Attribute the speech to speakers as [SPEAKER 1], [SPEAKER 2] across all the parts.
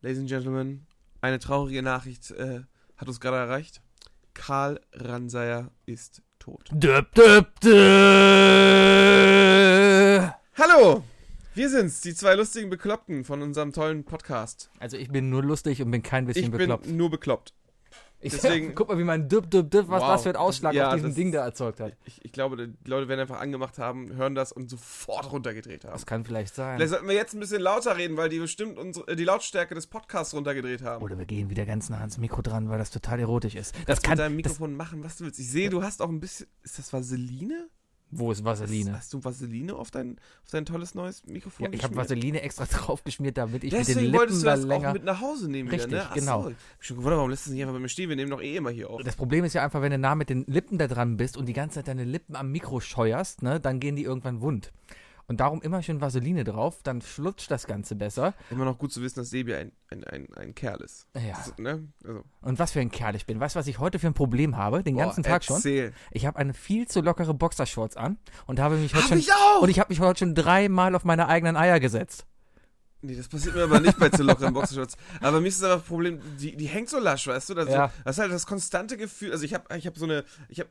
[SPEAKER 1] Ladies and Gentlemen, eine traurige Nachricht äh, hat uns gerade erreicht. Karl Ranseier ist tot.
[SPEAKER 2] Döp, döp, dö.
[SPEAKER 1] Hallo! Wir sind's, die zwei lustigen Bekloppten von unserem tollen Podcast.
[SPEAKER 2] Also ich bin nur lustig und bin kein bisschen
[SPEAKER 1] ich
[SPEAKER 2] bekloppt.
[SPEAKER 1] bin nur bekloppt.
[SPEAKER 2] Ich,
[SPEAKER 1] deswegen-
[SPEAKER 2] guck mal, wie mein Düpp, Düpp, Düpp, was
[SPEAKER 1] Wow.
[SPEAKER 2] das für ein Ausschlag
[SPEAKER 1] Ja,
[SPEAKER 2] auf diesem
[SPEAKER 1] das-
[SPEAKER 2] Ding da erzeugt hat.
[SPEAKER 1] Ich, ich glaube, die Leute werden einfach angemacht haben, hören das und sofort runtergedreht haben.
[SPEAKER 2] Das kann vielleicht sein.
[SPEAKER 1] Vielleicht sollten wir jetzt ein bisschen lauter reden, weil die bestimmt unsere, äh, die Lautstärke des Podcasts runtergedreht haben.
[SPEAKER 2] Oder wir gehen wieder ganz nah ans Mikro dran, weil das total erotisch ist. Das
[SPEAKER 1] Mit
[SPEAKER 2] kann.
[SPEAKER 1] deinem
[SPEAKER 2] Das,
[SPEAKER 1] Mikrofon machen, was du willst. Ich sehe, du hast auch ein bisschen. Ist das Vaseline?
[SPEAKER 2] wo ist Vaseline?
[SPEAKER 1] Hast du Vaseline auf dein, auf dein tolles neues Mikrofon?
[SPEAKER 2] Ja, ich habe
[SPEAKER 1] geschmiert?
[SPEAKER 2] Vaseline extra draufgeschmiert, damit ich mit den
[SPEAKER 1] Deswegen
[SPEAKER 2] Lippen
[SPEAKER 1] wolltest du
[SPEAKER 2] da
[SPEAKER 1] das
[SPEAKER 2] länger.
[SPEAKER 1] auch mit nach Hause nehmen
[SPEAKER 2] Richtig,
[SPEAKER 1] wieder, ne? Ach
[SPEAKER 2] genau.
[SPEAKER 1] So. Ich hab schon gewundert, warum lässt du es nicht einfach bei mir stehen? Wir nehmen doch eh immer hier auf.
[SPEAKER 2] Das Problem ist ja einfach, wenn du nah mit den Lippen da dran bist und die ganze Zeit deine Lippen am Mikro scheuerst, ne, dann gehen die irgendwann wund. Und darum immer schön Vaseline drauf, dann flutscht das Ganze besser.
[SPEAKER 1] Immer noch gut zu wissen, dass Sebi ein, ein, ein, ein Kerl ist.
[SPEAKER 2] Ja.
[SPEAKER 1] So, ne? also,
[SPEAKER 2] Und was für ein Kerl ich bin. Weißt du, was ich heute für ein Problem habe? Den ganzen
[SPEAKER 1] boah,
[SPEAKER 2] Tag schon.
[SPEAKER 1] erzähl.
[SPEAKER 2] Ich habe eine viel zu lockere Boxershorts an und habe mich heute
[SPEAKER 1] Hab
[SPEAKER 2] schon
[SPEAKER 1] ich auch!
[SPEAKER 2] und ich habe mich heute schon dreimal auf meine eigenen Eier gesetzt.
[SPEAKER 1] Nee, das passiert mir aber nicht bei zu lockeren Boxershorts. Aber mir ist das einfach das Problem, die, die hängt so lasch, weißt du? Das,
[SPEAKER 2] Ja.
[SPEAKER 1] das ist halt das konstante Gefühl. Also ich habe ich hab so eine, ich habe,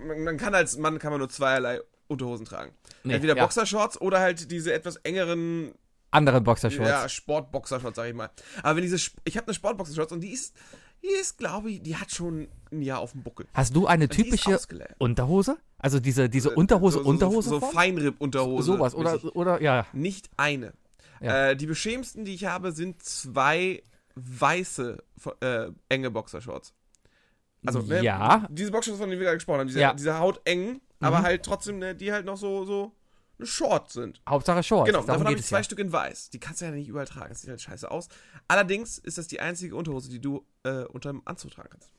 [SPEAKER 1] man man kann als Mann kann man nur zweierlei Unterhosen tragen.
[SPEAKER 2] Nee,
[SPEAKER 1] Entweder
[SPEAKER 2] ja.
[SPEAKER 1] Boxershorts oder halt diese etwas engeren
[SPEAKER 2] Andere Boxershorts.
[SPEAKER 1] ja, Sportboxershorts, sag ich mal. Aber wenn diese, Sp- ich habe eine Sportboxershorts und die ist, die ist, glaube ich, die hat schon ein Jahr auf dem Buckel.
[SPEAKER 2] Hast du eine
[SPEAKER 1] Die ist
[SPEAKER 2] typische
[SPEAKER 1] ausgelernt.
[SPEAKER 2] Unterhose? Also diese diese
[SPEAKER 1] Äh,
[SPEAKER 2] Unterhose
[SPEAKER 1] so, so,
[SPEAKER 2] Unterhose
[SPEAKER 1] So, so
[SPEAKER 2] Form?
[SPEAKER 1] Feinripp-Unterhose.
[SPEAKER 2] sowas
[SPEAKER 1] mäßig.
[SPEAKER 2] oder oder ja. ja.
[SPEAKER 1] Nicht eine.
[SPEAKER 2] Ja.
[SPEAKER 1] Äh, die beschämendsten, die ich habe, sind zwei weiße äh, enge Boxershorts. Also, ne,
[SPEAKER 2] Ja.
[SPEAKER 1] diese Boxershorts, von denen wir gerade gesprochen haben, diese,
[SPEAKER 2] Ja.
[SPEAKER 1] diese hautengen, aber
[SPEAKER 2] Mhm.
[SPEAKER 1] halt trotzdem, ne, die halt noch so, so eine Short sind.
[SPEAKER 2] Hauptsache Shorts.
[SPEAKER 1] Genau,
[SPEAKER 2] darum
[SPEAKER 1] davon habe
[SPEAKER 2] geht
[SPEAKER 1] ich
[SPEAKER 2] es
[SPEAKER 1] zwei
[SPEAKER 2] ja.
[SPEAKER 1] Stück in weiß. Die kannst du ja nicht überall tragen, das sieht halt scheiße aus. Allerdings ist das die einzige Unterhose, die du äh, unter dem Anzug tragen kannst.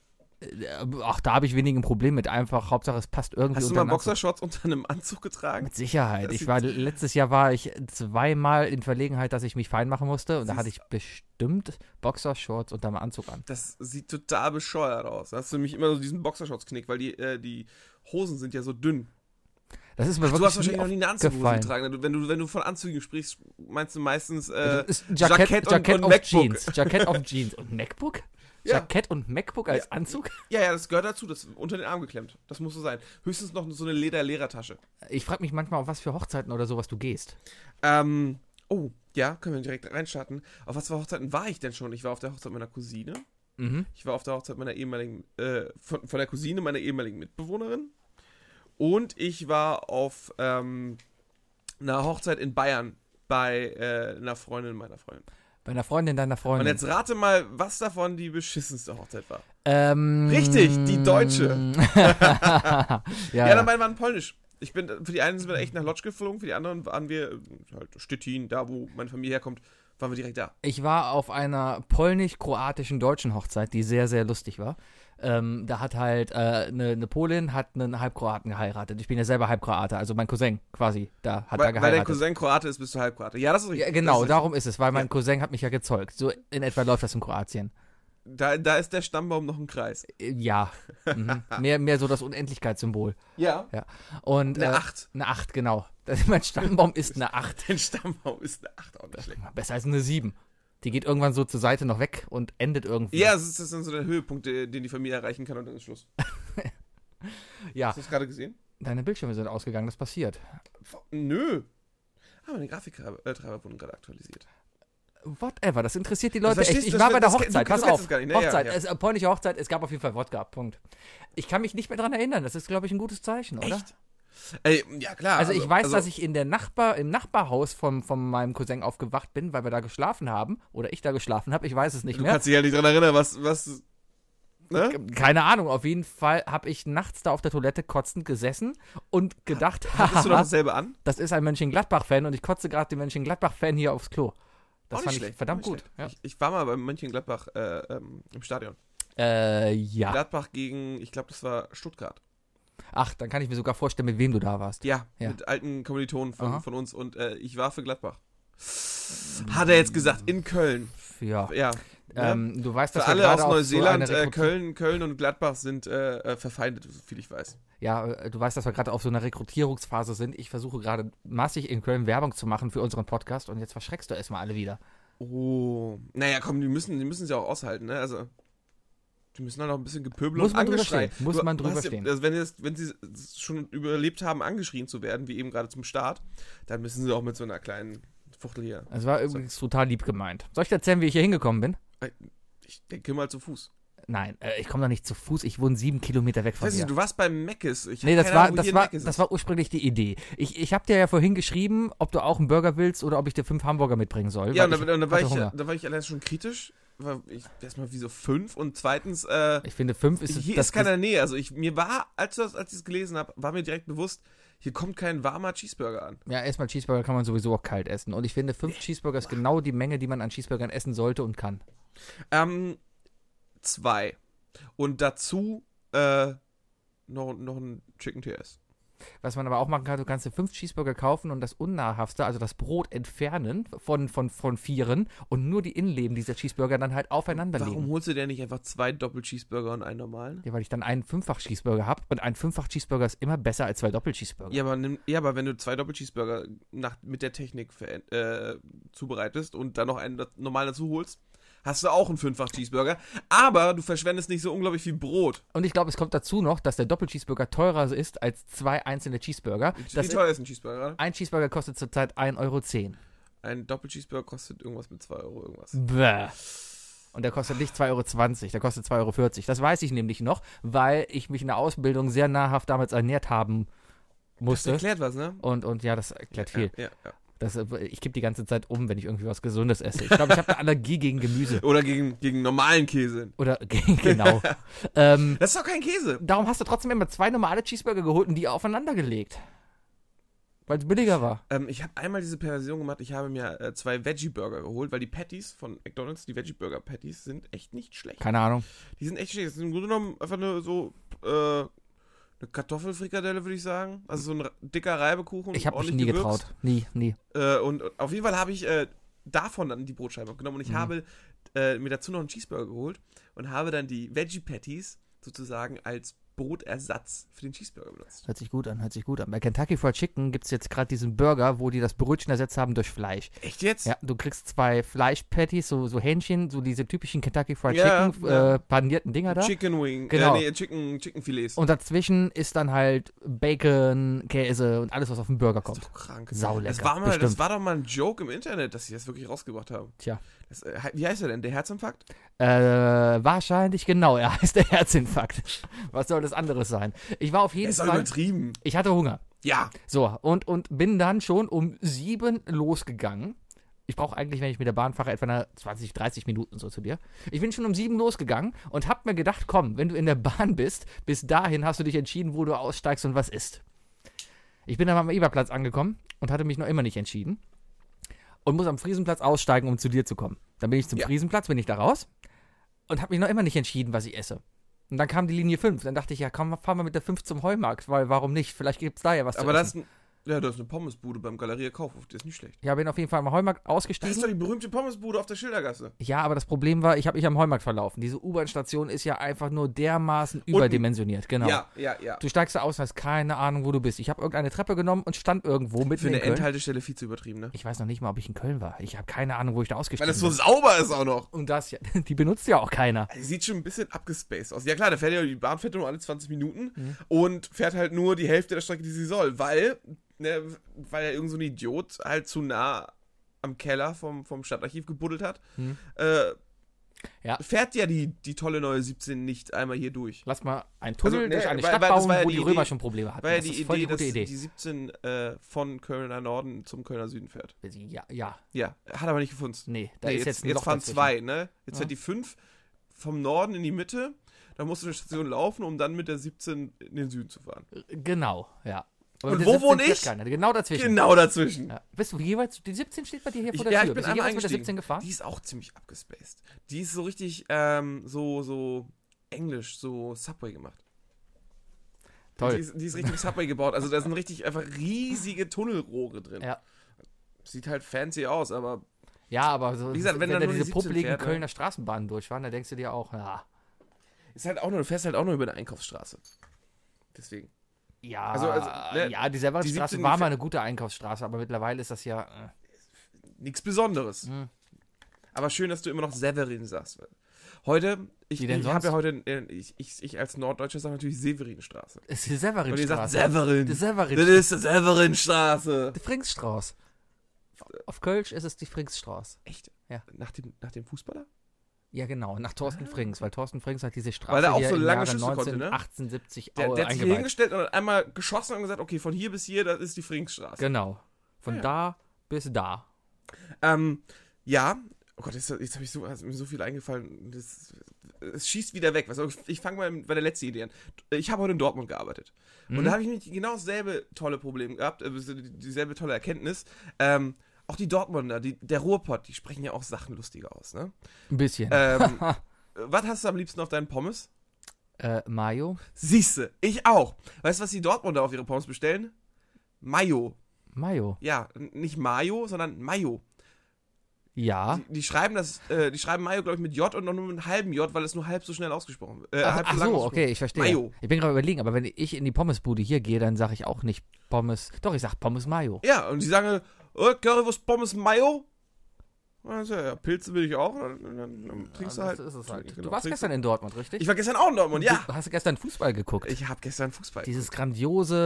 [SPEAKER 2] Ach, da habe ich wenig ein Problem mit einfach Hauptsache es passt irgendwie
[SPEAKER 1] Hast du
[SPEAKER 2] unter
[SPEAKER 1] mal
[SPEAKER 2] den Anzug.
[SPEAKER 1] Boxershorts unter einem Anzug getragen?
[SPEAKER 2] Mit Sicherheit.
[SPEAKER 1] Das
[SPEAKER 2] Ich
[SPEAKER 1] sieht-
[SPEAKER 2] war letztes Jahr war ich zweimal in Verlegenheit, dass ich mich fein machen musste und da hatte ich bestimmt Boxershorts unter meinem Anzug an.
[SPEAKER 1] Das sieht total bescheuert aus. Da hast du nämlich immer so diesen Boxershorts-Knick, weil die, äh, die Hosen sind ja so dünn.
[SPEAKER 2] Das ist mir
[SPEAKER 1] Du hast
[SPEAKER 2] wirklich
[SPEAKER 1] wahrscheinlich noch nie eine Anzughose
[SPEAKER 2] gefallen.
[SPEAKER 1] getragen. ne? Wenn du, wenn du von Anzügen sprichst, meinst du meistens äh,
[SPEAKER 2] Das Also ist ein Jackett,
[SPEAKER 1] Jackett
[SPEAKER 2] Jackett,
[SPEAKER 1] und- und
[SPEAKER 2] auf
[SPEAKER 1] MacBook.
[SPEAKER 2] Jeans. Jackett auf Jeans. Und MacBook?
[SPEAKER 1] Ja.
[SPEAKER 2] Jackett und MacBook als Anzug?
[SPEAKER 1] Ja, ja, das gehört dazu, das unter den Arm geklemmt. Das muss so sein. Höchstens noch so eine Leder-Lehrertasche.
[SPEAKER 2] Ich frage mich manchmal, auf was für Hochzeiten oder sowas du gehst.
[SPEAKER 1] Ähm, oh, ja, können wir direkt reinstarten. Auf was für Hochzeiten war ich denn schon? Ich war auf der Hochzeit meiner Cousine.
[SPEAKER 2] Mhm.
[SPEAKER 1] Ich war auf der Hochzeit meiner ehemaligen, äh, von, von der Cousine meiner ehemaligen Mitbewohnerin. Und ich war auf ähm, einer Hochzeit in Bayern bei äh, einer Freundin meiner Freundin.
[SPEAKER 2] Bei einer Freundin deiner
[SPEAKER 1] Und
[SPEAKER 2] Freundin.
[SPEAKER 1] jetzt rate mal, was davon die beschissenste Hochzeit war.
[SPEAKER 2] ähm,
[SPEAKER 1] Richtig, die Deutsche.
[SPEAKER 2] ja,
[SPEAKER 1] Ja,
[SPEAKER 2] ja.
[SPEAKER 1] dann beide waren polnisch. Ich bin, für die einen sind wir echt nach Lodz geflogen, für die anderen waren wir äh, halt Stettin, da wo meine Familie herkommt, waren wir direkt da.
[SPEAKER 2] Ich war auf einer polnisch-kroatischen deutschen Hochzeit, die sehr, sehr lustig war. Ähm, da hat halt äh, eine eine Polin hat einen Halbkroaten geheiratet. Ich bin ja selber Halbkroate, also mein Cousin quasi, da hat er
[SPEAKER 1] Weil, weil
[SPEAKER 2] geheiratet.
[SPEAKER 1] dein Cousin Kroate ist, bist du halb Kroate. Ja, das ist richtig.
[SPEAKER 2] ja, genau,
[SPEAKER 1] Das ist,
[SPEAKER 2] darum ist es, weil mein Cousin hat mich ja gezeugt. So in etwa läuft das in Kroatien.
[SPEAKER 1] da, da ist der Stammbaum noch ein Kreis.
[SPEAKER 2] Äh, Ja. Mhm. mehr, mehr so das Unendlichkeitssymbol.
[SPEAKER 1] Ja.
[SPEAKER 2] Ja. Und,
[SPEAKER 1] Eine
[SPEAKER 2] äh,
[SPEAKER 1] Acht.
[SPEAKER 2] Eine 8, genau. Das, mein Stammbaum ist eine 8.
[SPEAKER 1] Dein Stammbaum ist eine 8 auch nicht schlecht.
[SPEAKER 2] Besser als eine 7. Die geht irgendwann so zur Seite noch weg und endet irgendwie.
[SPEAKER 1] Ja, das ist, das ist so der Höhepunkt, äh, den die Familie erreichen kann und dann ist Schluss.
[SPEAKER 2] ja.
[SPEAKER 1] Hast du das gerade gesehen?
[SPEAKER 2] Deine Bildschirme sind ausgegangen, das passiert.
[SPEAKER 1] Nö. Aber meine Grafiktreiber äh, Treiber wurden gerade aktualisiert.
[SPEAKER 2] Whatever, das interessiert die Leute
[SPEAKER 1] Das
[SPEAKER 2] echt.
[SPEAKER 1] verstehst
[SPEAKER 2] Ich
[SPEAKER 1] du,
[SPEAKER 2] war
[SPEAKER 1] das-
[SPEAKER 2] bei der
[SPEAKER 1] das- du-
[SPEAKER 2] Hochzeit,
[SPEAKER 1] du
[SPEAKER 2] pass
[SPEAKER 1] kannst
[SPEAKER 2] auf.
[SPEAKER 1] es gar nicht, ne? Ja,
[SPEAKER 2] Hochzeit,
[SPEAKER 1] ja.
[SPEAKER 2] Es, äh, polnische Hochzeit, es gab auf jeden Fall Wodka, Punkt. Ich kann mich nicht mehr daran erinnern, das ist, glaube ich, ein gutes Zeichen, oder?
[SPEAKER 1] Echt? Ey, ja, klar.
[SPEAKER 2] Also, ich weiß,
[SPEAKER 1] also,
[SPEAKER 2] dass ich in der Nachbar, im Nachbarhaus von, von meinem Cousin aufgewacht bin, weil wir da geschlafen haben, oder ich da geschlafen habe, ich weiß es nicht
[SPEAKER 1] Du
[SPEAKER 2] mehr.
[SPEAKER 1] kannst dich ja nicht dran erinnern, was. was ne?
[SPEAKER 2] Keine Ahnung, auf jeden Fall habe ich nachts da auf der Toilette kotzend gesessen und gedacht,
[SPEAKER 1] Hattest du noch
[SPEAKER 2] haha,
[SPEAKER 1] dasselbe an?
[SPEAKER 2] das ist ein Mönchengladbach-Fan und ich kotze gerade den Mönchengladbach-Fan hier aufs Klo. Das
[SPEAKER 1] Auch
[SPEAKER 2] fand
[SPEAKER 1] nicht
[SPEAKER 2] ich
[SPEAKER 1] schlecht,
[SPEAKER 2] verdammt
[SPEAKER 1] auch
[SPEAKER 2] gut.
[SPEAKER 1] nicht Ich, ich war mal bei Mönchengladbach äh, ähm, im Stadion.
[SPEAKER 2] Ja. Äh, ja.
[SPEAKER 1] Gladbach gegen, ich glaube, das war Stuttgart.
[SPEAKER 2] Ach, dann kann ich mir sogar vorstellen, mit wem du da warst.
[SPEAKER 1] Ja,
[SPEAKER 2] Ja.
[SPEAKER 1] mit alten Kommilitonen
[SPEAKER 2] Aha.
[SPEAKER 1] von, von uns und äh, ich war für Gladbach. Hat er jetzt gesagt, in Köln.
[SPEAKER 2] Ja.
[SPEAKER 1] Ja. ne?
[SPEAKER 2] Ähm, du weißt,
[SPEAKER 1] Für
[SPEAKER 2] dass wir
[SPEAKER 1] alle
[SPEAKER 2] gerade
[SPEAKER 1] aus
[SPEAKER 2] auf
[SPEAKER 1] Neuseeland,
[SPEAKER 2] so
[SPEAKER 1] äh,
[SPEAKER 2] eine
[SPEAKER 1] Köln, Köln und Gladbach sind äh, äh, verfeindet, so viel ich weiß.
[SPEAKER 2] ja, äh, du weißt, dass wir gerade auf so einer Rekrutierungsphase sind. Ich versuche gerade massig in Köln Werbung zu machen für unseren Podcast und jetzt verschreckst du erstmal alle wieder.
[SPEAKER 1] Oh. Naja, komm, die müssen die müssen es ja auch aushalten, ne? Also. Die müssen dann auch ein bisschen gepöbelt
[SPEAKER 2] Muss
[SPEAKER 1] und
[SPEAKER 2] man drüber
[SPEAKER 1] angeschrien.
[SPEAKER 2] stehen. Muss
[SPEAKER 1] Du
[SPEAKER 2] man drüber
[SPEAKER 1] hast ja-
[SPEAKER 2] stehen.
[SPEAKER 1] Also wenn, jetzt, wenn sie es schon überlebt haben, angeschrien zu werden, wie eben gerade zum Start, dann müssen sie auch mit so einer kleinen Fuchtel hier.
[SPEAKER 2] Es war übrigens total lieb gemeint. Soll ich dir erzählen, wie ich hier hingekommen bin?
[SPEAKER 1] Ich denke mal zu Fuß.
[SPEAKER 2] Nein, äh, ich komme da nicht zu Fuß. Ich wohne sieben Kilometer weg
[SPEAKER 1] Ich
[SPEAKER 2] von
[SPEAKER 1] weiß
[SPEAKER 2] dir.
[SPEAKER 1] nicht, du warst beim Meckes. Ich hab
[SPEAKER 2] Nee, das
[SPEAKER 1] keine
[SPEAKER 2] war,
[SPEAKER 1] Ahnung, wo
[SPEAKER 2] das,
[SPEAKER 1] hier
[SPEAKER 2] war,
[SPEAKER 1] Meckes
[SPEAKER 2] das
[SPEAKER 1] ist.
[SPEAKER 2] war ursprünglich die Idee. Ich, ich habe dir ja vorhin geschrieben, ob du auch einen Burger willst oder ob ich dir fünf Hamburger mitbringen soll.
[SPEAKER 1] Ja, und
[SPEAKER 2] weil
[SPEAKER 1] da, da, da, war
[SPEAKER 2] hatte
[SPEAKER 1] ich,
[SPEAKER 2] Hunger.
[SPEAKER 1] da war ich allein schon kritisch. War ich, erstmal, wieso fünf? Und zweitens, äh,
[SPEAKER 2] Ich finde, fünf ist
[SPEAKER 1] hier
[SPEAKER 2] das
[SPEAKER 1] ist keiner Nähe. Also ich, mir war, als, das- als ich es gelesen habe, war mir direkt bewusst, hier kommt kein warmer Cheeseburger an.
[SPEAKER 2] Ja, erstmal Cheeseburger kann man sowieso auch kalt essen. Und ich finde, fünf Cheeseburger ist genau die Menge, die man an Cheeseburgern essen sollte und kann.
[SPEAKER 1] Ähm, zwei. Und dazu, äh, noch, noch ein Chicken TS.
[SPEAKER 2] Was man aber auch machen kann, du kannst dir fünf Cheeseburger kaufen und das Unnahrhafte, also das Brot entfernen von, von, von Vieren und nur die Innenleben dieser Cheeseburger dann halt
[SPEAKER 1] Warum
[SPEAKER 2] aufeinanderlegen.
[SPEAKER 1] holst du dir nicht einfach zwei Doppel-Cheeseburger und einen normalen?
[SPEAKER 2] Ja, weil ich dann einen Fünffach-Cheeseburger habe und ein Fünffach-Cheeseburger ist immer besser als zwei Doppel-Cheeseburger.
[SPEAKER 1] Ja, aber, nimm, ja, aber wenn du zwei Doppel-Cheeseburger nach, mit der Technik ver- äh, zubereitest und dann noch einen da- normal dazu holst, hast du auch einen Fünffach-Cheeseburger. Aber du verschwendest nicht so unglaublich viel Brot.
[SPEAKER 2] Und ich glaube, es kommt dazu noch, dass der Doppel-Cheeseburger teurer ist als zwei einzelne Cheeseburger.
[SPEAKER 1] Wie
[SPEAKER 2] Das
[SPEAKER 1] teuer ist ein Cheeseburger gerade?
[SPEAKER 2] ein Cheeseburger kostet zurzeit 1,10 Euro.
[SPEAKER 1] Ein Doppel-Cheeseburger kostet irgendwas mit 2 Euro irgendwas.
[SPEAKER 2] Bäh. Und der kostet nicht 2,20 Euro, der kostet 2,40 Euro. Das weiß ich nämlich noch, weil ich mich in der Ausbildung sehr nahrhaft damals ernährt haben
[SPEAKER 1] Das
[SPEAKER 2] musste.
[SPEAKER 1] erklärt was, ne?
[SPEAKER 2] Und, und ja, das erklärt Halt viel.
[SPEAKER 1] Ja, ja, ja.
[SPEAKER 2] Das, äh, ich kippe die ganze Zeit um, wenn ich irgendwie was Gesundes esse. Ich glaube, ich habe eine Allergie gegen Gemüse.
[SPEAKER 1] Oder gegen, gegen normalen Käse.
[SPEAKER 2] Oder genau. ähm,
[SPEAKER 1] Das ist doch kein Käse.
[SPEAKER 2] darum hast du trotzdem immer zwei normale Cheeseburger geholt und die aufeinander gelegt. Weil es billiger war.
[SPEAKER 1] Ähm, ich habe einmal diese Perversion gemacht. Ich habe mir äh, zwei Veggie-Burger geholt, weil die Patties von McDonald's, die Veggie-Burger-Patties, sind echt nicht schlecht.
[SPEAKER 2] Keine Ahnung.
[SPEAKER 1] Die sind echt schlecht. Das sind im Grunde genommen einfach nur so äh, eine Kartoffelfrikadelle, würde ich sagen. Also so ein ra- dicker Reibekuchen.
[SPEAKER 2] Ich habe mich
[SPEAKER 1] ordentlich
[SPEAKER 2] nie
[SPEAKER 1] gewürzt.
[SPEAKER 2] getraut. Nie, nie.
[SPEAKER 1] Äh, und, und auf jeden Fall habe ich äh, davon dann die Brotscheibe abgenommen und ich
[SPEAKER 2] Mhm.
[SPEAKER 1] habe äh, mir dazu noch einen Cheeseburger geholt und habe dann die Veggie Patties sozusagen als Brotersatz für den Cheeseburger benutzt.
[SPEAKER 2] Hört sich gut an, hört sich gut an. Bei Kentucky Fried Chicken gibt es jetzt gerade diesen Burger, wo die das Brötchen ersetzt haben durch Fleisch.
[SPEAKER 1] Echt jetzt?
[SPEAKER 2] Ja, du kriegst zwei Fleischpatties, so, so Hähnchen, so diese typischen Kentucky Fried
[SPEAKER 1] Ja,
[SPEAKER 2] Chicken
[SPEAKER 1] ja.
[SPEAKER 2] äh, panierten Dinger da.
[SPEAKER 1] Chicken Wing,
[SPEAKER 2] Genau.
[SPEAKER 1] äh, nee, Chicken, Chicken Filets.
[SPEAKER 2] Und dazwischen ist dann halt Bacon, Käse und alles, was auf den Burger
[SPEAKER 1] Das
[SPEAKER 2] kommt.
[SPEAKER 1] ist doch krank.
[SPEAKER 2] Saulecker,
[SPEAKER 1] das, war mal, das
[SPEAKER 2] bestimmt.
[SPEAKER 1] war doch mal ein Joke im Internet, dass sie das wirklich rausgebracht haben.
[SPEAKER 2] Tja.
[SPEAKER 1] Das, äh, wie heißt er denn? Der Herzinfarkt?
[SPEAKER 2] Äh, wahrscheinlich genau, er heißt der Herzinfarkt. Was soll das anderes sein? Ich war auf jeden
[SPEAKER 1] Ist doch
[SPEAKER 2] Fall.
[SPEAKER 1] übertrieben.
[SPEAKER 2] Ich hatte Hunger.
[SPEAKER 1] Ja.
[SPEAKER 2] So, und, und bin dann schon um sieben losgegangen. Ich brauche eigentlich, wenn ich mit der Bahn fahre, etwa eine 20, 30 Minuten so zu dir. Ich bin schon um sieben losgegangen und habe mir gedacht, komm, wenn du in der Bahn bist, bis dahin hast du dich entschieden, wo du aussteigst und was ist. Ich bin dann am Eberplatz angekommen und hatte mich noch immer nicht entschieden. Und muss am Friesenplatz aussteigen, um zu dir zu kommen. Dann bin ich zum
[SPEAKER 1] Ja.
[SPEAKER 2] Friesenplatz, bin ich da raus und habe mich noch immer nicht entschieden, was ich esse. Und dann kam die Linie 5. Dann dachte ich, ja, komm, fahr mal mit der 5 zum Heumarkt, weil warum nicht? Vielleicht gibt es da ja was
[SPEAKER 1] Aber
[SPEAKER 2] zu
[SPEAKER 1] das
[SPEAKER 2] essen.
[SPEAKER 1] ist, ein, ja, das ist eine Pommesbude beim Galeria Kaufhof. Die ist nicht schlecht.
[SPEAKER 2] Ich habe ihn auf jeden Fall am Heumarkt
[SPEAKER 1] Das ist
[SPEAKER 2] ausgestiegen.
[SPEAKER 1] doch die berühmte Pommesbude auf der Schildergasse.
[SPEAKER 2] Ja, aber das Problem war, ich habe mich am Heumarkt verlaufen. Diese U-Bahn-Station ist ja einfach nur dermaßen überdimensioniert. Genau.
[SPEAKER 1] Ja, ja, ja.
[SPEAKER 2] Du steigst da aus und hast keine Ahnung, wo du bist. Ich habe irgendeine Treppe genommen und stand irgendwo mitten
[SPEAKER 1] Für
[SPEAKER 2] in
[SPEAKER 1] eine
[SPEAKER 2] Köln.
[SPEAKER 1] Endhaltestelle viel zu übertrieben, ne?
[SPEAKER 2] Ich weiß noch nicht mal, ob ich in Köln war. Ich habe keine Ahnung, wo ich da
[SPEAKER 1] Weil
[SPEAKER 2] ausgestiegen
[SPEAKER 1] es so
[SPEAKER 2] bin.
[SPEAKER 1] sauber ist auch noch.
[SPEAKER 2] Und das, ja, die benutzt ja auch keiner.
[SPEAKER 1] Die sieht schon ein bisschen abgespaced aus. Ja klar, da fährt ja die Bahn fährt nur alle 20 Minuten
[SPEAKER 2] Mhm.
[SPEAKER 1] und fährt halt nur die Hälfte der Strecke, die sie soll, weil, ne, weil ja irgend so ein Idiot halt zu nah am Keller vom, vom Stadtarchiv gebuddelt hat.
[SPEAKER 2] Mhm.
[SPEAKER 1] Äh,
[SPEAKER 2] Ja.
[SPEAKER 1] Fährt ja die, die tolle neue 17 nicht einmal hier durch.
[SPEAKER 2] Lass mal einen Tunnel
[SPEAKER 1] Also, nee,
[SPEAKER 2] durch eine
[SPEAKER 1] weil-
[SPEAKER 2] Stadt
[SPEAKER 1] weil das
[SPEAKER 2] bauen,
[SPEAKER 1] war ja
[SPEAKER 2] wo
[SPEAKER 1] die
[SPEAKER 2] die Römer
[SPEAKER 1] Idee-
[SPEAKER 2] schon Probleme hatten.
[SPEAKER 1] War ja
[SPEAKER 2] das
[SPEAKER 1] die
[SPEAKER 2] ist voll
[SPEAKER 1] Idee,
[SPEAKER 2] die
[SPEAKER 1] dass
[SPEAKER 2] gute Idee.
[SPEAKER 1] die 17 äh, von Kölner Norden zum Kölner Süden fährt.
[SPEAKER 2] ja, ja,
[SPEAKER 1] Ja, hat aber nicht gefunzt.
[SPEAKER 2] nee, da
[SPEAKER 1] Nee,
[SPEAKER 2] ist jetzt ein
[SPEAKER 1] jetzt
[SPEAKER 2] Loch
[SPEAKER 1] fahren
[SPEAKER 2] dazwischen.
[SPEAKER 1] zwei, ne? Jetzt
[SPEAKER 2] Ja.
[SPEAKER 1] fährt die fünf vom Norden in die Mitte, dann musst du eine Station laufen, um dann mit der 17 in den Süden zu fahren.
[SPEAKER 2] Genau, ja. Aber
[SPEAKER 1] Und
[SPEAKER 2] mit
[SPEAKER 1] wo
[SPEAKER 2] der 17
[SPEAKER 1] wohne
[SPEAKER 2] fährt
[SPEAKER 1] ich?
[SPEAKER 2] Keiner. Genau dazwischen.
[SPEAKER 1] Genau dazwischen.
[SPEAKER 2] Ja. Bist du jeweils, die 17 steht bei dir hier
[SPEAKER 1] Ich,
[SPEAKER 2] vor der
[SPEAKER 1] ja,
[SPEAKER 2] Tür.
[SPEAKER 1] ich bin
[SPEAKER 2] bist du
[SPEAKER 1] einmal
[SPEAKER 2] jeweils mit der
[SPEAKER 1] eingestiegen.
[SPEAKER 2] 17 gefahren?
[SPEAKER 1] Die ist auch ziemlich abgespaced. Die ist so richtig ähm, so, so englisch, so Subway gemacht. Die
[SPEAKER 2] Toll.
[SPEAKER 1] ist, die ist richtig Subway gebaut. Also da sind richtig einfach riesige Tunnelrohre drin.
[SPEAKER 2] Ja.
[SPEAKER 1] Sieht halt fancy aus, aber
[SPEAKER 2] Ja, aber so,
[SPEAKER 1] Wie gesagt, wenn da
[SPEAKER 2] wenn, da
[SPEAKER 1] nur die
[SPEAKER 2] diese
[SPEAKER 1] 17
[SPEAKER 2] publiken
[SPEAKER 1] fährt, ne?
[SPEAKER 2] Kölner Straßenbahnen durchfahren, dann denkst du dir auch, ja.
[SPEAKER 1] ist halt auch nur, du fährst halt auch nur über eine Einkaufsstraße. Deswegen.
[SPEAKER 2] Ja,
[SPEAKER 1] Also, also, ne,
[SPEAKER 2] ja, die Severnstraße
[SPEAKER 1] 17
[SPEAKER 2] äh, war mal eine gute Einkaufsstraße, aber mittlerweile ist das ja.
[SPEAKER 1] Nichts Besonderes.
[SPEAKER 2] Mhm.
[SPEAKER 1] Aber schön, dass du immer noch Severin sagst. Heute, ich,
[SPEAKER 2] Wie denn
[SPEAKER 1] ich
[SPEAKER 2] sonst?
[SPEAKER 1] habe ja heute, äh, ich, ich, ich als Norddeutscher sage natürlich Severinstraße.
[SPEAKER 2] Es ist die Severin.
[SPEAKER 1] Und ihr sagt Severin.
[SPEAKER 2] Die
[SPEAKER 1] Das
[SPEAKER 2] Severin.
[SPEAKER 1] ist die Severinstraße.
[SPEAKER 2] Die Fringsstraße. Auf Kölsch ist es die Fringsstraße.
[SPEAKER 1] Echt?
[SPEAKER 2] Ja.
[SPEAKER 1] Nach dem, nach dem Fußballer?
[SPEAKER 2] Ja, genau, nach Thorsten Frings, weil Thorsten Frings hat diese Straße
[SPEAKER 1] Ah. Weil der auch
[SPEAKER 2] hier
[SPEAKER 1] so
[SPEAKER 2] im
[SPEAKER 1] lange
[SPEAKER 2] Jahre
[SPEAKER 1] schießen konnte, ne?
[SPEAKER 2] 1870
[SPEAKER 1] Der,
[SPEAKER 2] au-
[SPEAKER 1] der hat sich hier
[SPEAKER 2] eingeweiht.
[SPEAKER 1] hingestellt und hat einmal geschossen und gesagt, okay, von hier bis hier, das ist die Frinkstraße.
[SPEAKER 2] Genau. Von
[SPEAKER 1] Ah, Ja.
[SPEAKER 2] da bis da.
[SPEAKER 1] Ähm, ja. Oh Gott, jetzt, jetzt habe ich so, ist mir so viel eingefallen. Das, es schießt wieder weg. Weißt du, ich fange mal bei der letzten Idee an. Ich habe heute in Dortmund gearbeitet.
[SPEAKER 2] Hm?
[SPEAKER 1] Und da
[SPEAKER 2] Mhm.
[SPEAKER 1] habe ich nämlich genau dasselbe tolle Problem gehabt, äh, so die- dieselbe tolle Erkenntnis. Ähm, auch die Dortmunder, die, der Ruhrpott, die sprechen ja auch Sachen lustiger aus, ne?
[SPEAKER 2] Ein bisschen. Äh,
[SPEAKER 1] Ähm, äh, was hast du am liebsten auf deinen Pommes?
[SPEAKER 2] Äh, Mayo.
[SPEAKER 1] Siehste, ich auch. Weißt du, was die Dortmunder auf ihre Pommes bestellen? Mayo.
[SPEAKER 2] Mayo.
[SPEAKER 1] Ja, n- nicht Mayo, sondern Mayo.
[SPEAKER 2] Ja.
[SPEAKER 1] Die, die schreiben das, äh, die schreiben Mayo, glaube ich, mit J und noch nur mit einem halben J, weil es nur halb so schnell ausgesprochen wird. Äh,
[SPEAKER 2] Ach,
[SPEAKER 1] halb
[SPEAKER 2] Also, ach
[SPEAKER 1] lang
[SPEAKER 2] so,
[SPEAKER 1] ausgesprochen
[SPEAKER 2] okay, ich verstehe.
[SPEAKER 1] Mayo.
[SPEAKER 2] Ich bin gerade überlegen, aber wenn ich in die Pommesbude hier gehe, dann sage ich auch nicht Pommes. Doch, ich sage Pommes Mayo.
[SPEAKER 1] wird. Ja, und die sagen, äh, Currywurst, Pommes, Mayo. Also, ja, Pilze will ich auch. Dann, dann, dann trinkst du
[SPEAKER 2] Ja,
[SPEAKER 1] halt.
[SPEAKER 2] das ist es halt.
[SPEAKER 1] Genau,
[SPEAKER 2] du warst
[SPEAKER 1] trinkst
[SPEAKER 2] gestern in Dortmund, richtig?
[SPEAKER 1] Ich war gestern auch in Dortmund, ja.
[SPEAKER 2] Du hast gestern Fußball geguckt.
[SPEAKER 1] Ich habe gestern Fußball.
[SPEAKER 2] Dieses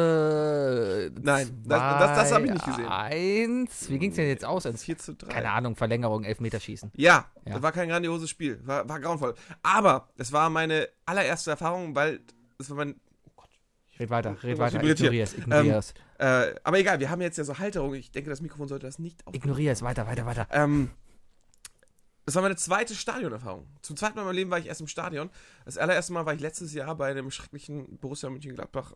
[SPEAKER 2] grandiose.
[SPEAKER 1] Nein, das- das- das hab ich nicht gesehen.
[SPEAKER 2] Eins. Wie ging es denn jetzt aus? Ins,
[SPEAKER 1] 4 zu 3.
[SPEAKER 2] keine Ahnung, Verlängerung, Elfmeterschießen.
[SPEAKER 1] Ja,
[SPEAKER 2] Ja.
[SPEAKER 1] das war kein grandioses Spiel. War, war grauenvoll. Aber es war meine allererste Erfahrung, weil es war mein.
[SPEAKER 2] Red weiter, red
[SPEAKER 1] Irgendwas
[SPEAKER 2] weiter.
[SPEAKER 1] vibriert hier.
[SPEAKER 2] Ignorier es, ignorier
[SPEAKER 1] Ähm,
[SPEAKER 2] es.
[SPEAKER 1] Äh, aber egal, wir haben jetzt ja so Halterung. Ich denke, das Mikrofon sollte das nicht auf.
[SPEAKER 2] Ignorier es, weiter, weiter, weiter.
[SPEAKER 1] Ähm, das war meine zweite Stadionerfahrung. Zum zweiten Mal in meinem Leben war ich erst im Stadion. Das allererste Mal war ich letztes Jahr bei einem schrecklichen Borussia Mönchengladbach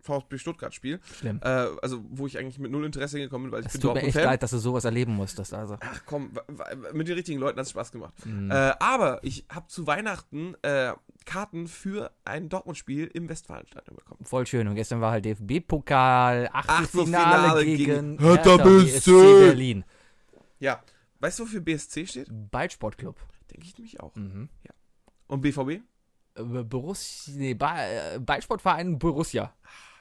[SPEAKER 1] VfB Stuttgart Spiel.
[SPEAKER 2] Schlimm.
[SPEAKER 1] Äh, also, wo ich eigentlich mit null Interesse hingekommen bin, weil ich
[SPEAKER 2] Es
[SPEAKER 1] bin
[SPEAKER 2] tut mir echt
[SPEAKER 1] Dortmund-Fan.
[SPEAKER 2] leid, dass du sowas erleben musstest. Also.
[SPEAKER 1] Ach komm, wa- wa- mit den richtigen Leuten hat es Spaß gemacht.
[SPEAKER 2] Mhm.
[SPEAKER 1] Äh, aber ich habe zu Weihnachten äh, Karten für ein Dortmund-Spiel im Westfalenstadion bekommen.
[SPEAKER 2] Voll schön. Und gestern war halt DFB-Pokal,
[SPEAKER 1] Achtelfinale
[SPEAKER 2] Achtelfinale
[SPEAKER 1] gegen
[SPEAKER 2] gegen
[SPEAKER 1] Hertha
[SPEAKER 2] Hertha BSC
[SPEAKER 1] BSC.
[SPEAKER 2] Berlin.
[SPEAKER 1] Ja. Weißt du, wofür BSC steht?
[SPEAKER 2] Ballsportclub.
[SPEAKER 1] Denke ich nämlich auch.
[SPEAKER 2] Mhm.
[SPEAKER 1] Und BVB?
[SPEAKER 2] Äh, Borussia, nee, ba äh, Ballsportverein Borussia.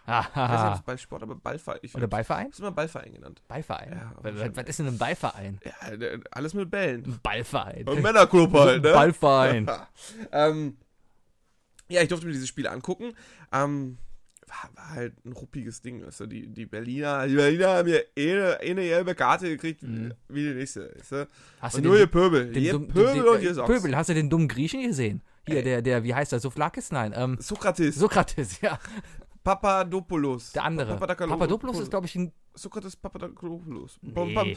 [SPEAKER 1] Ich weiß nicht, ob
[SPEAKER 2] Haha.
[SPEAKER 1] es Ballsport, aber Ballverein. Ich
[SPEAKER 2] Ah. Oder
[SPEAKER 1] habe
[SPEAKER 2] Ballverein?
[SPEAKER 1] es immer Ballverein genannt.
[SPEAKER 2] Ballverein.
[SPEAKER 1] Ja, aber
[SPEAKER 2] was,
[SPEAKER 1] schon.
[SPEAKER 2] was ist denn ein Ballverein?
[SPEAKER 1] Ja, äh, alles mit Bällen.
[SPEAKER 2] Ein Ballverein.
[SPEAKER 1] Und Männerclub halt, ne?
[SPEAKER 2] Ballverein.
[SPEAKER 1] ähm, ja, ich durfte mir dieses Spiel angucken. Ähm, war, war halt ein ruppiges Ding. Weißt du? die, die Berliner, die Berliner haben ja eh eine, eh eine gelbe Karte gekriegt,
[SPEAKER 2] Mhm.
[SPEAKER 1] wie die nächste. Weißt du?
[SPEAKER 2] Hast
[SPEAKER 1] Und
[SPEAKER 2] du
[SPEAKER 1] nur ihr
[SPEAKER 2] den,
[SPEAKER 1] Pöbel.
[SPEAKER 2] den,
[SPEAKER 1] Ihr
[SPEAKER 2] dumm-
[SPEAKER 1] Pöbel
[SPEAKER 2] den,
[SPEAKER 1] und
[SPEAKER 2] den,
[SPEAKER 1] ihr Sox.
[SPEAKER 2] Pöbel, hast du den dummen Griechen gesehen? Hier,
[SPEAKER 1] Ey.
[SPEAKER 2] der, der, wie heißt der? Souflakis? Nein, ähm,
[SPEAKER 1] Sokrates,
[SPEAKER 2] Sokrates, ja.
[SPEAKER 1] Papadopoulos.
[SPEAKER 2] Der andere.
[SPEAKER 1] Papadakalo-
[SPEAKER 2] Papadopoulos ist, glaube ich, ein.
[SPEAKER 1] Sokrates Papadopoulos. Pam,
[SPEAKER 2] Nee.
[SPEAKER 1] pam.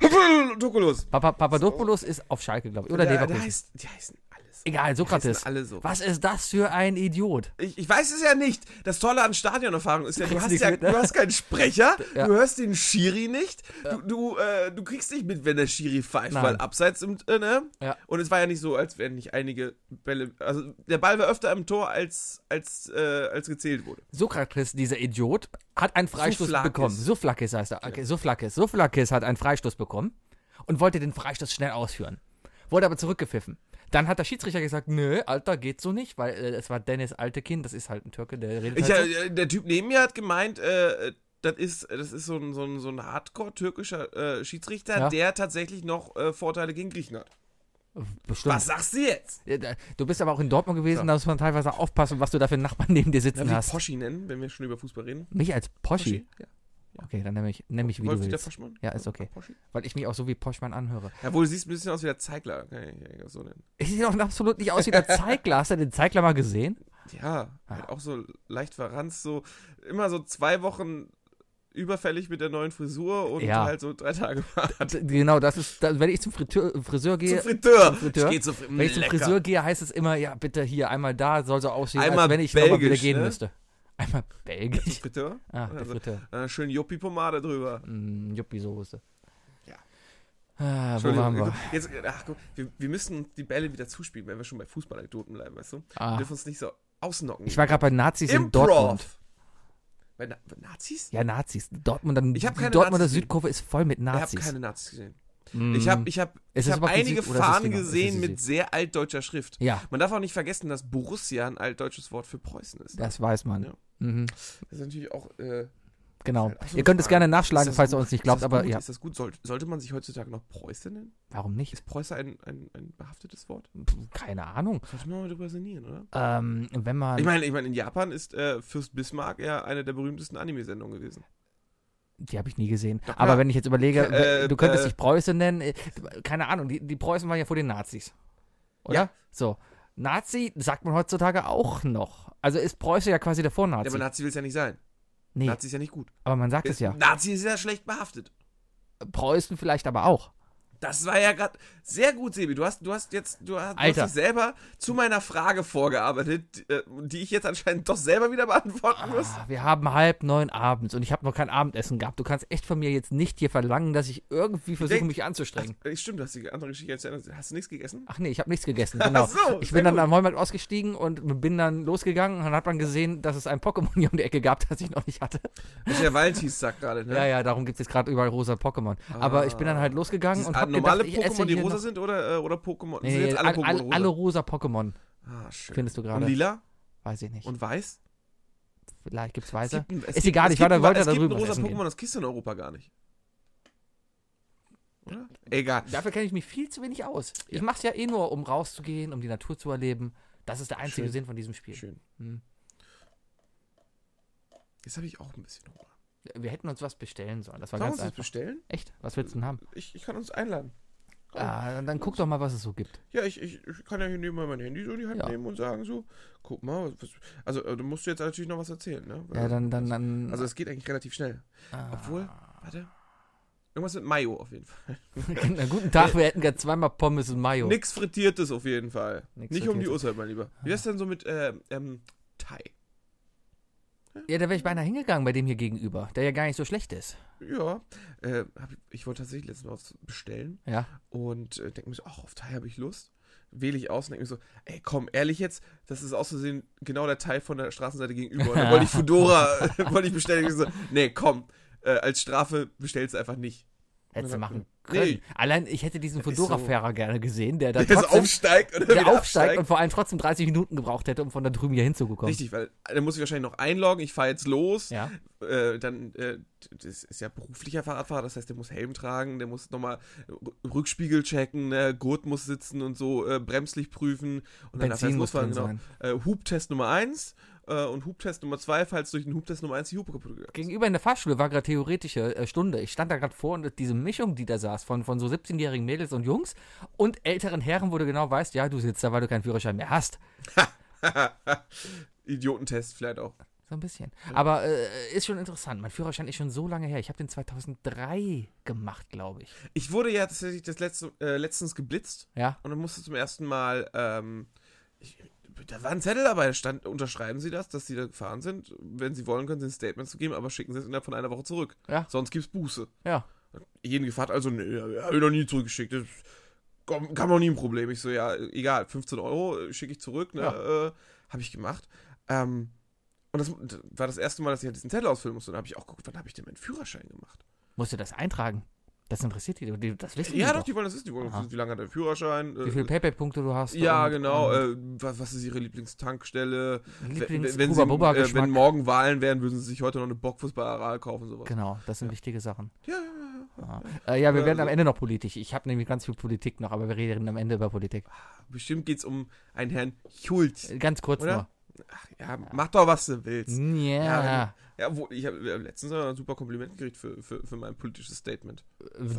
[SPEAKER 1] Papadopoulos.
[SPEAKER 2] Papa, Papadopoulos ist auf Schalke, glaube ich. Oder
[SPEAKER 1] der, der
[SPEAKER 2] Leverkusen.
[SPEAKER 1] heißt, die heißen alles.
[SPEAKER 2] Egal,
[SPEAKER 1] Die
[SPEAKER 2] Sokrates.
[SPEAKER 1] heißen alle so.
[SPEAKER 2] Was ist das für ein Idiot?
[SPEAKER 1] Ich, ich weiß es ja nicht. Das Tolle an Stadionerfahrung ist ja, du
[SPEAKER 2] Kriegst
[SPEAKER 1] hast
[SPEAKER 2] nichts
[SPEAKER 1] ja
[SPEAKER 2] mit, ne?
[SPEAKER 1] du hast keinen Sprecher,
[SPEAKER 2] Ja.
[SPEAKER 1] du hörst den Schiri nicht, du, du, äh, du kriegst nicht mit, wenn der Schiri pfeift,
[SPEAKER 2] Nein.
[SPEAKER 1] weil abseits im, äh, ne?
[SPEAKER 2] Ja.
[SPEAKER 1] Und es war ja nicht so, als wären nicht einige Bälle, also der Ball war öfter im Tor, als, als, äh, als gezählt wurde.
[SPEAKER 2] Sokrates, dieser Idiot, hat einen Freistoß
[SPEAKER 1] Souflakis.
[SPEAKER 2] bekommen. Souflakis heißt er. Okay, Souflakis. Souflakis hat einen Freistoß bekommen und wollte den Freistoß schnell ausführen. Wurde aber zurückgepfiffen. Dann hat der Schiedsrichter gesagt, nö, Alter, geht so nicht, weil äh, es war Dennis Altekin, das ist halt ein Türke, der redet
[SPEAKER 1] Ich,
[SPEAKER 2] halt so.
[SPEAKER 1] äh, der Typ neben mir hat gemeint, äh, das ist, das ist so ein, so ein, so ein hardcore-türkischer äh, Schiedsrichter,
[SPEAKER 2] Ja.
[SPEAKER 1] der tatsächlich noch äh, Vorteile gegen Griechen hat.
[SPEAKER 2] Bestimmt.
[SPEAKER 1] Was sagst du jetzt?
[SPEAKER 2] Äh, da- Du bist aber auch in Dortmund gewesen,
[SPEAKER 1] Ja.
[SPEAKER 2] da muss man teilweise aufpassen, was du da für einen Nachbarn neben dir sitzen
[SPEAKER 1] Darf ich
[SPEAKER 2] hast.
[SPEAKER 1] Poschi nennen, wenn wir schon über Fußball reden?
[SPEAKER 2] Mich als Poschi?
[SPEAKER 1] Ja.
[SPEAKER 2] Okay, dann nenne ich, nenn mich, wie du
[SPEAKER 1] Wolf-Dieter
[SPEAKER 2] willst.
[SPEAKER 1] Poschmann?
[SPEAKER 2] Ja, ist okay.
[SPEAKER 1] Poschi?
[SPEAKER 2] Weil ich mich auch so wie Poschmann anhöre.
[SPEAKER 1] Jawohl, du siehst ein bisschen aus wie der Zeigler. Kann ich ja so nennen.
[SPEAKER 2] Ich sehe doch absolut nicht aus wie der Zeigler. Hast du den Zeigler mal gesehen?
[SPEAKER 1] Ja,
[SPEAKER 2] Ah.
[SPEAKER 1] halt auch so leicht verranzt, so immer so zwei Wochen überfällig mit der neuen Frisur und
[SPEAKER 2] Ja.
[SPEAKER 1] halt so drei Tage
[SPEAKER 2] D- Genau, das ist, da, wenn ich zum Friteur, äh, Friseur
[SPEAKER 1] zum
[SPEAKER 2] gehe,
[SPEAKER 1] Friteur.
[SPEAKER 2] Friteur?
[SPEAKER 1] Ich geh zu Fri-
[SPEAKER 2] wenn ich zum
[SPEAKER 1] Lecker.
[SPEAKER 2] Friseur gehe, heißt es immer, ja, bitte hier einmal da, soll so aussehen,
[SPEAKER 1] Einmal
[SPEAKER 2] als wenn ich nochmal wieder
[SPEAKER 1] belgisch,
[SPEAKER 2] gehen
[SPEAKER 1] ne?
[SPEAKER 2] müsste. Einmal
[SPEAKER 1] Zum
[SPEAKER 2] belgisch.
[SPEAKER 1] Friteur?
[SPEAKER 2] Ah, der
[SPEAKER 1] Also-
[SPEAKER 2] Friteur.
[SPEAKER 1] Äh, schön Joppi-Pomade drüber.
[SPEAKER 2] Mm, Juppie-Soße.
[SPEAKER 1] Ja.
[SPEAKER 2] Ah, wo
[SPEAKER 1] Entschuldigung.
[SPEAKER 2] waren wir?
[SPEAKER 1] guck, Jetzt, ach, guck, wir, wir müssen die Bälle wieder zuspielen, wenn wir schon bei Fußballanekdoten bleiben, weißt du? Wir
[SPEAKER 2] Ah,
[SPEAKER 1] dürfen uns nicht so ausnocken.
[SPEAKER 2] ich war gerade bei Nazis in Dortmund.
[SPEAKER 1] Improv. Bei Na bei Nazis?
[SPEAKER 2] Ja, Nazis. Dortmund, dann,
[SPEAKER 1] Ich hab
[SPEAKER 2] die
[SPEAKER 1] keine
[SPEAKER 2] Dortmunder
[SPEAKER 1] Nazis.
[SPEAKER 2] Südkurve ist voll mit
[SPEAKER 1] Ich habe
[SPEAKER 2] Nazis.
[SPEAKER 1] keine Nazis gesehen.
[SPEAKER 2] Mm.
[SPEAKER 1] Ich habe ich hab,
[SPEAKER 2] Es
[SPEAKER 1] ich
[SPEAKER 2] ist
[SPEAKER 1] hab
[SPEAKER 2] überhaupt nicht
[SPEAKER 1] einige
[SPEAKER 2] Süd- oder es ist
[SPEAKER 1] Fahnen
[SPEAKER 2] Süd- es ist
[SPEAKER 1] gesehen mit
[SPEAKER 2] Süd.
[SPEAKER 1] sehr altdeutscher Schrift.
[SPEAKER 2] ja,
[SPEAKER 1] Man darf auch nicht vergessen, dass Borussia ein altdeutsches Wort für Preußen ist.
[SPEAKER 2] das weiß man.
[SPEAKER 1] Ja.
[SPEAKER 2] Mhm.
[SPEAKER 1] Das ist natürlich auch äh,
[SPEAKER 2] genau.
[SPEAKER 1] Ist halt auch so
[SPEAKER 2] Ihr
[SPEAKER 1] eine
[SPEAKER 2] könnt es
[SPEAKER 1] Frage.
[SPEAKER 2] gerne
[SPEAKER 1] Ist
[SPEAKER 2] nachschlagen,
[SPEAKER 1] das
[SPEAKER 2] falls ihr
[SPEAKER 1] gut?
[SPEAKER 2] uns nicht
[SPEAKER 1] Ist
[SPEAKER 2] glaubt,
[SPEAKER 1] das
[SPEAKER 2] aber
[SPEAKER 1] gut?
[SPEAKER 2] ja,
[SPEAKER 1] Ist das gut? Sollte, sollte man sich heutzutage noch Preuße nennen?
[SPEAKER 2] warum nicht?
[SPEAKER 1] Ist Preuße ein, ein, ein behaftetes Wort?
[SPEAKER 2] Pff, Keine Ahnung.
[SPEAKER 1] Sollte man mal drüber sinnieren, oder?
[SPEAKER 2] Ähm, wenn man.
[SPEAKER 1] Ich meine, ich meine, in Japan ist äh, Fürst Bismarck ja eine der berühmtesten Anime-Sendungen gewesen.
[SPEAKER 2] Die habe ich nie gesehen.
[SPEAKER 1] Doch,
[SPEAKER 2] Aber
[SPEAKER 1] ja.
[SPEAKER 2] wenn ich jetzt überlege,
[SPEAKER 1] Äh,
[SPEAKER 2] du könntest
[SPEAKER 1] äh,
[SPEAKER 2] dich Preußen nennen. äh, Keine Ahnung, die, die Preußen waren ja vor den Nazis. Oder?
[SPEAKER 1] Ja.
[SPEAKER 2] So. Nazi sagt man heutzutage auch noch. Also ist Preuße ja quasi der Vornazi.
[SPEAKER 1] Ja, aber Nazi will es ja nicht sein.
[SPEAKER 2] nee,
[SPEAKER 1] Nazi ist ja nicht gut.
[SPEAKER 2] aber man sagt es ja.
[SPEAKER 1] Nazi ist ja schlecht behaftet.
[SPEAKER 2] Preußen vielleicht aber auch.
[SPEAKER 1] Das war ja gerade sehr gut, Sebi. Du hast, du hast jetzt, du hast, du hast
[SPEAKER 2] Alter.
[SPEAKER 1] dich selber zu meiner Frage vorgearbeitet, äh, die ich jetzt anscheinend doch selber wieder beantworten muss.
[SPEAKER 2] Ah, wir haben halb neun abends und ich habe noch kein Abendessen gehabt. Du kannst echt von mir jetzt nicht hier verlangen, dass ich irgendwie versuche,
[SPEAKER 1] denk-
[SPEAKER 2] mich anzustrengen.
[SPEAKER 1] Ach, Stimmt, du hast die andere Geschichte erzählt. Hast du nichts gegessen?
[SPEAKER 2] Ach nee, ich habe nichts gegessen, genau.
[SPEAKER 1] Ach so,
[SPEAKER 2] ich
[SPEAKER 1] sehr
[SPEAKER 2] bin dann
[SPEAKER 1] gut.
[SPEAKER 2] am Walmart ausgestiegen und bin dann losgegangen und dann hat man gesehen, dass es ein Pokémon hier um die Ecke gab, das ich noch nicht hatte.
[SPEAKER 1] Das ist der Valentinstag gerade, ne?
[SPEAKER 2] Ja, ja, darum gibt es jetzt gerade überall rosa Pokémon. Aber ich bin dann halt losgegangen
[SPEAKER 1] Dieses,
[SPEAKER 2] und
[SPEAKER 1] ah,
[SPEAKER 2] habe gedacht,
[SPEAKER 1] normale
[SPEAKER 2] ich esse
[SPEAKER 1] Pokémon, die
[SPEAKER 2] hier
[SPEAKER 1] rosa
[SPEAKER 2] noch,
[SPEAKER 1] sind oder, äh, oder Pokémon?
[SPEAKER 2] nee,
[SPEAKER 1] sind jetzt alle
[SPEAKER 2] alle,
[SPEAKER 1] Pokémon
[SPEAKER 2] alle,
[SPEAKER 1] rosa?
[SPEAKER 2] alle rosa Pokémon
[SPEAKER 1] ah, schön.
[SPEAKER 2] findest du
[SPEAKER 1] Und
[SPEAKER 2] gerade.
[SPEAKER 1] lila
[SPEAKER 2] Weiß ich nicht.
[SPEAKER 1] und weiß?
[SPEAKER 2] Vielleicht gibt's weiße.
[SPEAKER 1] ein-
[SPEAKER 2] Ist egal, ich war da-
[SPEAKER 1] ein-
[SPEAKER 2] wollte
[SPEAKER 1] es
[SPEAKER 2] da
[SPEAKER 1] gibt
[SPEAKER 2] drüber
[SPEAKER 1] ein rosa
[SPEAKER 2] essen gehen.
[SPEAKER 1] Pokémon, das kriegst du in Europa gar nicht. Oder? Egal.
[SPEAKER 2] Dafür kenne ich mich viel zu wenig aus. Ich mache es ja eh nur, um rauszugehen, um die Natur zu erleben. Das ist der einzige
[SPEAKER 1] Schön.
[SPEAKER 2] Sinn von diesem Spiel.
[SPEAKER 1] Schön.
[SPEAKER 2] Hm.
[SPEAKER 1] Jetzt habe ich auch ein bisschen Hunger.
[SPEAKER 2] Wir hätten uns was bestellen sollen. Das war
[SPEAKER 1] Sollen wir
[SPEAKER 2] ganz
[SPEAKER 1] uns das
[SPEAKER 2] einfach.
[SPEAKER 1] bestellen?
[SPEAKER 2] Echt? Was willst du denn haben?
[SPEAKER 1] Ich, ich kann uns einladen. Cool.
[SPEAKER 2] Ah, dann guck doch mal, was es so gibt.
[SPEAKER 1] Ja, ich, ich, ich kann ja hier nebenbei mein Handy so in die Hand
[SPEAKER 2] Ja.
[SPEAKER 1] nehmen und sagen so, guck mal, was, also äh, du musst jetzt natürlich noch was erzählen, ne? Weil-
[SPEAKER 2] Ja, dann, dann, dann.
[SPEAKER 1] also es geht eigentlich relativ schnell.
[SPEAKER 2] ah.
[SPEAKER 1] obwohl- Warte. Irgendwas mit Mayo auf jeden Fall.
[SPEAKER 2] Na, guten
[SPEAKER 1] Äh,
[SPEAKER 2] Tag, wir hätten gerade zweimal Pommes und Mayo.
[SPEAKER 1] Nix Frittiertes auf jeden Fall.
[SPEAKER 2] Nix
[SPEAKER 1] Nicht um die
[SPEAKER 2] Frittiertes.
[SPEAKER 1] Uhrzeit, mein Lieber. Wie wär's denn so mit ähm, ähm, Thai?
[SPEAKER 2] Ja, da wäre ich beinahe hingegangen bei dem hier gegenüber, der ja gar nicht so schlecht ist.
[SPEAKER 1] Ja, äh, hab, ich- ich wollte tatsächlich letztens mal was bestellen
[SPEAKER 2] Ja.
[SPEAKER 1] und äh, denke mir so, ach, auf Thai habe ich Lust. Wähle ich aus und denke mir so, ey, komm, ehrlich jetzt, das ist aus Versehen genau der Teil von der Straßenseite gegenüber. Und dann wollte ich Fudora, wollte ich bestellen. Ich so, nee, komm, äh, als Strafe bestellst du einfach nicht.
[SPEAKER 2] Hättest du
[SPEAKER 1] Ja,
[SPEAKER 2] machen
[SPEAKER 1] Äh, nee.
[SPEAKER 2] können. Allein, ich hätte diesen
[SPEAKER 1] Das ist
[SPEAKER 2] Fedora-Fahrer gerne gesehen, der da
[SPEAKER 1] Der so
[SPEAKER 2] trotzdem,
[SPEAKER 1] aufsteigt oder
[SPEAKER 2] der
[SPEAKER 1] wieder
[SPEAKER 2] aufsteigt und vor allem trotzdem 30 Minuten gebraucht hätte, um von da drüben hier hinzukommen.
[SPEAKER 1] Richtig, weil äh, dann muss ich wahrscheinlich noch einloggen, ich fahre jetzt los.
[SPEAKER 2] Ja.
[SPEAKER 1] Äh, dann, äh, das ist ja beruflicher Fahrradfahrer, das heißt, der muss Helm tragen, der muss nochmal R- Rückspiegel checken, ne? Gurt muss sitzen und so, äh, Bremslicht prüfen und dann darf er
[SPEAKER 2] Benzin
[SPEAKER 1] jetzt
[SPEAKER 2] muss
[SPEAKER 1] losfahren,
[SPEAKER 2] drin
[SPEAKER 1] genau.
[SPEAKER 2] sein.
[SPEAKER 1] Äh, Hubtest Nummer 1 äh, und Hubtest Nummer 2, falls durch den Hubtest Nummer 1 die Hupe kaputt geht.
[SPEAKER 2] Gegenüber in der Fahrschule war gerade theoretische äh, Stunde. Ich stand da gerade vor und diese Mischung, die da saß, von, von so 17-jährigen Mädels und Jungs und älteren Herren, wo du genau weißt, ja, du sitzt da, weil du keinen Führerschein mehr hast.
[SPEAKER 1] Idiotentest vielleicht auch.
[SPEAKER 2] So ein bisschen. Aber äh, ist schon interessant. Mein Führerschein ist schon so lange her. Ich habe den 2003 gemacht, glaube ich.
[SPEAKER 1] Ich wurde ja tatsächlich das letzte, äh, letztens geblitzt
[SPEAKER 2] Ja.
[SPEAKER 1] und dann musste zum ersten Mal, ähm, ich, da war ein Zettel dabei, da stand, unterschreiben Sie das, dass Sie da gefahren sind. Wenn Sie wollen, können Sie ein Statement zu geben, aber schicken Sie es innerhalb von einer Woche zurück.
[SPEAKER 2] Ja.
[SPEAKER 1] Sonst gibt's Buße.
[SPEAKER 2] Ja.
[SPEAKER 1] Jeden gefragt, also, nee, habe ich noch nie zurückgeschickt. Das kam, kam noch nie ein Problem. Ich so, ja, egal, 15 Euro schicke ich zurück, ne, äh, habe ich gemacht. Ähm, und das das war das erste Mal, dass ich halt diesen Zettel ausfüllen musste. Und da habe ich auch geguckt, wann habe ich denn meinen Führerschein gemacht?
[SPEAKER 2] Musst du das eintragen? Das interessiert die. die das wissen
[SPEAKER 1] Ja,
[SPEAKER 2] die
[SPEAKER 1] doch,
[SPEAKER 2] doch.
[SPEAKER 1] die wollen das wissen. Die wollen
[SPEAKER 2] Aha.
[SPEAKER 1] wissen, wie lange hat der Führerschein?
[SPEAKER 2] Wie viele
[SPEAKER 1] äh,
[SPEAKER 2] Payback-Punkte du hast.
[SPEAKER 1] ja,
[SPEAKER 2] und- ähm,
[SPEAKER 1] genau.
[SPEAKER 2] und
[SPEAKER 1] Äh, was, was ist ihre Lieblingstankstelle?
[SPEAKER 2] Lieblings
[SPEAKER 1] wenn, wenn, sie, äh,
[SPEAKER 2] Huba-Buba-Geschmack.
[SPEAKER 1] wenn morgen Wahlen wären, würden sie sich heute noch eine Bockwurst bei Aral kaufen und sowas.
[SPEAKER 2] Genau, das sind wichtige Sachen.
[SPEAKER 1] Ja, ja, ja, ja.
[SPEAKER 2] Ja, äh, ja wir
[SPEAKER 1] Äh,
[SPEAKER 2] werden am
[SPEAKER 1] so-
[SPEAKER 2] Ende noch politisch. Ich habe nämlich ganz viel Politik noch, aber wir reden am Ende über Politik.
[SPEAKER 1] Bestimmt geht's um einen Herrn Schulz.
[SPEAKER 2] Äh, Ganz kurz
[SPEAKER 1] Oder?
[SPEAKER 2] nur.
[SPEAKER 1] Ach, ja, mach doch, was du willst.
[SPEAKER 2] Ja,
[SPEAKER 1] Ja, Ja, wo, ich habe letztens ein super Kompliment gekriegt für, für, für mein politisches Statement.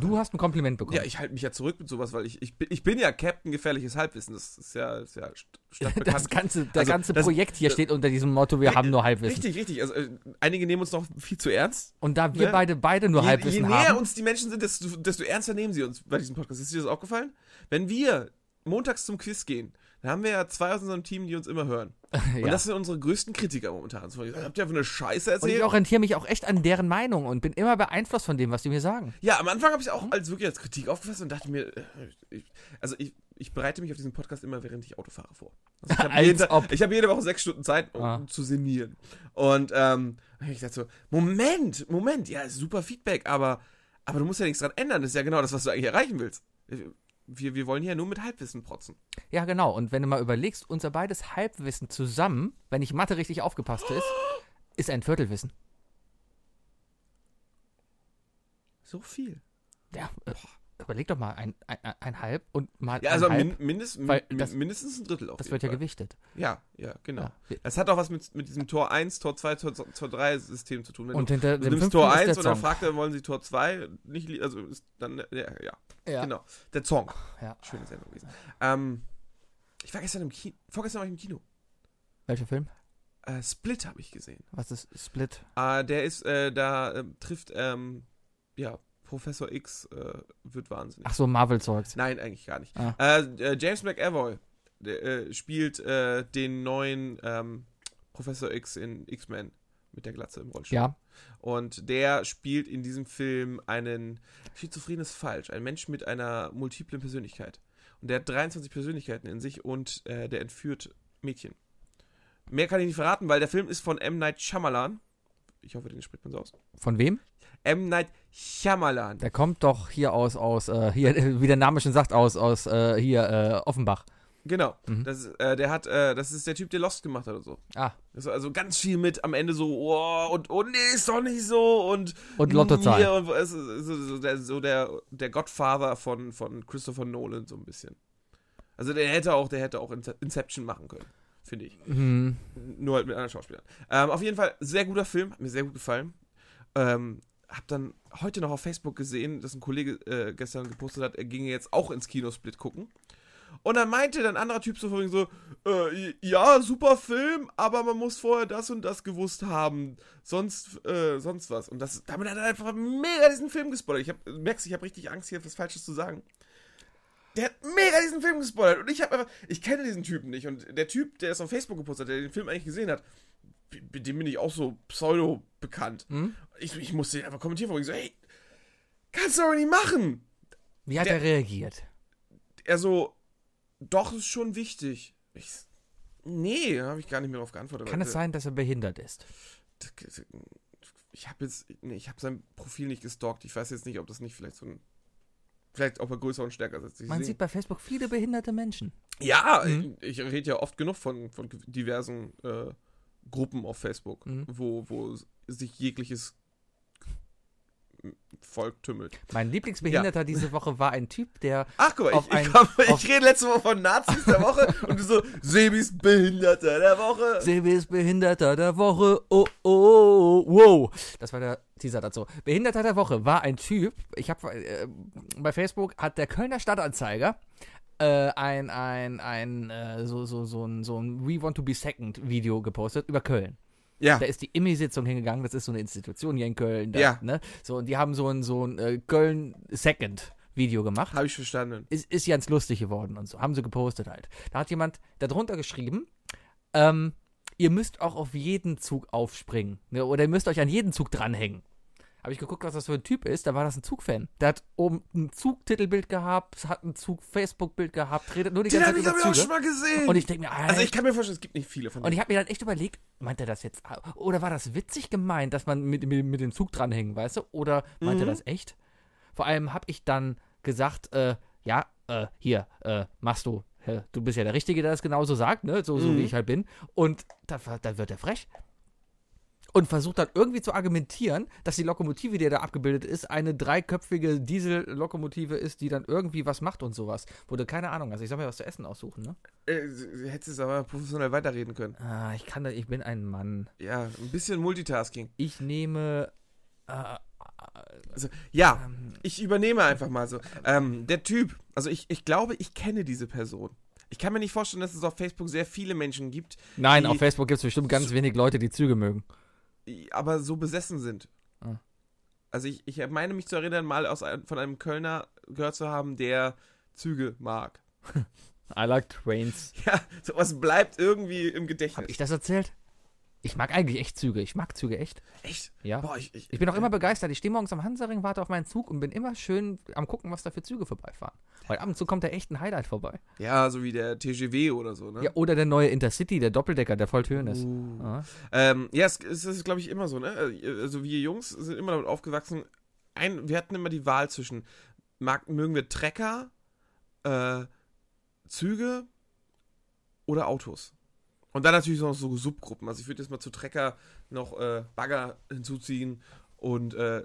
[SPEAKER 2] du hast ein Kompliment bekommen.
[SPEAKER 1] genau. Ja, ich halte mich ja zurück mit sowas, weil ich, ich, bin, ich bin ja Captain Gefährliches Halbwissen. Das ist ja, ist ja st- stadtbekannt.
[SPEAKER 2] das ganze, das
[SPEAKER 1] Also,
[SPEAKER 2] ganze
[SPEAKER 1] das-
[SPEAKER 2] Projekt hier
[SPEAKER 1] das-
[SPEAKER 2] steht unter diesem Motto, wir haben nur Halbwissen.
[SPEAKER 1] Richtig, richtig. Also, äh, einige nehmen uns noch viel zu ernst.
[SPEAKER 2] Und da wir
[SPEAKER 1] Ne?
[SPEAKER 2] beide beide nur
[SPEAKER 1] je,
[SPEAKER 2] Halbwissen
[SPEAKER 1] je näher
[SPEAKER 2] haben,
[SPEAKER 1] uns die Menschen sind, desto, desto ernster nehmen sie uns bei diesem Podcast. Ist dir das aufgefallen? Wenn wir montags zum Quiz gehen, dann haben wir ja zwei aus unserem Team, die uns immer hören. Und
[SPEAKER 2] ja.
[SPEAKER 1] das sind unsere größten Kritiker momentan. So, habt ihr für eine Scheiße
[SPEAKER 2] und ich
[SPEAKER 1] erzählt?
[SPEAKER 2] orientiere mich auch echt an deren Meinung und bin immer beeinflusst von dem, was die mir sagen.
[SPEAKER 1] Ja, am Anfang habe ich
[SPEAKER 2] Mhm.
[SPEAKER 1] auch als wirklich als Kritik aufgefasst und dachte mir, äh, ich, also ich, ich bereite mich auf diesen Podcast immer, während ich Auto fahre vor. Also ich habe
[SPEAKER 2] Als
[SPEAKER 1] jede,
[SPEAKER 2] ob.
[SPEAKER 1] ich hab jede Woche sechs Stunden Zeit, um
[SPEAKER 2] Ah.
[SPEAKER 1] zu sinnieren. Und ähm, hab ich dachte so, Moment, Moment, ja, super Feedback, aber, aber du musst ja nichts dran ändern. Das ist ja genau das, was du eigentlich erreichen willst. Wir, wir wollen hier nur mit Halbwissen protzen.
[SPEAKER 2] Ja, genau. Und wenn du mal überlegst, unser beides Halbwissen zusammen, wenn ich Mathe richtig aufgepasst ist, ist ein Viertelwissen.
[SPEAKER 1] So viel.
[SPEAKER 2] Ja, äh, überleg doch mal, ein, ein, ein halb und mal
[SPEAKER 1] Ja, also
[SPEAKER 2] ein halb,
[SPEAKER 1] min, mindest, min,
[SPEAKER 2] Weil das-
[SPEAKER 1] mindestens ein Drittel auf
[SPEAKER 2] das
[SPEAKER 1] jeden
[SPEAKER 2] wird ja
[SPEAKER 1] Fall.
[SPEAKER 2] gewichtet.
[SPEAKER 1] Ja, ja, genau.
[SPEAKER 2] Ja.
[SPEAKER 1] Das hat auch was mit, mit diesem Tor 1, Tor 2, Tor, Tor 3 System zu tun. Wenn
[SPEAKER 2] Und
[SPEAKER 1] du,
[SPEAKER 2] hinter
[SPEAKER 1] du
[SPEAKER 2] dem
[SPEAKER 1] nimmst
[SPEAKER 2] fünften
[SPEAKER 1] Also Tor
[SPEAKER 2] ist
[SPEAKER 1] 1
[SPEAKER 2] der
[SPEAKER 1] und dann
[SPEAKER 2] Song.
[SPEAKER 1] fragt er, wollen sie Tor 2 nicht, lie- also ist dann, ja, ja,
[SPEAKER 2] ja.
[SPEAKER 1] genau. Der Song.
[SPEAKER 2] Ja.
[SPEAKER 1] Schöne Sendung gewesen. Ähm, ich war gestern im Kino, vorgestern war ich im Kino.
[SPEAKER 2] Welcher Film?
[SPEAKER 1] Äh, Split habe ich gesehen.
[SPEAKER 2] Was ist Split?
[SPEAKER 1] Äh, der ist, äh, da ähm, trifft, ähm, ja, Professor X äh, wird wahnsinnig.
[SPEAKER 2] Ach so, Marvel-Zeugs.
[SPEAKER 1] Nein, eigentlich gar nicht.
[SPEAKER 2] Ah.
[SPEAKER 1] Äh, äh, James McAvoy der, äh, spielt äh, den neuen ähm, Professor X in X-Men mit der Glatze im Rollstuhl.
[SPEAKER 2] Ja,
[SPEAKER 1] Und der spielt in diesem Film einen schizophren ist falsch, einen Menschen mit einer multiplen Persönlichkeit. Und der hat 23 Persönlichkeiten in sich und äh, der entführt Mädchen. Mehr kann ich nicht verraten, weil der Film ist von M. Night Shyamalan. Ich hoffe, den spricht man so aus.
[SPEAKER 2] von wem?
[SPEAKER 1] M. Night Shyamalan.
[SPEAKER 2] Der kommt doch hier aus, aus äh, hier, äh, wie der Name schon sagt, aus, aus äh, hier äh, Offenbach.
[SPEAKER 1] Genau.
[SPEAKER 2] Mhm.
[SPEAKER 1] Das, ist, äh, der hat, äh, das ist der Typ, der Lost gemacht hat oder so.
[SPEAKER 2] Ah,
[SPEAKER 1] Das war also ganz viel mit am Ende so, oh, und, und nee, ist doch nicht so und
[SPEAKER 2] und Lottozahl.
[SPEAKER 1] Ja, und es ist so, so, der, so der, der Godfather von, von Christopher Nolan, so ein bisschen. Also der hätte auch, der hätte auch Ince- Inception machen können, finde ich.
[SPEAKER 2] Hm.
[SPEAKER 1] Nur halt mit anderen Schauspielern. Ähm, auf jeden Fall, sehr guter Film, hat mir sehr gut gefallen. Ähm, hab dann heute noch auf Facebook gesehen, dass ein Kollege äh, gestern gepostet hat, er ginge jetzt auch ins Kinosplit gucken. Und dann meinte dann ein anderer Typ so vorhin so, äh, ja, super Film, aber man muss vorher das und das gewusst haben, sonst, äh, sonst was. Und das, damit hat er einfach mega diesen Film gespoilert. Ich hab, merkst, ich habe richtig Angst, hier was Falsches zu sagen. Der hat mega diesen Film gespoilert. Und ich habe einfach, ich kenne diesen Typen nicht. Und der Typ, der es auf Facebook gepostet hat, der den Film eigentlich gesehen hat, mit dem bin ich auch so pseudo bekannt.
[SPEAKER 2] Hm?
[SPEAKER 1] Ich, ich musste einfach kommentieren, wo ich so, hey, kannst du doch nicht machen.
[SPEAKER 2] Wie hat
[SPEAKER 1] Der-
[SPEAKER 2] er reagiert?
[SPEAKER 1] Er so, doch, ist schon wichtig. Ich, s- nee, habe ich gar nicht mehr darauf geantwortet.
[SPEAKER 2] Kann
[SPEAKER 1] weil-
[SPEAKER 2] es sein, dass er behindert ist?
[SPEAKER 1] Ich habe jetzt, nee, ich habe sein Profil nicht gestalkt. Ich weiß jetzt nicht, ob das nicht vielleicht so ein, vielleicht ob er größer und stärker ist. als ich
[SPEAKER 2] Man
[SPEAKER 1] sehe.
[SPEAKER 2] sieht bei Facebook viele behinderte Menschen.
[SPEAKER 1] Ja,
[SPEAKER 2] Mhm.
[SPEAKER 1] ich, ich rede ja oft genug von, von diversen äh, Gruppen auf Facebook,
[SPEAKER 2] Mhm.
[SPEAKER 1] wo, wo s- sich jegliches Volk tümmelt.
[SPEAKER 2] Mein Lieblingsbehinderter diese Woche war ein Typ, der
[SPEAKER 1] Ach, guck mal,
[SPEAKER 2] Auf
[SPEAKER 1] ich,
[SPEAKER 2] ein-
[SPEAKER 1] ich, hab- ich
[SPEAKER 2] auf-
[SPEAKER 1] rede letzte Woche von Nazis der Woche und du so, Sebis Behinderter der Woche.
[SPEAKER 2] Silvi ist Behinderter der Woche. Oh, oh, oh, wow. Das war der Teaser dazu. Behinderter der Woche war ein Typ. Ich habe äh, bei Facebook hat der Kölner Stadtanzeiger äh, ein ein ein äh, so so so ein so ein We Want to Be Second Video gepostet über Köln.
[SPEAKER 1] ja,
[SPEAKER 2] Da ist die Immi-Sitzung hingegangen, das ist so eine Institution hier in Köln. Da,
[SPEAKER 1] Ah. Ja.
[SPEAKER 2] Ne? So, und die haben so ein, so ein äh, Köln-Second-Video gemacht.
[SPEAKER 1] habe ich verstanden.
[SPEAKER 2] Ist, ist ganz lustig geworden und so. Haben sie gepostet halt. Da hat jemand darunter geschrieben, ähm, ihr müsst auch auf jeden Zug aufspringen. Ne? Oder ihr müsst euch an jeden Zug dranhängen. Habe ich geguckt, was das für ein Typ ist. Da war das ein Zugfan. Der hat oben ein Zugtitelbild gehabt, hat ein Zug-Facebook-Bild gehabt, redet nur die
[SPEAKER 1] Den
[SPEAKER 2] ganze
[SPEAKER 1] habe
[SPEAKER 2] Zeit
[SPEAKER 1] ich, hab ich
[SPEAKER 2] über
[SPEAKER 1] auch schon
[SPEAKER 2] Züge.
[SPEAKER 1] mal gesehen.
[SPEAKER 2] Und ich denke mir, Alter,
[SPEAKER 1] also ich kann mir vorstellen, es gibt nicht viele von
[SPEAKER 2] und
[SPEAKER 1] denen.
[SPEAKER 2] ich habe mir dann echt überlegt, meint er das jetzt? Oder war das witzig gemeint, dass man mit, mit, mit dem Zug dranhängen, weißt du? Oder meint er
[SPEAKER 1] Mhm.
[SPEAKER 2] das echt? Vor allem habe ich dann gesagt, äh, ja, äh, hier, äh, machst du. Hä, Du bist ja der Richtige, der das genauso sagt, ne? So, so
[SPEAKER 1] Mhm.
[SPEAKER 2] wie ich halt bin. Und da, da wird er frech. Und versucht dann irgendwie zu argumentieren, dass die Lokomotive, die da abgebildet ist, eine dreiköpfige Diesel-Lokomotive ist, die dann irgendwie was macht und sowas. Wurde keine Ahnung. Also ich soll mir was zu essen aussuchen, ne?
[SPEAKER 1] Äh, hättest es aber professionell weiterreden können.
[SPEAKER 2] Ah, ich kann da, ich bin ein Mann.
[SPEAKER 1] Ja, ein bisschen Multitasking.
[SPEAKER 2] Ich nehme. Äh,
[SPEAKER 1] Also, ja,
[SPEAKER 2] ähm,
[SPEAKER 1] Ich übernehme einfach mal so. Ähm, der Typ, also ich, ich glaube, ich kenne diese Person. Ich kann mir nicht vorstellen, dass es auf Facebook sehr viele Menschen gibt,
[SPEAKER 2] nein,
[SPEAKER 1] Die-
[SPEAKER 2] auf Facebook gibt es bestimmt ganz wenig Leute, die Züge mögen.
[SPEAKER 1] die aber so besessen sind.
[SPEAKER 2] Ah.
[SPEAKER 1] Also ich, ich meine mich zu erinnern, mal aus, einem- von einem Kölner gehört zu haben, der Züge mag.
[SPEAKER 2] I like trains.
[SPEAKER 1] Ja, sowas bleibt irgendwie im Gedächtnis.
[SPEAKER 2] Hab ich das erzählt? Ich mag eigentlich echt Züge. Ich mag Züge echt.
[SPEAKER 1] Echt?
[SPEAKER 2] Ja.
[SPEAKER 1] Boah, ich, ich,
[SPEAKER 2] Ich bin auch immer begeistert. Ich stehe morgens am Hansaring, warte auf meinen Zug und bin immer schön am gucken, was da für Züge vorbeifahren. Weil ab und zu kommt da echt ein Highlight vorbei.
[SPEAKER 1] Ja, so wie der TGW oder so, ne?
[SPEAKER 2] Ja, oder der neue Intercity, der Doppeldecker, der voll Töne ist.
[SPEAKER 1] Uh.
[SPEAKER 2] Ah.
[SPEAKER 1] Ähm, ja, es, es ist, glaube ich, immer so, ne? Also wir Jungs sind immer damit aufgewachsen. Ein, wir hatten immer die Wahl zwischen, mag, mögen wir Trecker, äh, Züge oder Autos. Und dann natürlich noch so Subgruppen. Also ich würde jetzt mal zu Trecker noch äh, Bagger hinzuziehen und äh,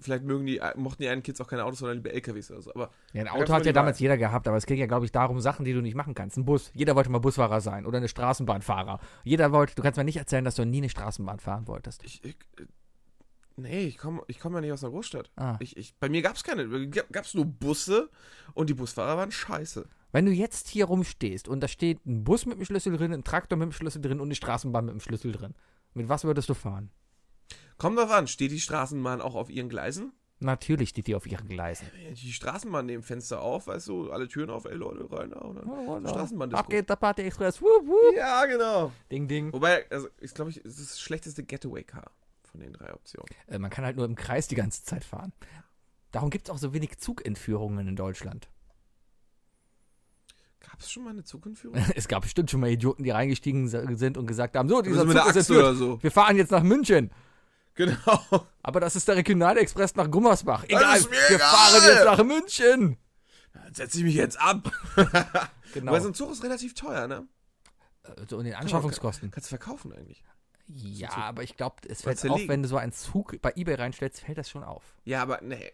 [SPEAKER 1] vielleicht mögen die, mochten die einen Kids auch keine Autos, sondern lieber LKWs oder so. Aber
[SPEAKER 2] Ja,
[SPEAKER 1] Da
[SPEAKER 2] ein
[SPEAKER 1] gab's
[SPEAKER 2] Auto
[SPEAKER 1] mal
[SPEAKER 2] hat ja
[SPEAKER 1] die
[SPEAKER 2] damals jeder gehabt, aber es ging ja, glaube ich, darum, Sachen, die du nicht machen kannst. Ein Bus. Jeder wollte mal Busfahrer sein oder eine Straßenbahnfahrer. Jeder wollte, du kannst mir nicht erzählen, dass du nie eine Straßenbahn fahren wolltest.
[SPEAKER 1] ich, ich äh, nee, ich komme ich komm ja nicht aus einer Großstadt.
[SPEAKER 2] Ah.
[SPEAKER 1] Ich, ich, bei mir gab es keine, gab es nur Busse und die Busfahrer waren scheiße.
[SPEAKER 2] Wenn du jetzt hier rumstehst und da steht ein Bus mit dem Schlüssel drin, ein Traktor mit dem Schlüssel drin und eine Straßenbahn mit dem Schlüssel drin. Mit was würdest du fahren?
[SPEAKER 1] Kommt drauf an, steht die Straßenbahn auch auf ihren Gleisen?
[SPEAKER 2] Natürlich steht die auf ihren Gleisen.
[SPEAKER 1] Die Straßenbahn nehmen Fenster auf, weißt du, alle Türen auf, ey Leute, rein da. Und dann. Straßenbahn
[SPEAKER 2] Ab geht der Party Express. Wup, wup.
[SPEAKER 1] Ja, genau.
[SPEAKER 2] Ding, ding.
[SPEAKER 1] Wobei, also, ich glaube, ich, es ist das schlechteste Getaway-Car von den drei Optionen.
[SPEAKER 2] Äh, man kann halt nur im Kreis die ganze Zeit fahren. Darum gibt es auch so wenig Zugentführungen in Deutschland.
[SPEAKER 1] Gab es schon mal eine Zukunftsführung?
[SPEAKER 2] es gab bestimmt schon mal Idioten, die reingestiegen sa- sind und gesagt haben, so,
[SPEAKER 1] Also
[SPEAKER 2] dieser
[SPEAKER 1] mit der
[SPEAKER 2] Zug ist
[SPEAKER 1] Axt
[SPEAKER 2] entführt.
[SPEAKER 1] oder so.
[SPEAKER 2] Wir fahren jetzt nach München.
[SPEAKER 1] Genau.
[SPEAKER 2] Aber das ist der Regionalexpress nach Gummersbach. Egal,
[SPEAKER 1] ist mir
[SPEAKER 2] wir
[SPEAKER 1] egal.
[SPEAKER 2] fahren jetzt nach München.
[SPEAKER 1] Dann setze ich mich jetzt ab.
[SPEAKER 2] Genau.
[SPEAKER 1] Weil so ein Zug ist relativ teuer, ne?
[SPEAKER 2] Äh, so in den Anschaffungskosten.
[SPEAKER 1] Kannst du verkaufen eigentlich.
[SPEAKER 2] Ja,
[SPEAKER 1] Zug.
[SPEAKER 2] aber ich glaube, es
[SPEAKER 1] Weil's
[SPEAKER 2] fällt
[SPEAKER 1] hier
[SPEAKER 2] auf,
[SPEAKER 1] liegen.
[SPEAKER 2] wenn du so einen Zug bei Ebay reinstellst, fällt das schon auf.
[SPEAKER 1] Ja, aber nee,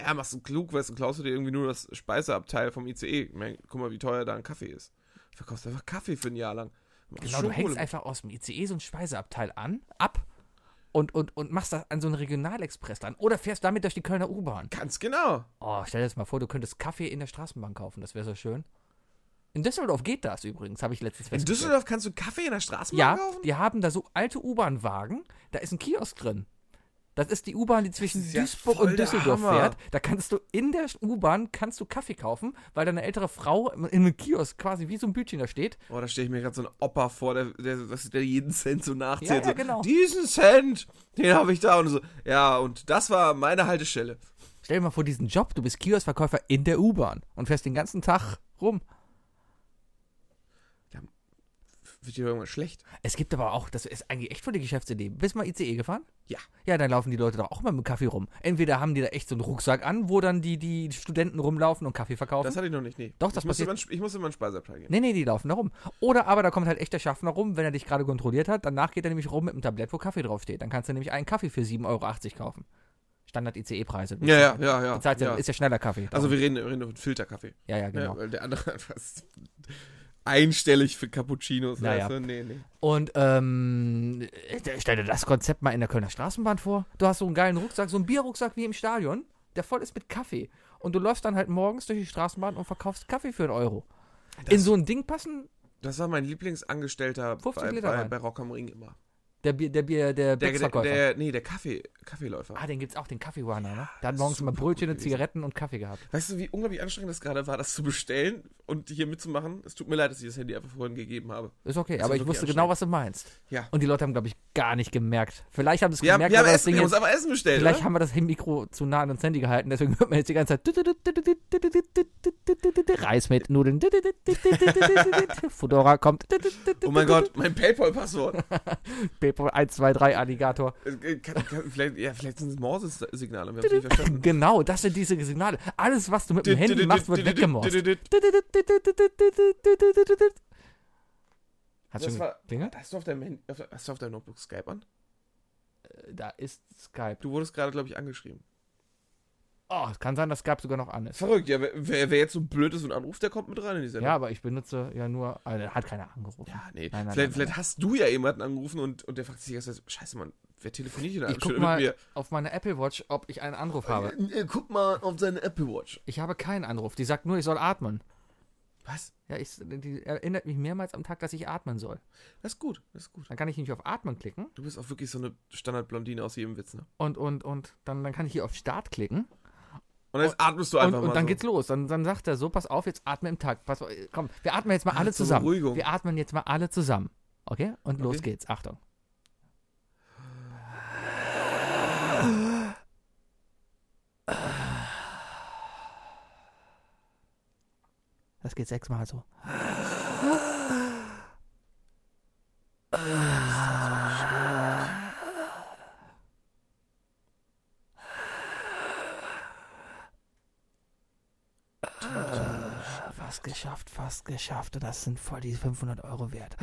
[SPEAKER 1] ja, machst du klug, weißt du, klaust du dir irgendwie nur das Speiseabteil vom ICE. Ich mein, guck mal, wie teuer da ein Kaffee ist. Verkaufst einfach Kaffee für ein Jahr lang. Machst
[SPEAKER 2] Genau,
[SPEAKER 1] schon
[SPEAKER 2] du hängst
[SPEAKER 1] Kohle.
[SPEAKER 2] einfach aus dem ICE so ein Speiseabteil an, ab und, und, und machst das an so einen Regionalexpress dran. Oder fährst damit durch die Kölner U-Bahn.
[SPEAKER 1] Ganz genau.
[SPEAKER 2] Oh, stell dir das mal vor, du könntest Kaffee in der Straßenbahn kaufen. Das wäre so schön. In Düsseldorf geht das übrigens, habe ich letztens
[SPEAKER 1] In
[SPEAKER 2] festgestellt.
[SPEAKER 1] Düsseldorf kannst du Kaffee in der Straßenbahn
[SPEAKER 2] Ja,
[SPEAKER 1] kaufen?
[SPEAKER 2] die haben da so alte U-Bahn-Wagen. Da ist ein Kiosk drin. Das ist die U-Bahn, die zwischen
[SPEAKER 1] ist ja
[SPEAKER 2] Duisburg
[SPEAKER 1] voll
[SPEAKER 2] und
[SPEAKER 1] der
[SPEAKER 2] Düsseldorf
[SPEAKER 1] Hammer.
[SPEAKER 2] fährt. Da kannst du in der U-Bahn kannst du Kaffee kaufen, weil da eine ältere Frau in einem Kiosk quasi wie so ein Bütchen da steht.
[SPEAKER 1] Oh, da stelle ich mir gerade so einen Opa vor, der, der, der, der jeden Cent so
[SPEAKER 2] Ja,
[SPEAKER 1] nachzählt.
[SPEAKER 2] ja,
[SPEAKER 1] so,
[SPEAKER 2] genau.
[SPEAKER 1] Diesen Cent, den habe ich da. Und so, ja, und das war meine Haltestelle.
[SPEAKER 2] Stell dir mal vor diesen Job, du bist Kioskverkäufer in der U-Bahn und fährst den ganzen Tag rum.
[SPEAKER 1] Wird dir irgendwann schlecht?
[SPEAKER 2] Es gibt aber auch, das ist eigentlich echt voll die Geschäftsidee. Bist du mal ICE gefahren?
[SPEAKER 1] Ja.
[SPEAKER 2] Ja, dann laufen die Leute doch auch mal mit Kaffee rum. Entweder haben die da echt so einen Rucksack an, wo dann die, die Studenten rumlaufen und Kaffee verkaufen.
[SPEAKER 1] Das hatte ich noch nicht, nee.
[SPEAKER 2] Doch, das
[SPEAKER 1] ich musste
[SPEAKER 2] passiert-
[SPEAKER 1] immer in- Ich musste immer einen Speiseabteil gehen.
[SPEAKER 2] Nee, nee, die laufen da rum. Oder aber da kommt halt echt der Schaffner rum, wenn er dich gerade kontrolliert hat. Danach geht er nämlich rum mit einem Tablett, wo Kaffee draufsteht. Dann kannst du nämlich einen Kaffee für 7,80 Euro kaufen. Standard-ICE-Preise.
[SPEAKER 1] Ja, ja, ja, ja.
[SPEAKER 2] Die Zeit
[SPEAKER 1] ja.
[SPEAKER 2] ist ja schneller Kaffee.
[SPEAKER 1] Also wir reden, wir reden von Filterkaffee.
[SPEAKER 2] ja, ja, genau.
[SPEAKER 1] Ja, weil der andere einfach ist einstellig für Cappuccinos.
[SPEAKER 2] Naja.
[SPEAKER 1] Weißt du? Nee, nee.
[SPEAKER 2] Und ähm, stell dir das Konzept mal in der Kölner Straßenbahn vor. Du hast so einen geilen Rucksack, so einen Bierrucksack wie im Stadion, der voll ist mit Kaffee. Und du läufst dann halt morgens durch die Straßenbahn und verkaufst Kaffee für einen Euro. in so ein Ding passen,
[SPEAKER 1] Das war mein Lieblingsangestellter
[SPEAKER 2] 50
[SPEAKER 1] bei,
[SPEAKER 2] Liter
[SPEAKER 1] bei,
[SPEAKER 2] rein.
[SPEAKER 1] bei Rock am Ring immer.
[SPEAKER 2] der Bier, der Bier,
[SPEAKER 1] Der,
[SPEAKER 2] der,
[SPEAKER 1] der,
[SPEAKER 2] Biersverkäufer.
[SPEAKER 1] der, nee, der Kaffee, Kaffeeläufer.
[SPEAKER 2] Ah, den gibt's auch, den Kaffee-Warner, ne? Der hat
[SPEAKER 1] ist
[SPEAKER 2] morgens immer
[SPEAKER 1] super
[SPEAKER 2] Brötchen,
[SPEAKER 1] gut gewesen.
[SPEAKER 2] Zigaretten und Kaffee gehabt.
[SPEAKER 1] Weißt du, wie unglaublich anstrengend das gerade war, das zu bestellen und hier mitzumachen? Es tut mir leid, dass ich das Handy einfach vorhin gegeben habe.
[SPEAKER 2] Ist okay,
[SPEAKER 1] Das
[SPEAKER 2] aber
[SPEAKER 1] war
[SPEAKER 2] ich
[SPEAKER 1] wirklich
[SPEAKER 2] wusste genau, was du meinst.
[SPEAKER 1] Ja.
[SPEAKER 2] Und die Leute haben, glaube ich, gar nicht gemerkt. Vielleicht haben sie es
[SPEAKER 1] Wir haben,
[SPEAKER 2] gemerkt,
[SPEAKER 1] wir haben,
[SPEAKER 2] aber das
[SPEAKER 1] Essen,
[SPEAKER 2] Ding
[SPEAKER 1] wir haben uns
[SPEAKER 2] jetzt,
[SPEAKER 1] einfach Essen bestellt.
[SPEAKER 2] vielleicht
[SPEAKER 1] oder?
[SPEAKER 2] haben wir das Mikro zu nah an uns Handy gehalten, deswegen hört man jetzt die ganze Zeit Reis mit Nudeln. Fudora kommt.
[SPEAKER 1] Oh mein Gott, mein PayPal-Passwort.
[SPEAKER 2] Pepo 123 Alligator.
[SPEAKER 1] Äh, kann- kann- vielleicht, ja, vielleicht sind es Morse-Signale und wir haben es nicht verstanden.
[SPEAKER 2] Genau, das sind diese Signale. Alles, was du mit dem Handy machst, wird weggemorst. Hat
[SPEAKER 1] Das
[SPEAKER 2] schon
[SPEAKER 1] war-
[SPEAKER 2] geklingelt?
[SPEAKER 1] Hast du auf deinem, Handy- auf de- hast du auf deinem Notebook Skype an?
[SPEAKER 2] Da ist Skype.
[SPEAKER 1] Du wurdest gerade, glaube ich, angeschrieben.
[SPEAKER 2] Oh, es kann sein, dass Skype sogar noch an ist.
[SPEAKER 1] Verrückt, ja, wer- wer, wer jetzt so blöd ist und anruft, der kommt mit rein in die Sendung.
[SPEAKER 2] Ja, aber ich benutze ja nur. Ah, da hat keiner angerufen.
[SPEAKER 1] Ja, nee.
[SPEAKER 2] Nein, nein,
[SPEAKER 1] vielleicht
[SPEAKER 2] nein,
[SPEAKER 1] vielleicht hast du ja jemanden angerufen und, und der fragt sich erst, mal, scheiße, Mann, wer telefoniert hier
[SPEAKER 2] ich guck
[SPEAKER 1] mit
[SPEAKER 2] mal
[SPEAKER 1] mir?
[SPEAKER 2] auf meine Apple Watch, ob ich einen Anruf habe.
[SPEAKER 1] Äh, äh, Guck mal auf seine Apple Watch.
[SPEAKER 2] Ich habe keinen Anruf. Die sagt nur, ich soll atmen.
[SPEAKER 1] Was?
[SPEAKER 2] Ja, ich, die erinnert mich mehrmals am Tag, dass ich atmen soll.
[SPEAKER 1] Das ist gut, das ist gut.
[SPEAKER 2] Dann kann ich nämlich auf Atmen klicken
[SPEAKER 1] Du bist auch wirklich so eine Standardblondine aus jedem Witz, ne?
[SPEAKER 2] und, und, und dann, dann kann ich hier auf Start klicken
[SPEAKER 1] Und dann atmest du
[SPEAKER 2] und,
[SPEAKER 1] einfach mal
[SPEAKER 2] und dann
[SPEAKER 1] so.
[SPEAKER 2] geht's los. Dann, dann sagt er so, pass auf, jetzt atme im Takt. Pass auf, komm, wir atmen jetzt mal alle
[SPEAKER 1] zur
[SPEAKER 2] zusammen.
[SPEAKER 1] Beruhigung.
[SPEAKER 2] Wir atmen jetzt mal alle zusammen. Okay? Und los
[SPEAKER 1] Okay.
[SPEAKER 2] geht's. Achtung. Das geht sechsmal so. Fast geschafft, fast geschafft. Und das sind voll die 500 Euro wert.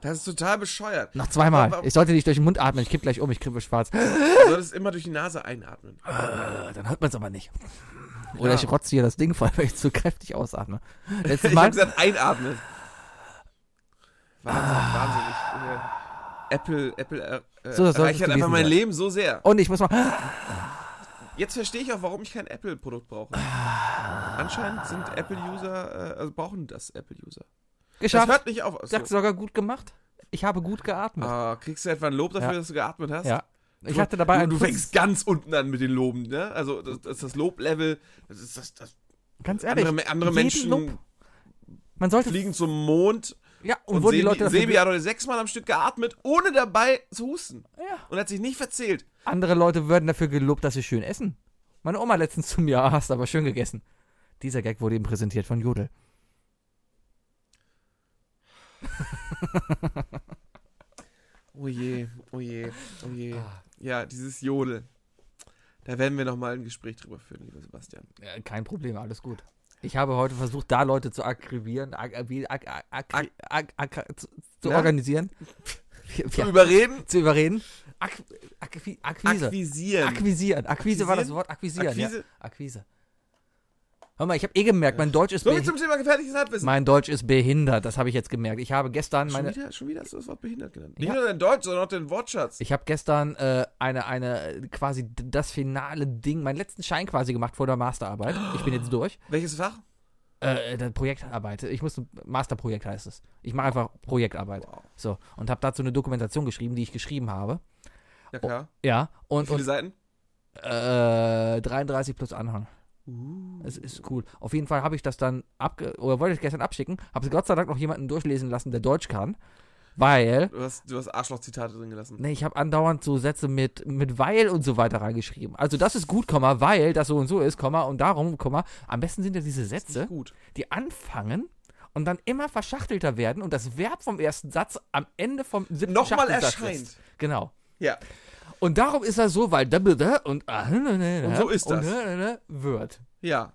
[SPEAKER 1] Das ist total bescheuert.
[SPEAKER 2] Noch zweimal.
[SPEAKER 1] Aber- Äh,
[SPEAKER 2] Ich sollte nicht durch den Mund atmen. Ich kipp gleich um. Ich kriege schwarz.
[SPEAKER 1] Du solltest immer durch die Nase einatmen.
[SPEAKER 2] Äh, dann hört man es aber nicht. Oder
[SPEAKER 1] Ja.
[SPEAKER 2] ich rotze hier das Ding voll, weil ich zu kräftig ausatme.
[SPEAKER 1] Ich
[SPEAKER 2] Letztes
[SPEAKER 1] hab
[SPEAKER 2] Mal.
[SPEAKER 1] gesagt, einatmen. Wahnsinn, wahnsinnig. Äh, Apple, Apple äh, äh,
[SPEAKER 2] Ah. So, das solltest
[SPEAKER 1] reichert
[SPEAKER 2] du
[SPEAKER 1] einfach
[SPEAKER 2] gewesen
[SPEAKER 1] mein
[SPEAKER 2] sein.
[SPEAKER 1] Leben so sehr.
[SPEAKER 2] Und ich muss mal.
[SPEAKER 1] Jetzt verstehe ich auch, warum ich kein Apple-Produkt brauche. Anscheinend sind Apple-User, äh, also brauchen das Apple-User. Das
[SPEAKER 2] Geschafft.
[SPEAKER 1] hört nicht auf.
[SPEAKER 2] Ich hab's
[SPEAKER 1] Achso.
[SPEAKER 2] sogar gut gemacht. Ich habe gut geatmet.
[SPEAKER 1] Ah, kriegst du etwa ein Lob dafür,
[SPEAKER 2] Ja.
[SPEAKER 1] dass du geatmet hast?
[SPEAKER 2] Ja. Ich hatte dabei
[SPEAKER 1] du,
[SPEAKER 2] einen
[SPEAKER 1] du
[SPEAKER 2] Putz-
[SPEAKER 1] fängst ganz unten an mit den Loben, ne? Also das, das, das Loblevel, das ist das, das
[SPEAKER 2] Ganz ehrlich.
[SPEAKER 1] andere, andere
[SPEAKER 2] jeden
[SPEAKER 1] Menschen
[SPEAKER 2] Lob. Man sollte.
[SPEAKER 1] fliegen zum Mond
[SPEAKER 2] Ja, und,
[SPEAKER 1] und,
[SPEAKER 2] wurden
[SPEAKER 1] Sebi,
[SPEAKER 2] die Leute dafür
[SPEAKER 1] Sebi hat heute sechsmal am Stück geatmet, ohne dabei zu husten
[SPEAKER 2] Ja.
[SPEAKER 1] und hat sich nicht verzählt.
[SPEAKER 2] Andere Leute werden dafür gelobt, dass sie schön essen. Meine Oma letztens zu mir, "Ah, hast aber schön gegessen. Dieser Gag wurde ihm präsentiert von Jodel.
[SPEAKER 1] Oh je, oh je, oh je.
[SPEAKER 2] Ah.
[SPEAKER 1] Ja, dieses Jodel. Da werden wir nochmal ein Gespräch drüber führen, lieber Sebastian.
[SPEAKER 2] Ja, Äh, kein Problem, alles gut. Ich habe heute versucht, da Leute zu aggravieren, ag, äh, wie, ag, ag, ag, ag, ag, zu, zu
[SPEAKER 1] Na?
[SPEAKER 2] organisieren, Wie- wie-
[SPEAKER 1] Zu überreden,
[SPEAKER 2] zu überreden. Ak, ak, Akquise.
[SPEAKER 1] akquisieren.
[SPEAKER 2] Akquisieren. Akquise war das
[SPEAKER 1] Akquisieren?
[SPEAKER 2] Wort. Akquisieren.
[SPEAKER 1] Akquise?
[SPEAKER 2] Ja. Akquise. Hör mal, ich habe eh gemerkt, mein Deutsch ist
[SPEAKER 1] so wie
[SPEAKER 2] behindert.
[SPEAKER 1] zum Thema gefährliches Halbwissen.
[SPEAKER 2] Mein Deutsch ist behindert. Das habe ich jetzt gemerkt. Ich habe gestern
[SPEAKER 1] schon,
[SPEAKER 2] meine
[SPEAKER 1] wieder, schon wieder hast du das Wort behindert genannt. Nicht
[SPEAKER 2] Ja.
[SPEAKER 1] nur dein Deutsch, sondern auch den Wortschatz.
[SPEAKER 2] Ich habe gestern äh, eine, eine äh, quasi d- das finale Ding, meinen letzten Schein quasi gemacht vor der Masterarbeit. Ich bin jetzt durch.
[SPEAKER 1] Welches Fach?
[SPEAKER 2] Äh, der Projektarbeit. Ich musste Masterprojekt heißt es. Ich mache einfach Projektarbeit.
[SPEAKER 1] Wow.
[SPEAKER 2] So und habe dazu eine Dokumentation geschrieben, die ich geschrieben habe.
[SPEAKER 1] Ja klar.
[SPEAKER 2] Ja
[SPEAKER 1] Wie
[SPEAKER 2] Oh, und,
[SPEAKER 1] viele
[SPEAKER 2] und
[SPEAKER 1] Seiten?
[SPEAKER 2] äh, 33 plus Anhang.
[SPEAKER 1] Uh.
[SPEAKER 2] Es ist cool. Auf jeden Fall habe ich das dann abge oder wollte ich gestern abschicken, habe es Gott sei Dank noch jemanden durchlesen lassen, der Deutsch kann, weil
[SPEAKER 1] Du hast, du hast Arschloch-Zitate drin gelassen.
[SPEAKER 2] Nee, ich habe andauernd so Sätze mit, mit weil und so weiter reingeschrieben. Also das ist gut, Komma, weil das so und so ist, Komma, und darum, Komma. Am besten sind ja diese Sätze,
[SPEAKER 1] Gut.
[SPEAKER 2] die anfangen und dann immer verschachtelter werden und das Verb vom ersten Satz am Ende vom siebten
[SPEAKER 1] Nochmal
[SPEAKER 2] Schachtelsatz
[SPEAKER 1] erscheint.
[SPEAKER 2] Ist. Genau.
[SPEAKER 1] Ja.
[SPEAKER 2] Und darum ist er so, weil da, da, da und, ah, ne,
[SPEAKER 1] Und
[SPEAKER 2] und
[SPEAKER 1] so ist
[SPEAKER 2] und
[SPEAKER 1] das.
[SPEAKER 2] da, da, da wird.
[SPEAKER 1] Ja.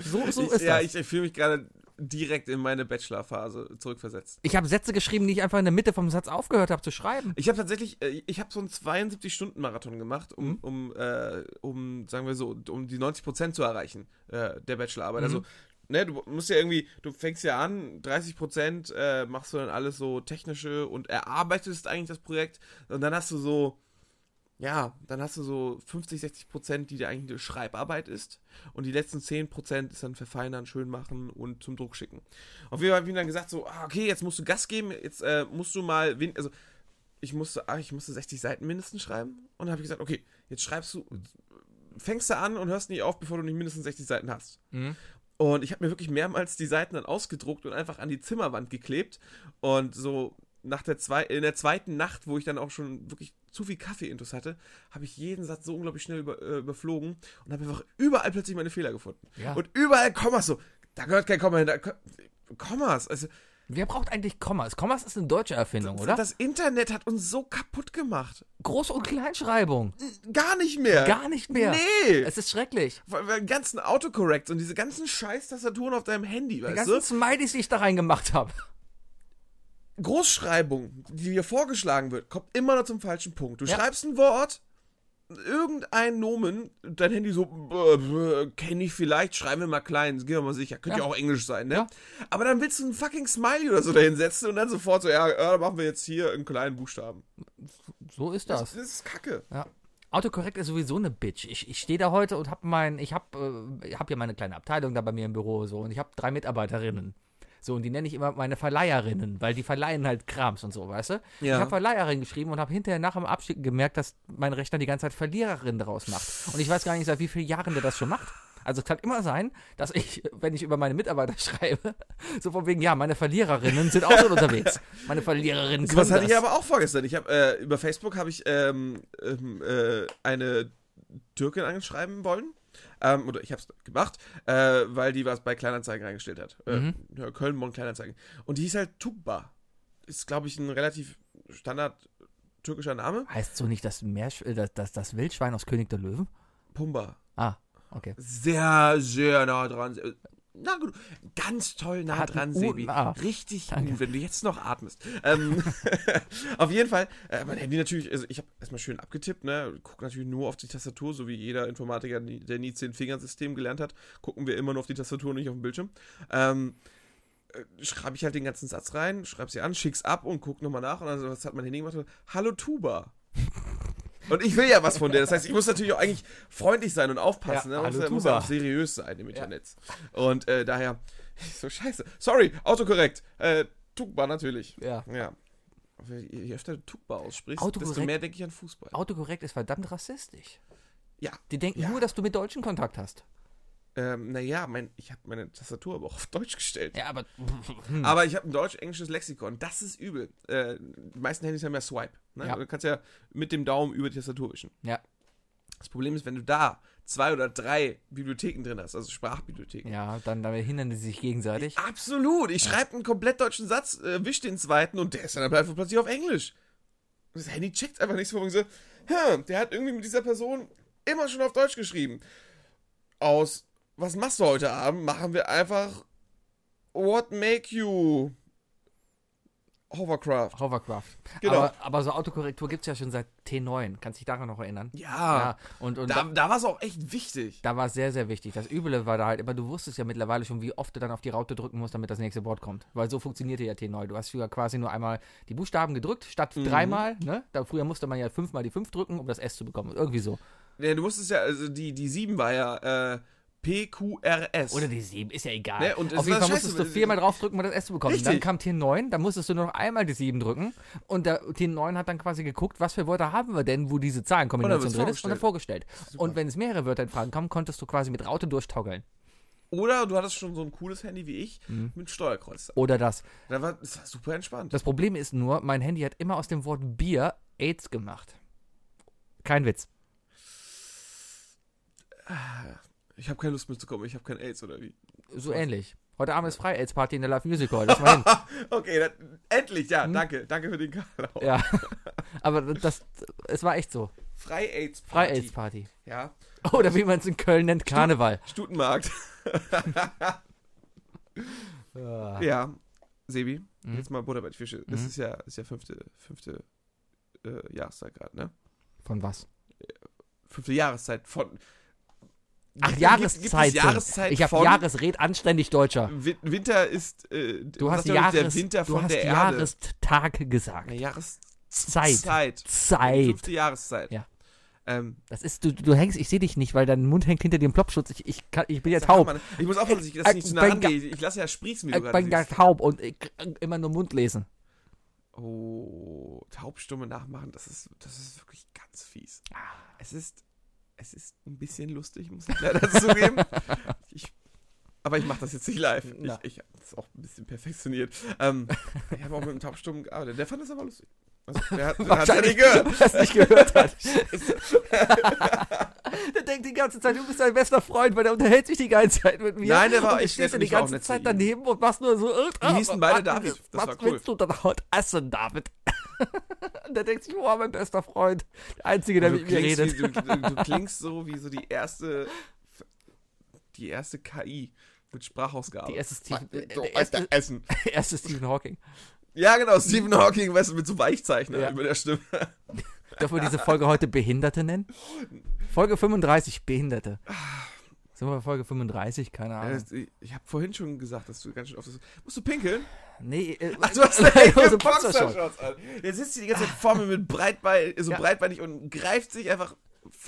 [SPEAKER 2] So, so
[SPEAKER 1] ich,
[SPEAKER 2] ist
[SPEAKER 1] ja,
[SPEAKER 2] das.
[SPEAKER 1] ich, ich fühle mich gerade direkt in meine Bachelorphase zurückversetzt.
[SPEAKER 2] ich habe Sätze geschrieben, die ich einfach in der Mitte vom Satz aufgehört habe zu schreiben.
[SPEAKER 1] Ich habe tatsächlich, äh, ich habe so einen 72-Stunden-Marathon gemacht, um, um, äh, um, sagen wir so, um die 90 Prozent zu erreichen äh, der Bachelorarbeit. Also, ne, du musst ja irgendwie, du fängst ja an, 30 Prozent äh, machst du dann alles so technische und erarbeitest eigentlich das Projekt und dann hast du so, ja, dann hast du so 50, 60 Prozent, die dir eigentlich eine Schreibarbeit ist. Und die letzten 10 Prozent ist dann verfeinern, schön machen und zum Druck schicken. Auf jeden Fall habe ich ihm dann gesagt, so, ah, okay, jetzt musst du Gas geben, jetzt äh, musst du mal, wen- also ich musste, ah, ich musste 60 Seiten mindestens schreiben. Und dann habe ich gesagt, okay, jetzt schreibst du, fängst du an und hörst nicht auf, bevor du nicht mindestens 60 Seiten hast.
[SPEAKER 2] Mhm.
[SPEAKER 1] Und ich habe mir wirklich mehrmals die Seiten dann ausgedruckt und einfach an die Zimmerwand geklebt. Und so nach der zwei, in der zweiten Nacht, wo ich dann auch schon wirklich zu viel Kaffeeintus hatte, habe ich jeden Satz so unglaublich schnell über, äh, überflogen und habe einfach überall plötzlich meine Fehler gefunden.
[SPEAKER 2] Ja.
[SPEAKER 1] Und überall Kommas so, da gehört kein Komma hin, da gehört- Kommas, also
[SPEAKER 2] Wer braucht eigentlich Kommas? Kommas ist eine deutsche Erfindung, oder?
[SPEAKER 1] das Internet hat uns so kaputt gemacht.
[SPEAKER 2] Groß- und Kleinschreibung.
[SPEAKER 1] Gar nicht mehr.
[SPEAKER 2] Gar nicht mehr.
[SPEAKER 1] Äh, Nee.
[SPEAKER 2] Es ist schrecklich.
[SPEAKER 1] Vor allem die ganzen Autocorrects und diese ganzen scheiß Tastaturen auf deinem Handy,
[SPEAKER 2] Die
[SPEAKER 1] weißt
[SPEAKER 2] ganzen Smileys, die ich da reingemacht habe.
[SPEAKER 1] du? Großschreibung, die dir vorgeschlagen wird, kommt immer nur zum falschen Punkt. Du
[SPEAKER 2] Ja.
[SPEAKER 1] schreibst ein Wort, irgendein Nomen, dein Handy so, kenne ich vielleicht, schreiben wir mal klein, gehen wir mal sicher. Könnte ja,
[SPEAKER 2] Ja.
[SPEAKER 1] auch Englisch sein, ne?
[SPEAKER 2] Ja.
[SPEAKER 1] Aber dann willst du ein fucking Smiley oder so dahinsetzen und dann sofort so, ja, ja, dann machen wir jetzt hier einen kleinen Buchstaben.
[SPEAKER 2] So ist
[SPEAKER 1] Das,
[SPEAKER 2] das.
[SPEAKER 1] das ist kacke.
[SPEAKER 2] Ja. Autokorrekt ist sowieso eine Bitch. Ich, ich stehe da heute und habe mein, ich habe äh, ich hab ja meine kleine Abteilung da bei mir im Büro so und ich habe drei Mitarbeiterinnen. So, und die nenne ich immer meine Verleiherinnen, weil die verleihen halt Krams und so, weißt du?
[SPEAKER 1] Ja.
[SPEAKER 2] Ich habe Verleiherin geschrieben und habe hinterher nach dem Abschicken gemerkt, dass mein Rechner die ganze Zeit Verliererin daraus macht. Und ich weiß gar nicht, seit wie vielen Jahren der das schon macht. Also es kann immer sein, dass ich, wenn ich über meine Mitarbeiter schreibe, so von wegen, ja, meine Verliererinnen sind auch schon unterwegs. Meine Verliererinnen sind
[SPEAKER 1] Was
[SPEAKER 2] das.
[SPEAKER 1] hatte ich aber auch vorgestern. Ich habe äh, über Facebook habe ich ähm, ähm, äh, eine Türkin anschreiben wollen. Ähm, oder ich habe es gemacht, äh, weil die was bei Kleinanzeigen reingestellt hat. Äh,
[SPEAKER 2] Mhm.
[SPEAKER 1] ja, Köln, Bonn, Kleinanzeigen. Und die hieß halt Tukba. Ist, glaube ich, ein relativ standard türkischer Name.
[SPEAKER 2] Heißt so nicht das, Meersch äh, das, das, das Wildschwein aus König der Löwen?
[SPEAKER 1] Pumba.
[SPEAKER 2] Ah, okay.
[SPEAKER 1] Sehr, sehr nah dran. Na gut, ganz toll nah
[SPEAKER 2] Hat
[SPEAKER 1] dran,
[SPEAKER 2] einen guten
[SPEAKER 1] Sebi.
[SPEAKER 2] Arm.
[SPEAKER 1] Richtig
[SPEAKER 2] Danke.
[SPEAKER 1] gut, wenn du jetzt noch atmest. Ähm, auf jeden Fall, äh, mein Handy natürlich, also ich habe erstmal schön abgetippt, ne? Guck natürlich nur auf die Tastatur, so wie jeder Informatiker, nie- der nie zehn Fingersystem gelernt hat, gucken wir immer nur auf die Tastatur, nicht auf den Bildschirm. Ähm, äh, schreibe ich halt den ganzen Satz rein, schreib sie an, schick's ab und guck nochmal nach. Und dann, so, was hat mein Handy gemacht? Hallo Tuba. Und ich will ja was von der. Das heißt, ich muss natürlich auch eigentlich freundlich sein und aufpassen.
[SPEAKER 2] Ja,
[SPEAKER 1] ne?
[SPEAKER 2] hallo
[SPEAKER 1] muss, muss ja auch
[SPEAKER 2] Tuba.
[SPEAKER 1] seriös sein im Internet. Und äh, daher, ich so scheiße. Sorry, autokorrekt. Äh, Tuba natürlich.
[SPEAKER 2] Ja.
[SPEAKER 1] Ja. Je je öfter du Tuba aussprichst, desto
[SPEAKER 2] Autokorrekt-
[SPEAKER 1] mehr denke ich an Fußball.
[SPEAKER 2] Autokorrekt ist verdammt rassistisch.
[SPEAKER 1] Ja.
[SPEAKER 2] Die denken
[SPEAKER 1] Ja.
[SPEAKER 2] nur, dass du mit Deutschen Kontakt hast.
[SPEAKER 1] Ähm, naja, mein, ich habe meine Tastatur aber auch auf Deutsch gestellt.
[SPEAKER 2] Ja, aber.
[SPEAKER 1] Aber ich habe ein deutsch-englisches Lexikon. Das ist übel. Äh, die meisten Handys haben ja Swipe. Ne?
[SPEAKER 2] Ja.
[SPEAKER 1] Du kannst ja mit dem Daumen über die Tastatur wischen.
[SPEAKER 2] Ja.
[SPEAKER 1] Das Problem ist, wenn du da zwei oder drei Bibliotheken drin hast, also Sprachbibliotheken.
[SPEAKER 2] Ja, dann, dann hindern die sich gegenseitig.
[SPEAKER 1] Absolut. Ich schreibe einen komplett deutschen Satz, äh, wisch den zweiten und der ist dann aber einfach plötzlich auf Englisch. Und Das Handy checkt einfach nichts, wo man so, "Hm, der hat irgendwie mit dieser Person immer schon auf Deutsch geschrieben. Aus, was machst du heute Abend? Machen wir einfach What Make You Hovercraft.
[SPEAKER 2] Hovercraft.
[SPEAKER 1] Genau.
[SPEAKER 2] Aber, aber so Autokorrektur gibt es ja schon seit T9. Kannst dich daran noch erinnern?
[SPEAKER 1] Ja,
[SPEAKER 2] und, und
[SPEAKER 1] da,
[SPEAKER 2] da,
[SPEAKER 1] da war es auch echt wichtig.
[SPEAKER 2] da war es sehr, sehr wichtig. Das Üble war da halt, aber du wusstest ja mittlerweile schon, wie oft du dann auf die Raute drücken musst, damit das nächste Wort kommt. Weil so funktionierte ja T9. Du hast ja quasi nur einmal die Buchstaben gedrückt, statt dreimal. Ne? Da früher musste man ja fünfmal die fünf drücken, um das S zu bekommen. Irgendwie so.
[SPEAKER 1] Ja, du musstest ja, also die, die 7 war ja äh, PQRS.
[SPEAKER 2] Oder die 7, ist ja egal.
[SPEAKER 1] Ne, und es
[SPEAKER 2] Auf jeden
[SPEAKER 1] war
[SPEAKER 2] Fall musstest
[SPEAKER 1] scheiße,
[SPEAKER 2] du
[SPEAKER 1] weil-
[SPEAKER 2] viermal draufdrücken, um das S zu bekommen. Und Dann
[SPEAKER 1] Richtig.
[SPEAKER 2] kam T9, dann musstest du nur noch einmal die 7 drücken. Und der T9 hat dann quasi geguckt, was für Wörter haben wir denn, wo diese Zahlenkombination
[SPEAKER 1] Und dann
[SPEAKER 2] drin
[SPEAKER 1] wird's
[SPEAKER 2] ist, und dann vorgestellt.
[SPEAKER 1] Super.
[SPEAKER 2] Und wenn es mehrere Wörter in Fragen kommen, konntest du quasi mit Raute durchtoggeln.
[SPEAKER 1] Oder du hattest schon so ein cooles Handy wie ich
[SPEAKER 2] Mhm.
[SPEAKER 1] mit Steuerkreuz.
[SPEAKER 2] Oder das.
[SPEAKER 1] Da war, das war super entspannt.
[SPEAKER 2] Das Problem ist nur, mein Handy hat immer aus dem Wort Bier AIDS gemacht. Kein Witz.
[SPEAKER 1] Ich habe keine Lust mitzukommen, ich habe kein AIDS oder wie.
[SPEAKER 2] So ähnlich. Heute Abend ist frei AIDS Party in der Live Music Hall. Lass mal hin.
[SPEAKER 1] Okay, dann, endlich,
[SPEAKER 2] Hm?
[SPEAKER 1] ja, danke. Danke für den Kanal.
[SPEAKER 2] Ja. Aber das, es war echt so.
[SPEAKER 1] Frei AIDS.
[SPEAKER 2] Frei AIDS Party.
[SPEAKER 1] Ja,
[SPEAKER 2] Oder wie man es in Köln nennt, Karneval.
[SPEAKER 1] Stutenmarkt. Ja, Sebi, jetzt mal Butter bei die Fische. Das
[SPEAKER 2] Ah. Mhm.
[SPEAKER 1] ist ja, ist ja fünfte, fünfte äh, Jahreszeit gerade, ne?
[SPEAKER 2] Von was?
[SPEAKER 1] Fünfte Jahreszeit von.
[SPEAKER 2] Ach,
[SPEAKER 1] Gibt- Gibt, gibt
[SPEAKER 2] Jahreszeit.
[SPEAKER 1] es Jahreszeit
[SPEAKER 2] ich habe
[SPEAKER 1] von.
[SPEAKER 2] Jahresred anständig Deutscher.
[SPEAKER 1] Win- Winter ist. Äh,
[SPEAKER 2] Du hast,
[SPEAKER 1] sagt ja nicht
[SPEAKER 2] Jahres,
[SPEAKER 1] der Winter von
[SPEAKER 2] du hast
[SPEAKER 1] der Erde.
[SPEAKER 2] Jahrestag gesagt.
[SPEAKER 1] Eine
[SPEAKER 2] Zeit.
[SPEAKER 1] Jahreszeit. Zeit.
[SPEAKER 2] Zeit.
[SPEAKER 1] Fünfte Jahreszeit.
[SPEAKER 2] Ja.
[SPEAKER 1] Ähm,
[SPEAKER 2] Das ist, du, du hängst, ich sehe dich nicht, weil dein Mund hängt hinter dem Plopschutz. Ich, ich, kann, ich bin ja
[SPEAKER 1] Sag mal,
[SPEAKER 2] taub.
[SPEAKER 1] Mann, Ich muss aufpassen, dass ich das nicht zu nah
[SPEAKER 2] Äh,
[SPEAKER 1] rangehe. Ich lasse ja sprichst, wie du
[SPEAKER 2] Ich bin ja
[SPEAKER 1] gerade siehst.
[SPEAKER 2] taub und ich kann immer nur Mund lesen.
[SPEAKER 1] Oh, taubstumme nachmachen, das ist, das ist wirklich ganz fies.
[SPEAKER 2] Ah.
[SPEAKER 1] Es ist, es ist ein bisschen lustig, muss ich leider zugeben. Ich, aber ich mache das jetzt nicht live.
[SPEAKER 2] Na.
[SPEAKER 1] Ich, ich habe das auch ein bisschen perfektioniert. Ähm, ich habe auch mit dem taubstummen gearbeitet. Der fand das aber lustig. Also, der hat der hat's ja nicht gehört.
[SPEAKER 2] das nicht gehört hat. der denkt die ganze Zeit, du bist dein bester Freund, weil der unterhält sich die ganze Zeit mit mir.
[SPEAKER 1] Nein, der war
[SPEAKER 2] und du
[SPEAKER 1] echt
[SPEAKER 2] stehst
[SPEAKER 1] nett
[SPEAKER 2] ja
[SPEAKER 1] und
[SPEAKER 2] die
[SPEAKER 1] ich war auch
[SPEAKER 2] ganze
[SPEAKER 1] nett zu
[SPEAKER 2] Zeit
[SPEAKER 1] ihm.
[SPEAKER 2] daneben und machst nur so. äh,
[SPEAKER 1] Die hießen beide David. Das
[SPEAKER 2] was
[SPEAKER 1] war cool.
[SPEAKER 2] willst du dann heute essen, David? und der denkt sich, oh, mein bester Freund. Der Einzige, der
[SPEAKER 1] Du
[SPEAKER 2] mit mir
[SPEAKER 1] klingst,
[SPEAKER 2] redet.
[SPEAKER 1] Also wie, du, du, du klingst so wie so die erste, die erste KI mit Sprachausgabe.
[SPEAKER 2] Die erste Stephen-
[SPEAKER 1] Ma-
[SPEAKER 2] äh,
[SPEAKER 1] so,
[SPEAKER 2] der
[SPEAKER 1] Alter,
[SPEAKER 2] erste-
[SPEAKER 1] Essen.
[SPEAKER 2] Erst ist Stephen Hawking.
[SPEAKER 1] Ja, genau, Stephen Hawking, weißt du, mit so Weichzeichner
[SPEAKER 2] Ja.
[SPEAKER 1] über der Stimme.
[SPEAKER 2] Dürfen wir diese Folge heute Behinderte nennen? Folge 35, Behinderte.
[SPEAKER 1] Ah.
[SPEAKER 2] Sind wir bei Folge 35? Keine Ahnung.
[SPEAKER 1] Äh, Ich habe vorhin schon gesagt, dass du ganz schön auf das. Musst du pinkeln?
[SPEAKER 2] Nee, äh,
[SPEAKER 1] Ach, du hast
[SPEAKER 2] ich
[SPEAKER 1] deine
[SPEAKER 2] hab so
[SPEAKER 1] so
[SPEAKER 2] Boxershorts.
[SPEAKER 1] Boxershorts an. Jetzt sitzt sie die ganze Zeit vor mir mit Breitbein, so
[SPEAKER 2] Ja.
[SPEAKER 1] breitbeinig und greift sich einfach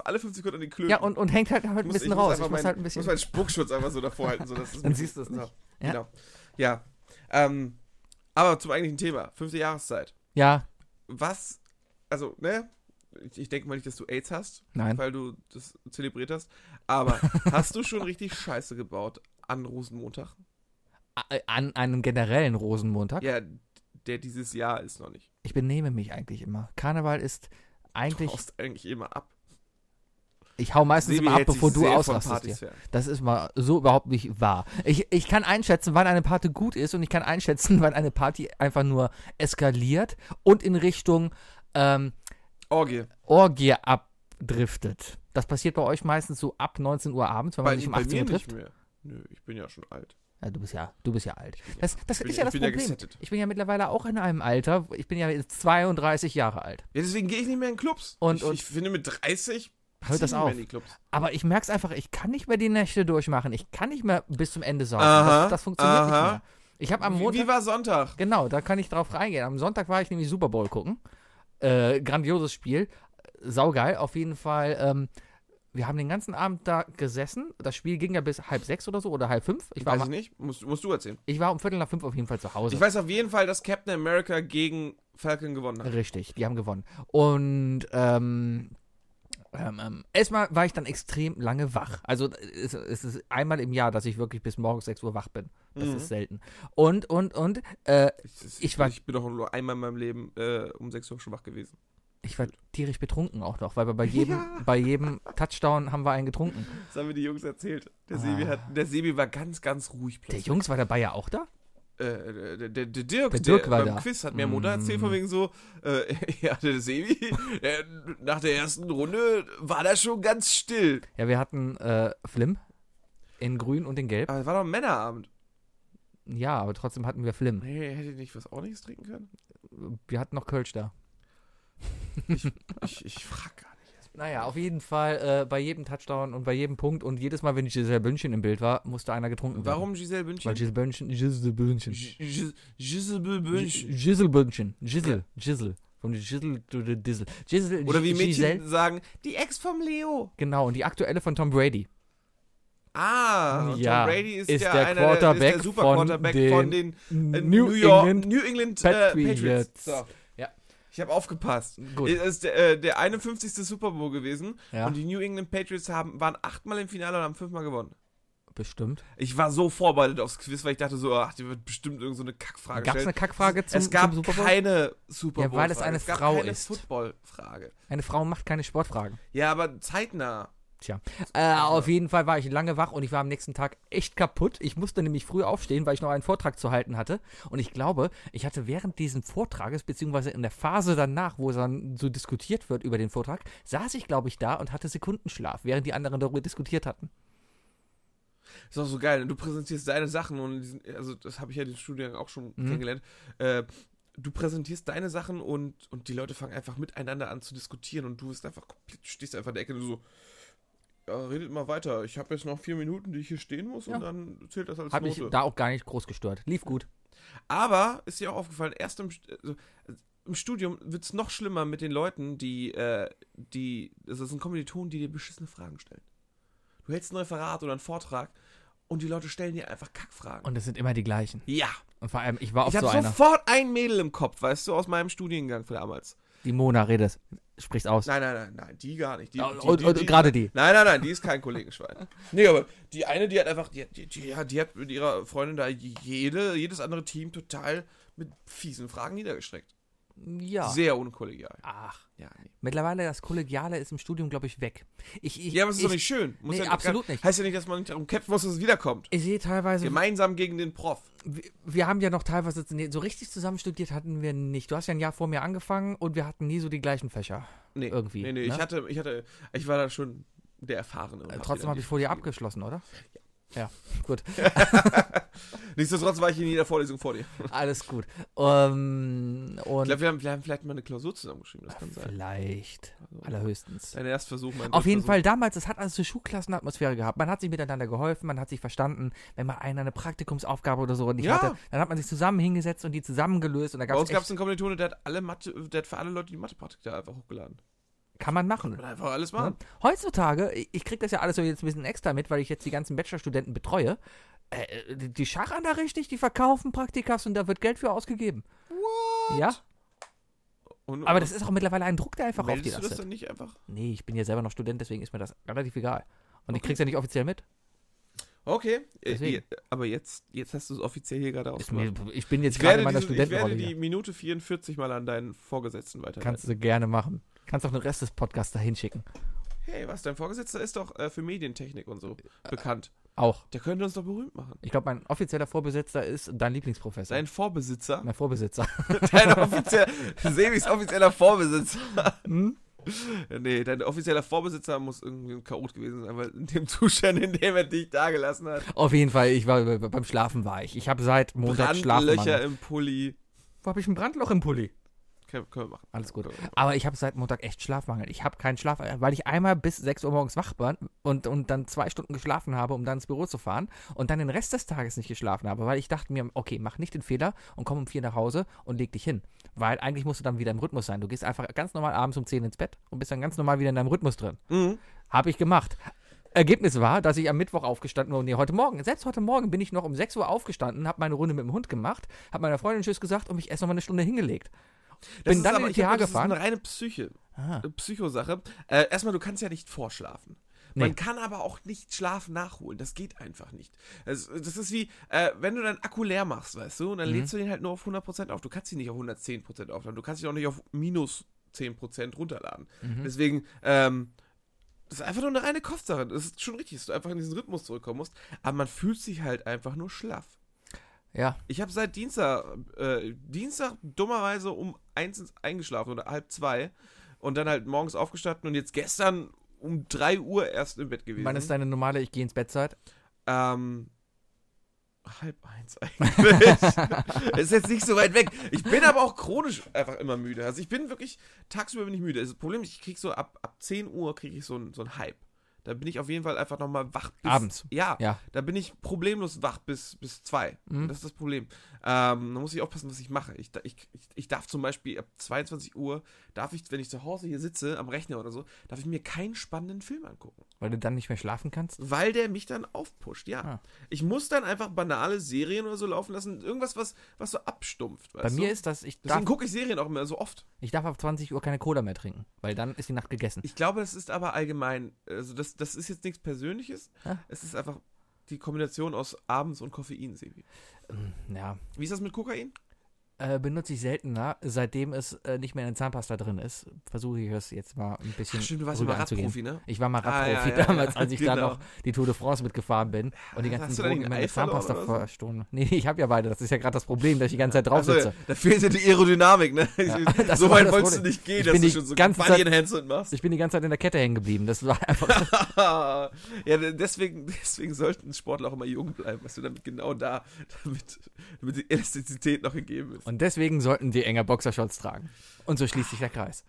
[SPEAKER 1] alle fünf Sekunden an den Klöten.
[SPEAKER 2] ja, und, und hängt halt, halt ein
[SPEAKER 1] muss-
[SPEAKER 2] bisschen
[SPEAKER 1] ich Muss
[SPEAKER 2] raus. ich muss
[SPEAKER 1] mein,
[SPEAKER 2] halt ein bisschen.
[SPEAKER 1] muss meinen Spuckschutz einfach so davor halten. So, dass es
[SPEAKER 2] Dann siehst du es
[SPEAKER 1] so,
[SPEAKER 2] nicht. Ja.
[SPEAKER 1] Ja. Genau. Ja. Ähm, aber zum eigentlichen Thema: fünfte Jahreszeit.
[SPEAKER 2] ja,
[SPEAKER 1] Was, also, ne? Ich, ich denke mal nicht, dass du AIDS hast.
[SPEAKER 2] nein.
[SPEAKER 1] weil du das zelebriert hast. Aber hast du schon richtig Scheiße gebaut an Rosenmontag?
[SPEAKER 2] A- äh, An einem generellen Rosenmontag.
[SPEAKER 1] Ja, der dieses Jahr ist noch nicht.
[SPEAKER 2] Ich benehme mich eigentlich immer. Karneval ist
[SPEAKER 1] Du
[SPEAKER 2] eigentlich.
[SPEAKER 1] haust eigentlich immer ab.
[SPEAKER 2] Ich hau meistens
[SPEAKER 1] Sebi
[SPEAKER 2] immer ab,
[SPEAKER 1] hält sich
[SPEAKER 2] bevor du
[SPEAKER 1] sehr von
[SPEAKER 2] ausrastest.
[SPEAKER 1] Partys
[SPEAKER 2] Hier.
[SPEAKER 1] fern.
[SPEAKER 2] Das ist mal so überhaupt nicht wahr. Ich, ich kann einschätzen, wann eine Party gut ist und ich kann einschätzen, wann eine Party einfach nur eskaliert und in Richtung. Ähm,
[SPEAKER 1] Orgie.
[SPEAKER 2] Orgie abdriftet. Das passiert bei euch meistens so ab 19 Uhr abends, wenn man
[SPEAKER 1] Bei,
[SPEAKER 2] sich um
[SPEAKER 1] bei
[SPEAKER 2] 18
[SPEAKER 1] mir
[SPEAKER 2] Uhr
[SPEAKER 1] nicht
[SPEAKER 2] trifft.
[SPEAKER 1] mehr. Nö, ich bin ja schon alt.
[SPEAKER 2] Ja, du bist ja, du bist ja alt. Das, das
[SPEAKER 1] bin
[SPEAKER 2] ist
[SPEAKER 1] ja-
[SPEAKER 2] ja
[SPEAKER 1] ich
[SPEAKER 2] das
[SPEAKER 1] bin ja
[SPEAKER 2] Problem.
[SPEAKER 1] gesettet.
[SPEAKER 2] ich bin ja mittlerweile auch in einem Alter, ich bin ja jetzt 32 Jahre alt.
[SPEAKER 1] Ja, deswegen gehe ich nicht mehr in Clubs.
[SPEAKER 2] Und-
[SPEAKER 1] ich,
[SPEAKER 2] und-
[SPEAKER 1] ich finde mit 30 zieh
[SPEAKER 2] Hört
[SPEAKER 1] ich
[SPEAKER 2] das
[SPEAKER 1] nicht mehr
[SPEAKER 2] auf.
[SPEAKER 1] in die Clubs.
[SPEAKER 2] Aber ich merke es einfach, ich kann nicht mehr die Nächte durchmachen. Ich kann nicht mehr bis zum Ende saufen.
[SPEAKER 1] Aha,
[SPEAKER 2] das, das funktioniert
[SPEAKER 1] aha.
[SPEAKER 2] nicht mehr. Ich habe am
[SPEAKER 1] wie,
[SPEAKER 2] Montag,
[SPEAKER 1] wie war Sonntag?
[SPEAKER 2] genau, da kann ich drauf reingehen. Am Sonntag war ich nämlich Super Bowl gucken. Äh, grandioses Spiel. Saugeil, auf jeden Fall. Ähm, wir haben den ganzen Abend da gesessen. Das Spiel ging ja bis halb sechs oder so oder halb fünf. Ich war, Also-
[SPEAKER 1] Weiß ich
[SPEAKER 2] um,
[SPEAKER 1] nicht. Musst, musst du erzählen.
[SPEAKER 2] ich war um Viertel nach fünf auf jeden Fall zu Hause.
[SPEAKER 1] Ich weiß auf jeden Fall, dass Captain America gegen Falcon gewonnen hat.
[SPEAKER 2] Richtig, die haben gewonnen. Und ähm, ähm, ähm, erstmal war ich dann extrem lange wach. Also es, es ist einmal im Jahr, dass ich wirklich bis morgens 6 Uhr wach bin. Das
[SPEAKER 1] Mhm.
[SPEAKER 2] ist selten. Und, und, und, äh,
[SPEAKER 1] Ich,
[SPEAKER 2] Ich war-
[SPEAKER 1] ich bin doch nur einmal in meinem Leben äh, um 6 Uhr schon wach gewesen.
[SPEAKER 2] ich war tierisch betrunken auch noch, weil wir bei jedem,
[SPEAKER 1] Ja.
[SPEAKER 2] bei jedem Touchdown haben wir einen getrunken.
[SPEAKER 1] Das haben mir die Jungs erzählt. Der,
[SPEAKER 2] Ah.
[SPEAKER 1] Sebi, hat, der Sebi war ganz, ganz ruhig
[SPEAKER 2] Der
[SPEAKER 1] plötzlich.
[SPEAKER 2] Jungs war dabei ja auch da.
[SPEAKER 1] Äh, der, der, der Dirk,
[SPEAKER 2] Der Dirk war
[SPEAKER 1] beim
[SPEAKER 2] da.
[SPEAKER 1] Quiz hat mir Mutter erzählt, von
[SPEAKER 2] Mm.
[SPEAKER 1] wegen so, äh, ja, der Sebi, äh, nach der ersten Runde war der schon ganz still.
[SPEAKER 2] Ja, wir hatten äh, Flim in grün und in gelb.
[SPEAKER 1] Aber es war doch ein Männerabend.
[SPEAKER 2] Ja, aber trotzdem hatten wir Flim.
[SPEAKER 1] Nee, hätte ich nicht was ordentliches trinken können?
[SPEAKER 2] Wir hatten noch Kölsch da.
[SPEAKER 1] Ich, ich frag gar nicht.
[SPEAKER 2] Naja, auf jeden Fall äh, bei jedem Touchdown und bei jedem Punkt und jedes Mal, wenn Giselle Bündchen im Bild war, musste einer getrunken werden.
[SPEAKER 1] Warum Giselle
[SPEAKER 2] Weil
[SPEAKER 1] Bündchen?
[SPEAKER 2] Giselle Bündchen, Giselle Bündchen.
[SPEAKER 1] Gis- Gis- Giselle Bündchen.
[SPEAKER 2] Giselle Bündchen. Giselle, Giselle. Von Giselle to the Dizzle. Giselle,
[SPEAKER 1] Oder wie Mädchen
[SPEAKER 2] Giselle.
[SPEAKER 1] sagen, die Ex vom Leo.
[SPEAKER 2] Genau, und die aktuelle von Tom Brady.
[SPEAKER 1] Ah, und
[SPEAKER 2] Ja,
[SPEAKER 1] Tom Brady ist,
[SPEAKER 2] ist
[SPEAKER 1] ja
[SPEAKER 2] der
[SPEAKER 1] einer der, ist der
[SPEAKER 2] Quarterback
[SPEAKER 1] Super Quarterback
[SPEAKER 2] von
[SPEAKER 1] von den, äh, New, York, New England äh, Patriots.
[SPEAKER 2] Patriots.
[SPEAKER 1] So.
[SPEAKER 2] Ja.
[SPEAKER 1] Ich habe aufgepasst.
[SPEAKER 2] Gut,
[SPEAKER 1] Es ist der, äh, der 51. Super Bowl gewesen
[SPEAKER 2] ja,
[SPEAKER 1] und die New England Patriots haben, waren achtmal im Finale und haben fünfmal gewonnen.
[SPEAKER 2] bestimmt.
[SPEAKER 1] Ich war so vorbereitet aufs Quiz, weil ich dachte so, ach, die wird bestimmt irgend so eine Kackfrage
[SPEAKER 2] Gab es eine
[SPEAKER 1] stellen.
[SPEAKER 2] Kackfrage zum,
[SPEAKER 1] es gab
[SPEAKER 2] zum Super Bowl?
[SPEAKER 1] keine Super
[SPEAKER 2] Ja,
[SPEAKER 1] Bowl.
[SPEAKER 2] weil es eine
[SPEAKER 1] es gab
[SPEAKER 2] Frau
[SPEAKER 1] keine
[SPEAKER 2] ist.
[SPEAKER 1] Football-Frage.
[SPEAKER 2] Eine Frau macht keine Sportfragen.
[SPEAKER 1] Ja, aber zeitnah.
[SPEAKER 2] Äh, auf jeden Fall war ich lange wach und ich war am nächsten Tag echt kaputt. Ich musste nämlich früh aufstehen, weil ich noch einen Vortrag zu halten hatte. Und ich glaube, ich hatte während dieses Vortrages, beziehungsweise in der Phase danach, wo es dann so diskutiert wird über den Vortrag, saß ich, glaube ich, da und hatte Sekundenschlaf, während die anderen darüber diskutiert hatten.
[SPEAKER 1] Ist auch so geil. ne? Du präsentierst deine Sachen und die sind, also das habe ich ja den Studiengang auch schon
[SPEAKER 2] Mhm.
[SPEAKER 1] kennengelernt. Äh, du präsentierst deine Sachen und, und die Leute fangen einfach miteinander an zu diskutieren und du bist einfach komplett, stehst einfach in der Ecke und du so, ja, redet mal weiter. Ich habe jetzt noch vier Minuten, die ich hier stehen muss
[SPEAKER 2] Ja.
[SPEAKER 1] und dann zählt das als
[SPEAKER 2] Hat mich
[SPEAKER 1] Note.
[SPEAKER 2] da auch gar nicht groß gestört. Lief gut.
[SPEAKER 1] Aber ist dir auch aufgefallen, erst im, St- also, im Studium wird es noch schlimmer mit den Leuten, die, äh, die, also das sind Kommilitonen, die dir beschissene Fragen stellen. Du hältst ein Referat oder einen Vortrag und die Leute stellen dir einfach Kackfragen.
[SPEAKER 2] Und es sind immer die gleichen.
[SPEAKER 1] ja,
[SPEAKER 2] Und vor allem, ich war auf
[SPEAKER 1] ich
[SPEAKER 2] so
[SPEAKER 1] habe
[SPEAKER 2] einer.
[SPEAKER 1] sofort ein Mädel im Kopf, weißt du, aus meinem Studiengang von damals.
[SPEAKER 2] Die Mona redet. Sprich's aus.
[SPEAKER 1] Nein, nein, nein, nein, die gar nicht. Die,
[SPEAKER 2] Und-
[SPEAKER 1] die,
[SPEAKER 2] und-
[SPEAKER 1] die,
[SPEAKER 2] und
[SPEAKER 1] die,
[SPEAKER 2] gerade die.
[SPEAKER 1] Nein, nein, nein, die ist kein Kollegenschwein. Nee, aber die eine, die hat einfach, die, die, die, hat- die hat mit ihrer Freundin da jede, jedes andere Team total mit fiesen Fragen niedergestreckt.
[SPEAKER 2] Ja.
[SPEAKER 1] Sehr unkollegial.
[SPEAKER 2] Ach.
[SPEAKER 1] Ja, nee.
[SPEAKER 2] Mittlerweile, das Kollegiale ist im Studium, glaube ich, weg. Ich, ich,
[SPEAKER 1] ja aber es ist
[SPEAKER 2] ich,
[SPEAKER 1] doch nicht schön. Muss
[SPEAKER 2] nee,
[SPEAKER 1] ja
[SPEAKER 2] absolut
[SPEAKER 1] gar,
[SPEAKER 2] nicht.
[SPEAKER 1] Heißt ja nicht, dass man nicht darum kämpfen muss, dass es wiederkommt.
[SPEAKER 2] ich sehe teilweise
[SPEAKER 1] Gemeinsam gegen den Prof.
[SPEAKER 2] wir, wir haben ja noch teilweise nee, so richtig zusammen studiert hatten wir nicht. Du hast ja ein Jahr vor mir angefangen und wir hatten nie so die gleichen Fächer.
[SPEAKER 1] Nee,
[SPEAKER 2] Irgendwie,
[SPEAKER 1] Nee, nee,
[SPEAKER 2] ne?
[SPEAKER 1] ich hatte, ich hatte, ich war da schon der Erfahrene. und hab
[SPEAKER 2] Äh, trotzdem
[SPEAKER 1] die dann
[SPEAKER 2] habe ich vor dir
[SPEAKER 1] nicht
[SPEAKER 2] abgeschlossen, oder?
[SPEAKER 1] gegeben. Nichtsdestotrotz war ich in jeder Vorlesung vor dir.
[SPEAKER 2] Alles gut. Ähm,
[SPEAKER 1] Ich
[SPEAKER 2] und Ah,
[SPEAKER 1] glaube, wir haben, wir haben vielleicht mal eine Klausur zusammengeschrieben, das kann sein.
[SPEAKER 2] vielleicht,
[SPEAKER 1] Also,
[SPEAKER 2] allerhöchstens.
[SPEAKER 1] Dein Erstversuch, mein
[SPEAKER 2] Auf jeden
[SPEAKER 1] Drittversuch.
[SPEAKER 2] Fall, damals, es hat also so Schulklassenatmosphäre gehabt. Man hat sich miteinander geholfen, man hat sich verstanden. Wenn mal einer eine Praktikumsaufgabe oder so nicht
[SPEAKER 1] Ja.
[SPEAKER 2] hatte, dann hat man sich zusammen hingesetzt und die zusammengelöst. Und da
[SPEAKER 1] Bei
[SPEAKER 2] gab
[SPEAKER 1] uns gab es
[SPEAKER 2] es.
[SPEAKER 1] einen Kommilitone, der hat alle Mathe, der hat für alle Leute die Mathepraktik da einfach hochgeladen.
[SPEAKER 2] Kann man machen.
[SPEAKER 1] Und einfach alles machen.
[SPEAKER 2] Heutzutage, ich ich krieg das ja alles so jetzt ein bisschen extra mit, weil ich jetzt die ganzen Bachelorstudenten betreue. Äh, die die schachern da richtig, die verkaufen Praktikas und da wird Geld für ausgegeben.
[SPEAKER 1] What?
[SPEAKER 2] Ja,
[SPEAKER 1] Und,
[SPEAKER 2] aber das ist auch mittlerweile ein Druck, der einfach auf die
[SPEAKER 1] meldest du das
[SPEAKER 2] lastet.
[SPEAKER 1] dann nicht einfach?
[SPEAKER 2] Nee, ich bin ja selber noch Student, deswegen ist mir das relativ egal. Und ich krieg's ja nicht offiziell mit.
[SPEAKER 1] Okay, äh,
[SPEAKER 2] Deswegen.
[SPEAKER 1] je- aber jetzt, jetzt hast du es offiziell hier gerade
[SPEAKER 2] Ist
[SPEAKER 1] ausgemacht.
[SPEAKER 2] mir, ich bin jetzt
[SPEAKER 1] Ich
[SPEAKER 2] gerade in
[SPEAKER 1] werde,
[SPEAKER 2] meiner
[SPEAKER 1] diesen, ich werde
[SPEAKER 2] Studentenrolle.
[SPEAKER 1] die
[SPEAKER 2] hier.
[SPEAKER 1] Minute 44 mal an deinen Vorgesetzten weiterleiten.
[SPEAKER 2] Kannst du gerne machen. Kannst auch den Rest des Podcasts dahin schicken.
[SPEAKER 1] Hey, was, dein Vorgesetzter ist doch äh, für Medientechnik und so bekannt.
[SPEAKER 2] Auch.
[SPEAKER 1] Der könnte uns doch berühmt machen.
[SPEAKER 2] Ich glaube, mein offizieller Vorbesitzer ist dein Lieblingsprofessor.
[SPEAKER 1] Dein Vorbesitzer.
[SPEAKER 2] mein Vorbesitzer.
[SPEAKER 1] Dein offizieller, Sebis offizieller Vorbesitzer.
[SPEAKER 2] Hm?
[SPEAKER 1] Nee, dein offizieller Vorbesitzer muss irgendwie ein Chaot gewesen sein, weil in dem Zustand, in dem er dich dagelassen hat.
[SPEAKER 2] Auf jeden Fall, ich war beim Schlafen war ich. Ich habe seit Montag Schlafen.
[SPEAKER 1] Brandlöcher im Pulli.
[SPEAKER 2] Wo habe ich ein Brandloch im Pulli?
[SPEAKER 1] Können, können wir machen.
[SPEAKER 2] Alles gut.
[SPEAKER 1] Können wir machen.
[SPEAKER 2] Aber ich habe seit Montag echt Schlafmangel. Ich habe keinen Schlaf, äh, weil ich einmal bis 6 Uhr morgens wach war und, und dann zwei Stunden geschlafen habe, um dann ins Büro zu fahren und dann den Rest des Tages nicht geschlafen habe, weil ich dachte mir, okay, mach nicht den Fehler und komm um vier nach Hause und leg dich hin. Weil eigentlich musst du dann wieder im Rhythmus sein. Du gehst einfach ganz normal abends um 10 ins Bett und bist dann ganz normal wieder in deinem Rhythmus drin.
[SPEAKER 1] Mhm.
[SPEAKER 2] Habe ich gemacht. Ergebnis war, dass ich am Mittwoch aufgestanden war. Nee, heute Morgen. Selbst heute Morgen bin ich noch um 6 Uhr aufgestanden, habe meine Runde mit dem Hund gemacht, habe meiner Freundin Tschüss gesagt und mich erst noch mal eine Stunde hingelegt.
[SPEAKER 1] Das
[SPEAKER 2] bin
[SPEAKER 1] ist
[SPEAKER 2] dann
[SPEAKER 1] aber-
[SPEAKER 2] in
[SPEAKER 1] ich
[SPEAKER 2] die
[SPEAKER 1] glaub,
[SPEAKER 2] TH
[SPEAKER 1] Das ist
[SPEAKER 2] gefahren.
[SPEAKER 1] eine reine Psyche.
[SPEAKER 2] Ah.
[SPEAKER 1] Eine Psychosache. Äh, erstmal, du kannst ja nicht vorschlafen. Man
[SPEAKER 2] Nee.
[SPEAKER 1] kann aber auch nicht Schlaf nachholen. Das geht einfach nicht. Also, das ist wie, äh, wenn du deinen Akku leer machst, weißt du, und dann
[SPEAKER 2] Mhm.
[SPEAKER 1] lädst du den halt nur auf 100% auf. Du kannst ihn nicht auf 110% aufladen. Du kannst ihn auch nicht auf minus 10% runterladen.
[SPEAKER 2] Mhm.
[SPEAKER 1] Deswegen, ähm, das ist einfach nur eine reine Kopfsache. Das ist schon richtig, dass du einfach in diesen Rhythmus zurückkommen musst. Aber man fühlt sich halt einfach nur schlaff.
[SPEAKER 2] Ja,
[SPEAKER 1] Ich habe seit Dienstag, äh, Dienstag dummerweise um eins ins- eingeschlafen oder halb zwei und dann halt morgens aufgestanden und jetzt gestern um drei Uhr erst im Bett gewesen.
[SPEAKER 2] wann ist deine normale Ich gehe ins Bett Zeit?
[SPEAKER 1] ähm, halb eins eigentlich. ist jetzt nicht so weit weg. Ich bin aber auch chronisch einfach immer müde. Also ich bin wirklich, tagsüber bin ich müde. Also das Problem ist, ich krieg so ab, ab 10 Uhr kriege ich so ein, so ein Hype. Da bin ich auf jeden Fall einfach nochmal wach bis,
[SPEAKER 2] Abends.
[SPEAKER 1] Ja,
[SPEAKER 2] Ja.
[SPEAKER 1] da bin ich problemlos wach bis, bis zwei.
[SPEAKER 2] Mhm.
[SPEAKER 1] Das ist das Problem. Ähm, da muss ich aufpassen, was ich mache. Ich, da- ich, ich, ich darf zum Beispiel ab 22 Uhr, darf ich, wenn ich zu Hause hier sitze, am Rechner oder so, darf ich mir keinen spannenden Film angucken.
[SPEAKER 2] Weil du dann nicht mehr schlafen kannst?
[SPEAKER 1] Weil der mich dann aufpusht, ja.
[SPEAKER 2] Ah.
[SPEAKER 1] Ich muss dann einfach banale Serien oder so laufen lassen. Irgendwas, was, was so abstumpft.
[SPEAKER 2] Bei
[SPEAKER 1] weißt
[SPEAKER 2] mir
[SPEAKER 1] du?
[SPEAKER 2] ist das, ich darf,
[SPEAKER 1] Deswegen gucke ich Serien auch immer so oft.
[SPEAKER 2] ich darf ab 20 Uhr keine Cola mehr trinken, weil dann ist die Nacht gegessen.
[SPEAKER 1] Ich glaube, das ist aber allgemein, also das, das ist jetzt nichts Persönliches.
[SPEAKER 2] Ah.
[SPEAKER 1] Es ist einfach die Kombination aus Abends und Koffein, Sebi.
[SPEAKER 2] Ja,
[SPEAKER 1] Wie ist das mit Kokain?
[SPEAKER 2] äh, benutze ich seltener, seitdem es äh, nicht mehr in der Zahnpasta drin ist. Versuche ich es jetzt mal ein bisschen.
[SPEAKER 1] Ach, stimmt, du warst
[SPEAKER 2] ruhiger
[SPEAKER 1] immer
[SPEAKER 2] anzugehen.
[SPEAKER 1] Radprofi, ne?
[SPEAKER 2] Ich war mal
[SPEAKER 1] Ah,
[SPEAKER 2] Radprofi
[SPEAKER 1] ja, ja,
[SPEAKER 2] damals,
[SPEAKER 1] ja,
[SPEAKER 2] als ich da
[SPEAKER 1] genau.
[SPEAKER 2] noch die Tour de France mitgefahren bin und die
[SPEAKER 1] Hast
[SPEAKER 2] ganzen
[SPEAKER 1] du da
[SPEAKER 2] Drogen
[SPEAKER 1] den
[SPEAKER 2] immer in
[SPEAKER 1] Ei
[SPEAKER 2] der
[SPEAKER 1] verloren
[SPEAKER 2] Zahnpasta
[SPEAKER 1] oder so?
[SPEAKER 2] verstohlen. Nee, ich habe ja beide, das ist ja gerade das Problem, dass ich die ganze Zeit drauf
[SPEAKER 1] Also,
[SPEAKER 2] sitze.
[SPEAKER 1] da fehlt dir die Aerodynamik, ne?
[SPEAKER 2] das
[SPEAKER 1] so
[SPEAKER 2] war
[SPEAKER 1] weit wolltest
[SPEAKER 2] das
[SPEAKER 1] du
[SPEAKER 2] Problem.
[SPEAKER 1] nicht gehen,
[SPEAKER 2] Ich
[SPEAKER 1] dass
[SPEAKER 2] bin
[SPEAKER 1] du
[SPEAKER 2] die
[SPEAKER 1] schon so
[SPEAKER 2] ganze
[SPEAKER 1] Companion Handsel machst.
[SPEAKER 2] Ich bin die ganze Zeit in der Kette hängen geblieben. Das war einfach
[SPEAKER 1] ja, deswegen, deswegen sollten Sportler auch immer jung bleiben, weißt du, damit genau da, damit, damit die Elastizität noch gegeben ist.
[SPEAKER 2] Und deswegen sollten die enger Boxershorts tragen. Und so schließt sich der Kreis.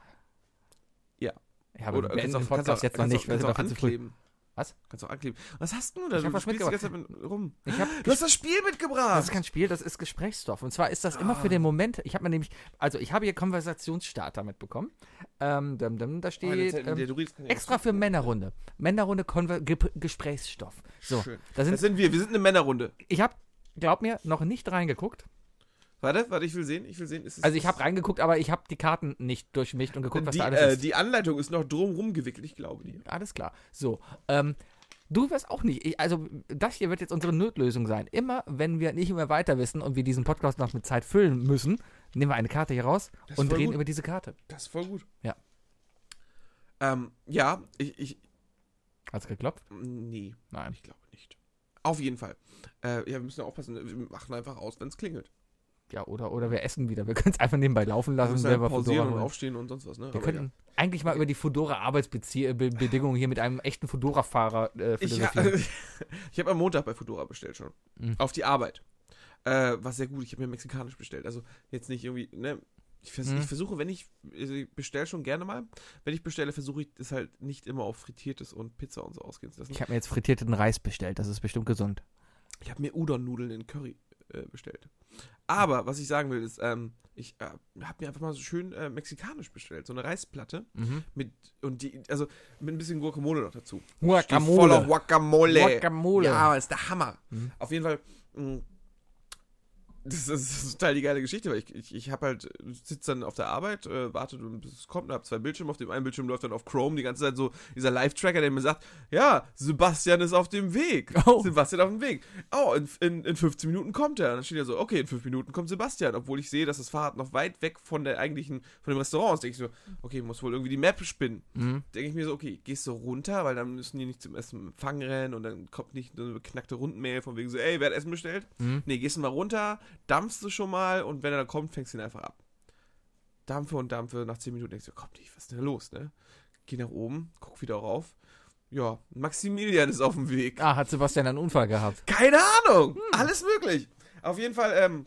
[SPEAKER 1] Ja.
[SPEAKER 2] Ja, aber wir beenden den Podcast jetzt noch
[SPEAKER 1] kannst
[SPEAKER 2] nicht, also
[SPEAKER 1] auch-
[SPEAKER 2] weil
[SPEAKER 1] kannst auch
[SPEAKER 2] wir sind noch zu früh.
[SPEAKER 1] ankleben.
[SPEAKER 2] Was?
[SPEAKER 1] Kannst auch ankleben. Was hast denn du da?
[SPEAKER 2] Ich hab
[SPEAKER 1] du
[SPEAKER 2] was
[SPEAKER 1] spielst die ganze Zeit mit rum.
[SPEAKER 2] Ich hab,
[SPEAKER 1] Du hast das Spiel mitgebracht.
[SPEAKER 2] das ist kein Spiel, das ist Gesprächsstoff. Und zwar ist das immer für
[SPEAKER 1] Ah.
[SPEAKER 2] den Moment. Ich habe mir nämlich, also ich habe hier Konversationsstarter mitbekommen. Ähm, dum, dum, da
[SPEAKER 1] Oh, in der
[SPEAKER 2] steht
[SPEAKER 1] Zeit, in der
[SPEAKER 2] ähm,
[SPEAKER 1] du redest, kann ich-
[SPEAKER 2] extra für Männerrunde. Männerrunde Konver Ge Gesprächsstoff. So,
[SPEAKER 1] Schön. Also
[SPEAKER 2] da
[SPEAKER 1] Das
[SPEAKER 2] sind,
[SPEAKER 1] sind wir. Wir sind eine Männerrunde.
[SPEAKER 2] ich habe, glaub mir, noch nicht reingeguckt.
[SPEAKER 1] Warte, warte, ich will sehen. Ich will sehen. Ist es-
[SPEAKER 2] Also ich habe reingeguckt, aber ich habe die Karten nicht durchmischt und geguckt, was
[SPEAKER 1] die,
[SPEAKER 2] da alles
[SPEAKER 1] äh,
[SPEAKER 2] ist.
[SPEAKER 1] die Anleitung ist noch drumrum gewickelt, ich glaube dir.
[SPEAKER 2] Alles klar. So, ähm, du wirst auch nicht. Ich, also, das hier wird jetzt unsere Notlösung sein. Immer, wenn wir nicht mehr weiter wissen und wir diesen Podcast noch mit Zeit füllen müssen, nehmen wir eine Karte hier raus
[SPEAKER 1] ist
[SPEAKER 2] und
[SPEAKER 1] voll
[SPEAKER 2] reden
[SPEAKER 1] gut.
[SPEAKER 2] über diese Karte.
[SPEAKER 1] Das ist voll gut.
[SPEAKER 2] Ja.
[SPEAKER 1] Ähm, ja, ich, ich, mm,
[SPEAKER 2] Hat's geklopft?
[SPEAKER 1] nee,
[SPEAKER 2] Nein.
[SPEAKER 1] ich glaube nicht. Auf jeden Fall. Äh, ja, wir müssen aufpassen, wir machen einfach aus, wenn es klingelt.
[SPEAKER 2] Ja, oder, oder wir essen wieder. Wir können es einfach nebenbei laufen
[SPEAKER 1] Wir
[SPEAKER 2] lassen und
[SPEAKER 1] müssen halt
[SPEAKER 2] selber
[SPEAKER 1] pausieren
[SPEAKER 2] Fedora
[SPEAKER 1] und
[SPEAKER 2] holen.
[SPEAKER 1] aufstehen und sonst was, ne?
[SPEAKER 2] Wir
[SPEAKER 1] Aber
[SPEAKER 2] könnten eigentlich mal über die Fedora-Arbeitsbedingungen hier mit einem echten Fedora-Fahrer äh,
[SPEAKER 1] Ich,
[SPEAKER 2] philosophieren.
[SPEAKER 1] ich habe am Montag bei Fudora bestellt schon.
[SPEAKER 2] Mhm.
[SPEAKER 1] Auf die Arbeit. Äh, war sehr gut. Ich habe mir mexikanisch bestellt. Also jetzt nicht irgendwie, ne? Ich, vers
[SPEAKER 2] Mhm.
[SPEAKER 1] ich versuche, wenn ich, also ich bestelle schon gerne mal. Wenn ich bestelle, versuche ich es halt nicht immer auf Frittiertes und Pizza und so ausgehen zu lassen.
[SPEAKER 2] Ich habe mir jetzt frittierten Reis bestellt. Das ist bestimmt gesund.
[SPEAKER 1] Ich habe mir Udon-Nudeln in Curry äh, bestellt. Aber was ich sagen will, ist, ähm, ich äh, habe mir einfach mal so schön äh, mexikanisch bestellt. So eine Reisplatte
[SPEAKER 2] Mhm.
[SPEAKER 1] mit, und die, also mit ein bisschen Guacamole noch dazu. Steht Voll auf
[SPEAKER 2] Guacamole.
[SPEAKER 1] Guacamole.
[SPEAKER 2] Guacamole.
[SPEAKER 1] Ja, aber ist der Hammer.
[SPEAKER 2] Mhm.
[SPEAKER 1] Auf jeden Fall, mh, das ist, das ist total die geile Geschichte, weil ich, ich, ich habe halt, sitze dann auf der Arbeit, äh, warte, bis es kommt und habe zwei Bildschirme. Auf dem einen Bildschirm läuft dann auf Chrome die ganze Zeit so dieser Live-Tracker, der mir sagt, ja, Sebastian ist auf dem Weg.
[SPEAKER 2] Oh.
[SPEAKER 1] Sebastian auf dem Weg. Oh, in, in, in 15 Minuten kommt er. Und dann steht ja so, okay, in 5 Minuten kommt Sebastian, obwohl ich sehe, dass das Fahrrad noch weit weg von der eigentlichen, von dem Restaurant ist. Denke ich so, okay, ich muss wohl irgendwie die Map spinnen
[SPEAKER 2] Mhm.
[SPEAKER 1] denke ich mir so, okay, gehst du runter, weil dann müssen die nicht zum Essen empfangen rennen und dann kommt nicht so eine beknackte Rundenmail von wegen so, ey, wer hat Essen bestellt?
[SPEAKER 2] Mhm.
[SPEAKER 1] Nee, gehst du mal runter, dampfst du schon mal und wenn er dann kommt, fängst du ihn einfach ab. Dampfe und Dampfe. Nach 10 Minuten denkst du, komm, nicht, was ist denn da los, ne? Geh nach oben, guck wieder rauf. Ja, Maximilian ist auf dem Weg.
[SPEAKER 2] Ah, hat Sebastian einen Unfall gehabt.
[SPEAKER 1] Keine Ahnung!
[SPEAKER 2] Hm.
[SPEAKER 1] Alles möglich! Auf jeden Fall, ähm,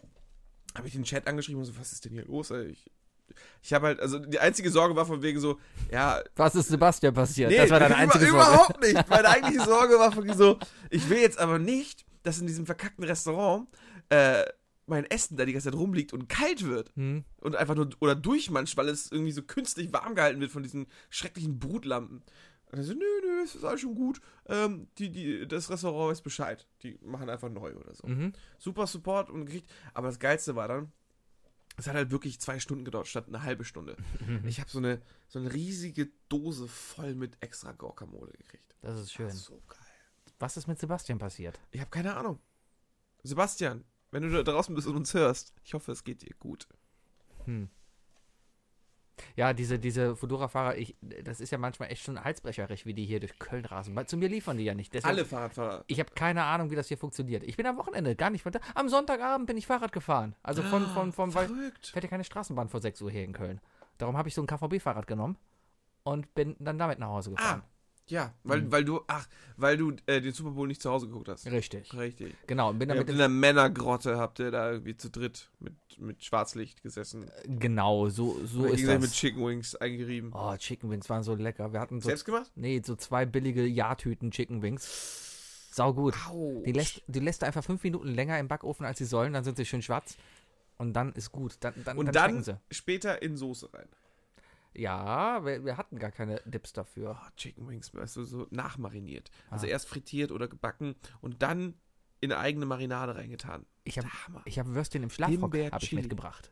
[SPEAKER 1] habe ich den Chat angeschrieben und so, was ist denn hier los, ey? Ich, ich habe halt, also die einzige Sorge war von wegen so, ja,
[SPEAKER 2] Was ist Sebastian passiert?
[SPEAKER 1] Nee,
[SPEAKER 2] das war deine
[SPEAKER 1] über-
[SPEAKER 2] einzige Sorge.
[SPEAKER 1] Überhaupt nicht. Meine eigentliche Sorge war von so, ich will jetzt aber nicht, dass in diesem verkackten Restaurant äh, mein Essen da die ganze Zeit rumliegt und kalt wird.
[SPEAKER 2] Hm?
[SPEAKER 1] Und einfach nur, oder durchmanscht, weil es irgendwie so künstlich warm gehalten wird von diesen schrecklichen Brutlampen. Und dann so, nö, nö, es ist alles schon gut. Ähm, die, die, das Restaurant weiß Bescheid. Die machen einfach neu oder so.
[SPEAKER 2] Mhm.
[SPEAKER 1] Super Support und gekriegt. Aber das Geilste war dann, es hat halt wirklich zwei Stunden gedauert, statt eine halbe Stunde. Ich habe so eine, so eine riesige Dose voll mit extra Guacamole gekriegt.
[SPEAKER 2] Das ist schön.
[SPEAKER 1] So geil.
[SPEAKER 2] Was ist mit Sebastian passiert?
[SPEAKER 1] Ich habe keine Ahnung. Sebastian, wenn du da draußen bist und uns hörst, ich hoffe, es geht dir gut.
[SPEAKER 2] Ja, diese, diese Fudora-Fahrer, ich- das ist ja manchmal echt schon halsbrecherisch, wie die hier durch Köln rasen. Weil Zu mir liefern die ja nicht. Deshalb,
[SPEAKER 1] Alle Fahrradfahrer.
[SPEAKER 2] Ich habe keine Ahnung, wie das hier funktioniert. Ich bin am Wochenende gar nicht mehr da. Am Sonntagabend bin ich Fahrrad gefahren. Also von, von, von, weil
[SPEAKER 1] Ah, Verrückt.
[SPEAKER 2] fährt ja keine Straßenbahn vor 6 Uhr hier in Köln. Darum habe ich so ein KVB-Fahrrad genommen und bin dann damit nach Hause
[SPEAKER 1] Ah,
[SPEAKER 2] gefahren.
[SPEAKER 1] ja, weil, weil du, ach, weil du äh, den Super Bowl nicht zu Hause geguckt hast.
[SPEAKER 2] Mhm. Richtig.
[SPEAKER 1] Richtig.
[SPEAKER 2] Genau, und bin
[SPEAKER 1] Ihr
[SPEAKER 2] damit
[SPEAKER 1] habt in der Männergrotte habt ihr da irgendwie zu dritt mit, mit Schwarzlicht gesessen.
[SPEAKER 2] genau, so, so
[SPEAKER 1] Und
[SPEAKER 2] ist
[SPEAKER 1] gegenseitig
[SPEAKER 2] das.
[SPEAKER 1] mit Chicken Wings eingerieben.
[SPEAKER 2] oh, Chicken Wings waren so lecker. Wir hatten so,
[SPEAKER 1] Selbst gemacht?
[SPEAKER 2] nee, so zwei billige Jahrtüten Chicken Wings. Sau gut.
[SPEAKER 1] Au.
[SPEAKER 2] Die lässt, die lässt du einfach fünf Minuten länger im Backofen, als sie sollen. Dann sind sie schön schwarz. Und dann ist gut. Dann, dann,
[SPEAKER 1] Und
[SPEAKER 2] schmecken
[SPEAKER 1] dann
[SPEAKER 2] sie.
[SPEAKER 1] später in Soße rein.
[SPEAKER 2] Ja, wir, wir hatten gar keine Dips dafür.
[SPEAKER 1] Oh, Chicken Wings, weißt du, so nachmariniert. Also
[SPEAKER 2] Ah.
[SPEAKER 1] erst frittiert oder gebacken und dann in eine eigene Marinade reingetan.
[SPEAKER 2] Ich habe
[SPEAKER 1] Hammer.
[SPEAKER 2] ich hab Würstchen im Schlafrock
[SPEAKER 1] Himbeer
[SPEAKER 2] hab ich
[SPEAKER 1] Chili.
[SPEAKER 2] mitgebracht.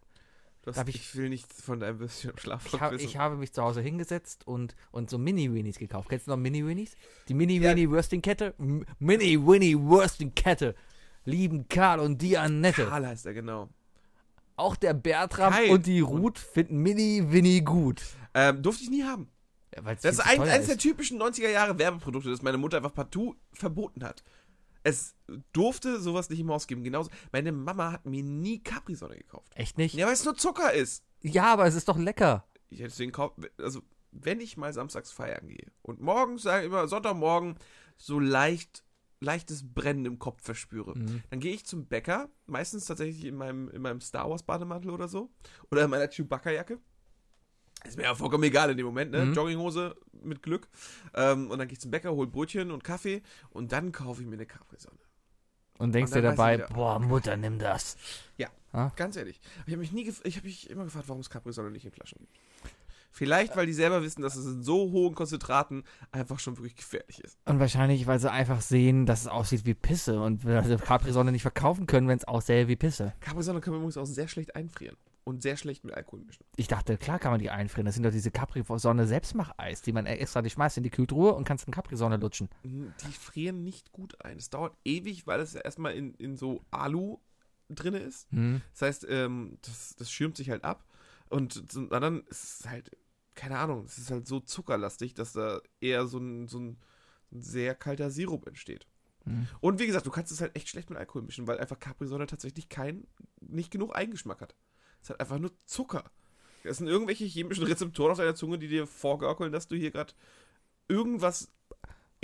[SPEAKER 1] Du hast,
[SPEAKER 2] darf
[SPEAKER 1] ich,
[SPEAKER 2] ich-
[SPEAKER 1] will nichts von deinem Würstchen im Schlafrock
[SPEAKER 2] Ich, hab,
[SPEAKER 1] wissen.
[SPEAKER 2] ich habe mich zu Hause hingesetzt und, und so Mini-Winnies gekauft. Kennst du noch Mini-Winnies? Die
[SPEAKER 1] Ja.
[SPEAKER 2] Mini-Winnie-Würstchenkette? M- Mini-Winnie-Würstchenkette. Lieben Karl und die Annette.
[SPEAKER 1] Karl heißt er, genau.
[SPEAKER 2] Auch der Bertram
[SPEAKER 1] Kai.
[SPEAKER 2] und die Ruth finden Mini-Winnie gut.
[SPEAKER 1] Ähm, durfte ich nie haben.
[SPEAKER 2] Ja, weil's
[SPEAKER 1] Das
[SPEAKER 2] viel
[SPEAKER 1] ist
[SPEAKER 2] zu
[SPEAKER 1] ein,
[SPEAKER 2] teuer
[SPEAKER 1] eines der typischen 90er-Jahre-Werbeprodukte, das meine Mutter einfach partout verboten hat. Es durfte sowas nicht im Haus geben. Genauso, meine Mama hat mir nie Capri-Sonne gekauft.
[SPEAKER 2] Echt nicht? Ja.
[SPEAKER 1] Ja, weil es nur Zucker ist.
[SPEAKER 2] aber es ist doch lecker.
[SPEAKER 1] Ich hätte deswegen kaum, also wenn ich mal samstags feiern gehe und morgens, sage ich immer, Sonntagmorgen so leicht, leichtes Brennen im Kopf verspüre, dann gehe ich zum Bäcker, meistens tatsächlich in meinem, in meinem Star Wars Bademantel oder so oder in meiner Chewbacca-Jacke. Ist mir ja vollkommen egal in dem Moment, ne?
[SPEAKER 2] Mhm.
[SPEAKER 1] Jogginghose mit Glück. Ähm, und dann gehe ich zum Bäcker, hole Brötchen und Kaffee und dann kaufe ich mir eine Capri-Sonne.
[SPEAKER 2] Und denkst
[SPEAKER 1] Und dann
[SPEAKER 2] dir
[SPEAKER 1] weiß
[SPEAKER 2] dabei,
[SPEAKER 1] ich ja.
[SPEAKER 2] boah, Mutter, nimm das.
[SPEAKER 1] Ganz ehrlich. Ich habe mich nie, gef- ich habe mich immer gefragt, warum es Capri-Sonne nicht in Flaschen gibt. Vielleicht, weil die selber wissen, dass es in so hohen Konzentraten einfach schon wirklich gefährlich ist.
[SPEAKER 2] Und wahrscheinlich, weil sie einfach sehen, dass es aussieht wie Pisse und wir also Capri-Sonne nicht verkaufen können, wenn es aussähe wie Pisse.
[SPEAKER 1] Capri-Sonne können wir übrigens auch sehr schlecht einfrieren und sehr schlecht mit Alkohol mischen.
[SPEAKER 2] Ich dachte, klar kann man die einfrieren. Das sind doch diese Capri-Sonne Selbstmacheis, die man extra die schmeißt in die Kühltruhe und kannst dann Capri-Sonne lutschen.
[SPEAKER 1] Mhm, Die frieren nicht gut ein. Es dauert ewig, weil es ja erstmal in, in so Alu drin ist.
[SPEAKER 2] Hm.
[SPEAKER 1] Das heißt, ähm, das, das schirmt sich halt ab. Und zum anderen ist es halt, keine Ahnung, es ist halt so zuckerlastig, dass da eher so ein, so ein, so ein sehr kalter Sirup entsteht.
[SPEAKER 2] Mhm.
[SPEAKER 1] Und wie gesagt, du kannst es halt echt schlecht mit Alkohol mischen, weil einfach Capri-Sonne tatsächlich kein, nicht genug Eigengeschmack hat. Es hat einfach nur Zucker. Das sind irgendwelche chemischen Rezeptoren auf deiner Zunge, die dir vorgaukeln, dass du hier gerade irgendwas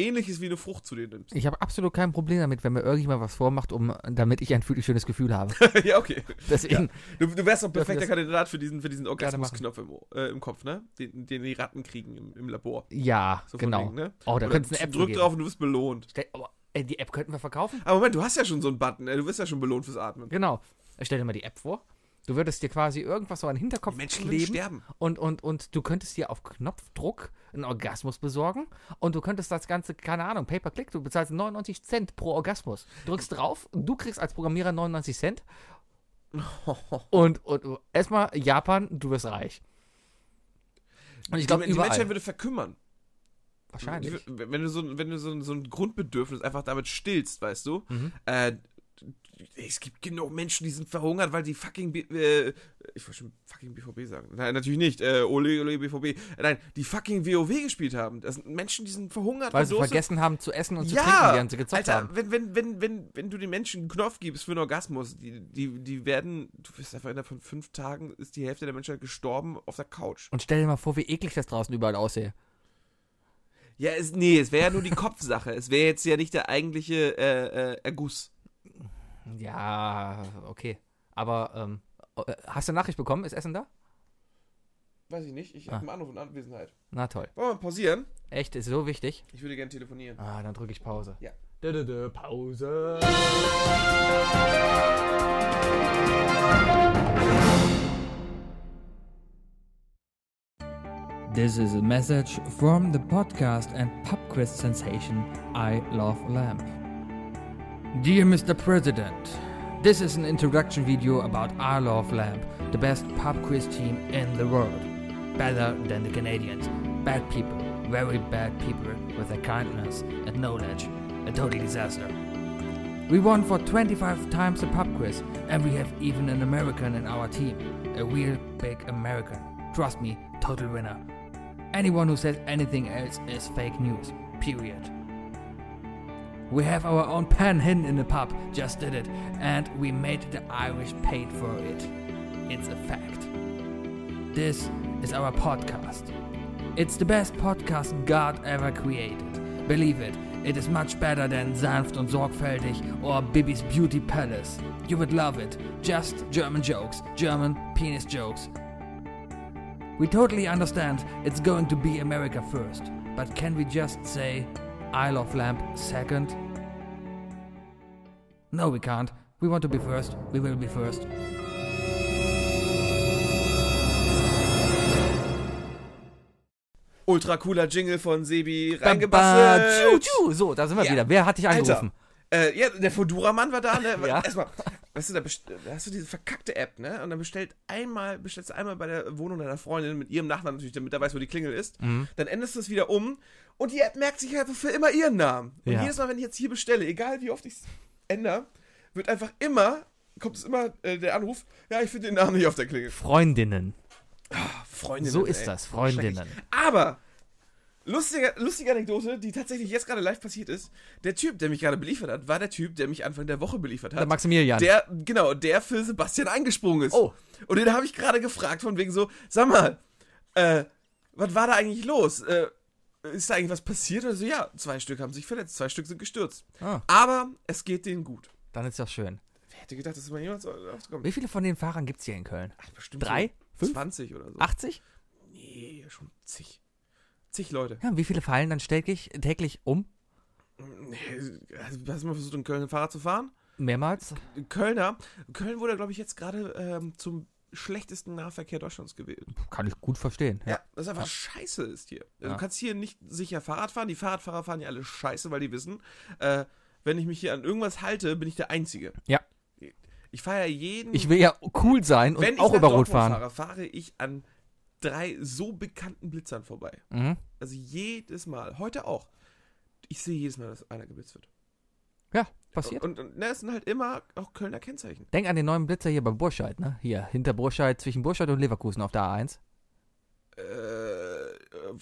[SPEAKER 1] ähnliches wie eine Frucht zu dir nimmst.
[SPEAKER 2] Ich habe absolut kein Problem damit, wenn mir irgendjemand was vormacht, um, damit ich ein fühlig schönes Gefühl habe.
[SPEAKER 1] ja, okay.
[SPEAKER 2] Deswegen,
[SPEAKER 1] Du, du wärst doch ein
[SPEAKER 2] Dürfen
[SPEAKER 1] perfekter
[SPEAKER 2] das-
[SPEAKER 1] Kandidat für diesen, für diesen
[SPEAKER 2] Gerne machen.
[SPEAKER 1] Orgasmusknopf im, Ohr- äh, im Kopf, ne? Den, den die Ratten kriegen im, im Labor.
[SPEAKER 2] ja,
[SPEAKER 1] So von
[SPEAKER 2] genau.
[SPEAKER 1] wegen, ne?
[SPEAKER 2] Oh, da
[SPEAKER 1] Oder
[SPEAKER 2] könnte es eine App
[SPEAKER 1] Drück
[SPEAKER 2] geben.
[SPEAKER 1] drauf und du wirst belohnt.
[SPEAKER 2] Stell, oh, ey, die App könnten wir verkaufen?
[SPEAKER 1] Aber Moment, du hast ja schon so einen Button, ey. du wirst ja schon belohnt fürs Atmen.
[SPEAKER 2] Genau. Stell dir mal die App vor. Du würdest dir quasi irgendwas so an den Hinterkopf
[SPEAKER 1] Menschen würden
[SPEAKER 2] kleben.
[SPEAKER 1] sterben.
[SPEAKER 2] Und, und, und du könntest dir auf Knopfdruck einen Orgasmus besorgen und du könntest das Ganze, keine Ahnung, Pay-Per-Click, du bezahlst 99 Cent pro Orgasmus. Drückst drauf, du kriegst als Programmierer 99 Cent und, und erstmal Japan, du wirst reich. Und ich glaube,
[SPEAKER 1] die, die Menschheit
[SPEAKER 2] überall.
[SPEAKER 1] würde verkümmern.
[SPEAKER 2] Wahrscheinlich.
[SPEAKER 1] Die- Wenn du, so, wenn du so, so ein Grundbedürfnis einfach damit stillst, weißt du,
[SPEAKER 2] Mhm.
[SPEAKER 1] äh, es gibt genug Menschen, die sind verhungert, weil die fucking, B äh, ich wollte schon fucking BVB sagen. Nein, natürlich nicht. Äh, ole, ole, BVB. Nein, die fucking WoW gespielt haben. Das sind Menschen, die sind verhungert.
[SPEAKER 2] Weil
[SPEAKER 1] und
[SPEAKER 2] sie
[SPEAKER 1] Durst-
[SPEAKER 2] vergessen haben zu essen und zu
[SPEAKER 1] Ja,
[SPEAKER 2] trinken, während sie gezockt
[SPEAKER 1] Alter,
[SPEAKER 2] haben.
[SPEAKER 1] wenn, wenn, wenn, wenn, wenn du den Menschen einen Knopf gibst für einen Orgasmus, die, die, die werden, du wirst einfach innerhalb von fünf Tagen, ist die Hälfte der Menschheit gestorben auf der Couch.
[SPEAKER 2] Und stell dir mal vor, wie eklig das draußen überall aussehe.
[SPEAKER 1] Ja, es, nee, es wäre ja nur die Kopfsache. Es wäre jetzt ja nicht der eigentliche äh, äh, Erguss.
[SPEAKER 2] Ja, okay. Aber ähm, äh, hast du eine Nachricht bekommen? Ist Essen da?
[SPEAKER 1] Weiß ich nicht, ich
[SPEAKER 2] hab Ah.
[SPEAKER 1] einen Anruf in Anwesenheit.
[SPEAKER 2] Na toll.
[SPEAKER 1] Wollen wir mal pausieren?
[SPEAKER 2] Echt, ist so wichtig.
[SPEAKER 1] Ich würde gerne telefonieren.
[SPEAKER 2] Ah, dann drücke ich Pause.
[SPEAKER 1] Ja.
[SPEAKER 2] Dö, dö, dö, Pause. This is a message from the podcast and pub quiz sensation I Love Lamp. Dear Mr. President, this is an introduction video about I Love Lamp, the best pub quiz team in the world. Better than the Canadians. Bad people, very bad people with their kindness and knowledge. A total disaster. We won for 25 times the pub quiz, and we have even an American in our team. A real big American. Trust me, total winner. Anyone who says anything else is fake news. Period. We have our own pen hidden in the pub, just did it, and we made the Irish paid for it. It's a fact. This is our podcast. It's the best podcast God ever created. Believe it, it is much better than Sanft und Sorgfältig or Bibi's Beauty Palace. You would love it. Just German jokes, German penis jokes. We totally understand it's going to be America first, but can we just say I love Lamp second? No, we can't. We want to be first. We will be first.
[SPEAKER 1] Ultra cooler Jingle von Sebi
[SPEAKER 2] Ba- ba-
[SPEAKER 1] reingebastelt.
[SPEAKER 2] tschu, tschu. So, da sind wir
[SPEAKER 1] Ja.
[SPEAKER 2] wieder. Wer hat dich
[SPEAKER 1] Alter.
[SPEAKER 2] angerufen?
[SPEAKER 1] Äh, ja, der Fodora-Mann war da, ne?
[SPEAKER 2] Ja.
[SPEAKER 1] Erstmal, weißt du, da, best- da hast du diese verkackte App, ne? Und dann bestellt einmal, bestellst du einmal bei der Wohnung deiner Freundin mit ihrem Nachnamen natürlich, damit er weiß, wo die Klingel ist.
[SPEAKER 2] Mhm.
[SPEAKER 1] Dann änderst du es wieder um und die App merkt sich einfach für immer ihren Namen. Und
[SPEAKER 2] Ja.
[SPEAKER 1] jedes Mal, wenn ich jetzt hier bestelle, egal wie oft ich es ändere, wird einfach immer, kommt es immer äh, der Anruf, ja, ich finde den Namen nicht auf der Klingel.
[SPEAKER 2] Freundinnen.
[SPEAKER 1] Freundinnen.
[SPEAKER 2] So ist
[SPEAKER 1] ey.
[SPEAKER 2] das, Freundinnen.
[SPEAKER 1] Aber, lustige, lustige Anekdote, die tatsächlich jetzt gerade live passiert ist. Der Typ, der mich gerade beliefert hat, war der Typ, der mich Anfang der Woche beliefert
[SPEAKER 2] Der
[SPEAKER 1] hat.
[SPEAKER 2] Maximilian.
[SPEAKER 1] Der, genau, der für Sebastian eingesprungen ist.
[SPEAKER 2] Oh.
[SPEAKER 1] Und den habe ich gerade gefragt, von wegen so, sag mal, äh, was war da eigentlich los? Äh, ist da eigentlich was passiert? Also ja, zwei Stück haben sich verletzt, zwei Stück sind gestürzt.
[SPEAKER 2] Ah.
[SPEAKER 1] Aber es geht denen gut.
[SPEAKER 2] Dann ist das schön.
[SPEAKER 1] Wer hätte gedacht, dass mal jemand so aufkommt?
[SPEAKER 2] Wie viele von den Fahrern gibt es hier in Köln?
[SPEAKER 1] Bestimmt
[SPEAKER 2] Drei?
[SPEAKER 1] So
[SPEAKER 2] Fünf?
[SPEAKER 1] 20 oder so.
[SPEAKER 2] 80?
[SPEAKER 1] Nee, schon zig. Zig Leute.
[SPEAKER 2] Ja, und wie viele fallen dann täglich, täglich um?
[SPEAKER 1] äh, Hast du mal versucht, in Köln ein Fahrrad zu fahren?
[SPEAKER 2] Mehrmals?
[SPEAKER 1] Kölner. Köln wurde, glaube ich, jetzt gerade ähm, zum schlechtesten Nahverkehr Deutschlands gewählt.
[SPEAKER 2] Kann ich gut verstehen.
[SPEAKER 1] Ja, das ist einfach scheiße ist hier. Also,
[SPEAKER 2] Ja.
[SPEAKER 1] Du kannst hier nicht sicher Fahrrad fahren. Die Fahrradfahrer fahren ja alle scheiße, weil die wissen, äh, wenn ich mich hier an irgendwas halte, bin ich der Einzige.
[SPEAKER 2] Ja.
[SPEAKER 1] Ich fahre ja jeden...
[SPEAKER 2] Ich will ja cool sein und
[SPEAKER 1] wenn ich
[SPEAKER 2] auch
[SPEAKER 1] nach
[SPEAKER 2] über Rot
[SPEAKER 1] Dortmund
[SPEAKER 2] fahren.
[SPEAKER 1] fahre, fahre ich an drei so bekannten Blitzern vorbei.
[SPEAKER 2] Mhm.
[SPEAKER 1] Also jedes Mal. Heute auch. Ich sehe jedes Mal, dass einer geblitzt wird.
[SPEAKER 2] Ja, passiert.
[SPEAKER 1] Und, und, und na, es sind halt immer auch Kölner Kennzeichen.
[SPEAKER 2] Denk an den neuen Blitzer hier bei Burscheid, ne? Hier, hinter Burscheid, zwischen Burscheid und Leverkusen auf der A1.
[SPEAKER 1] Äh,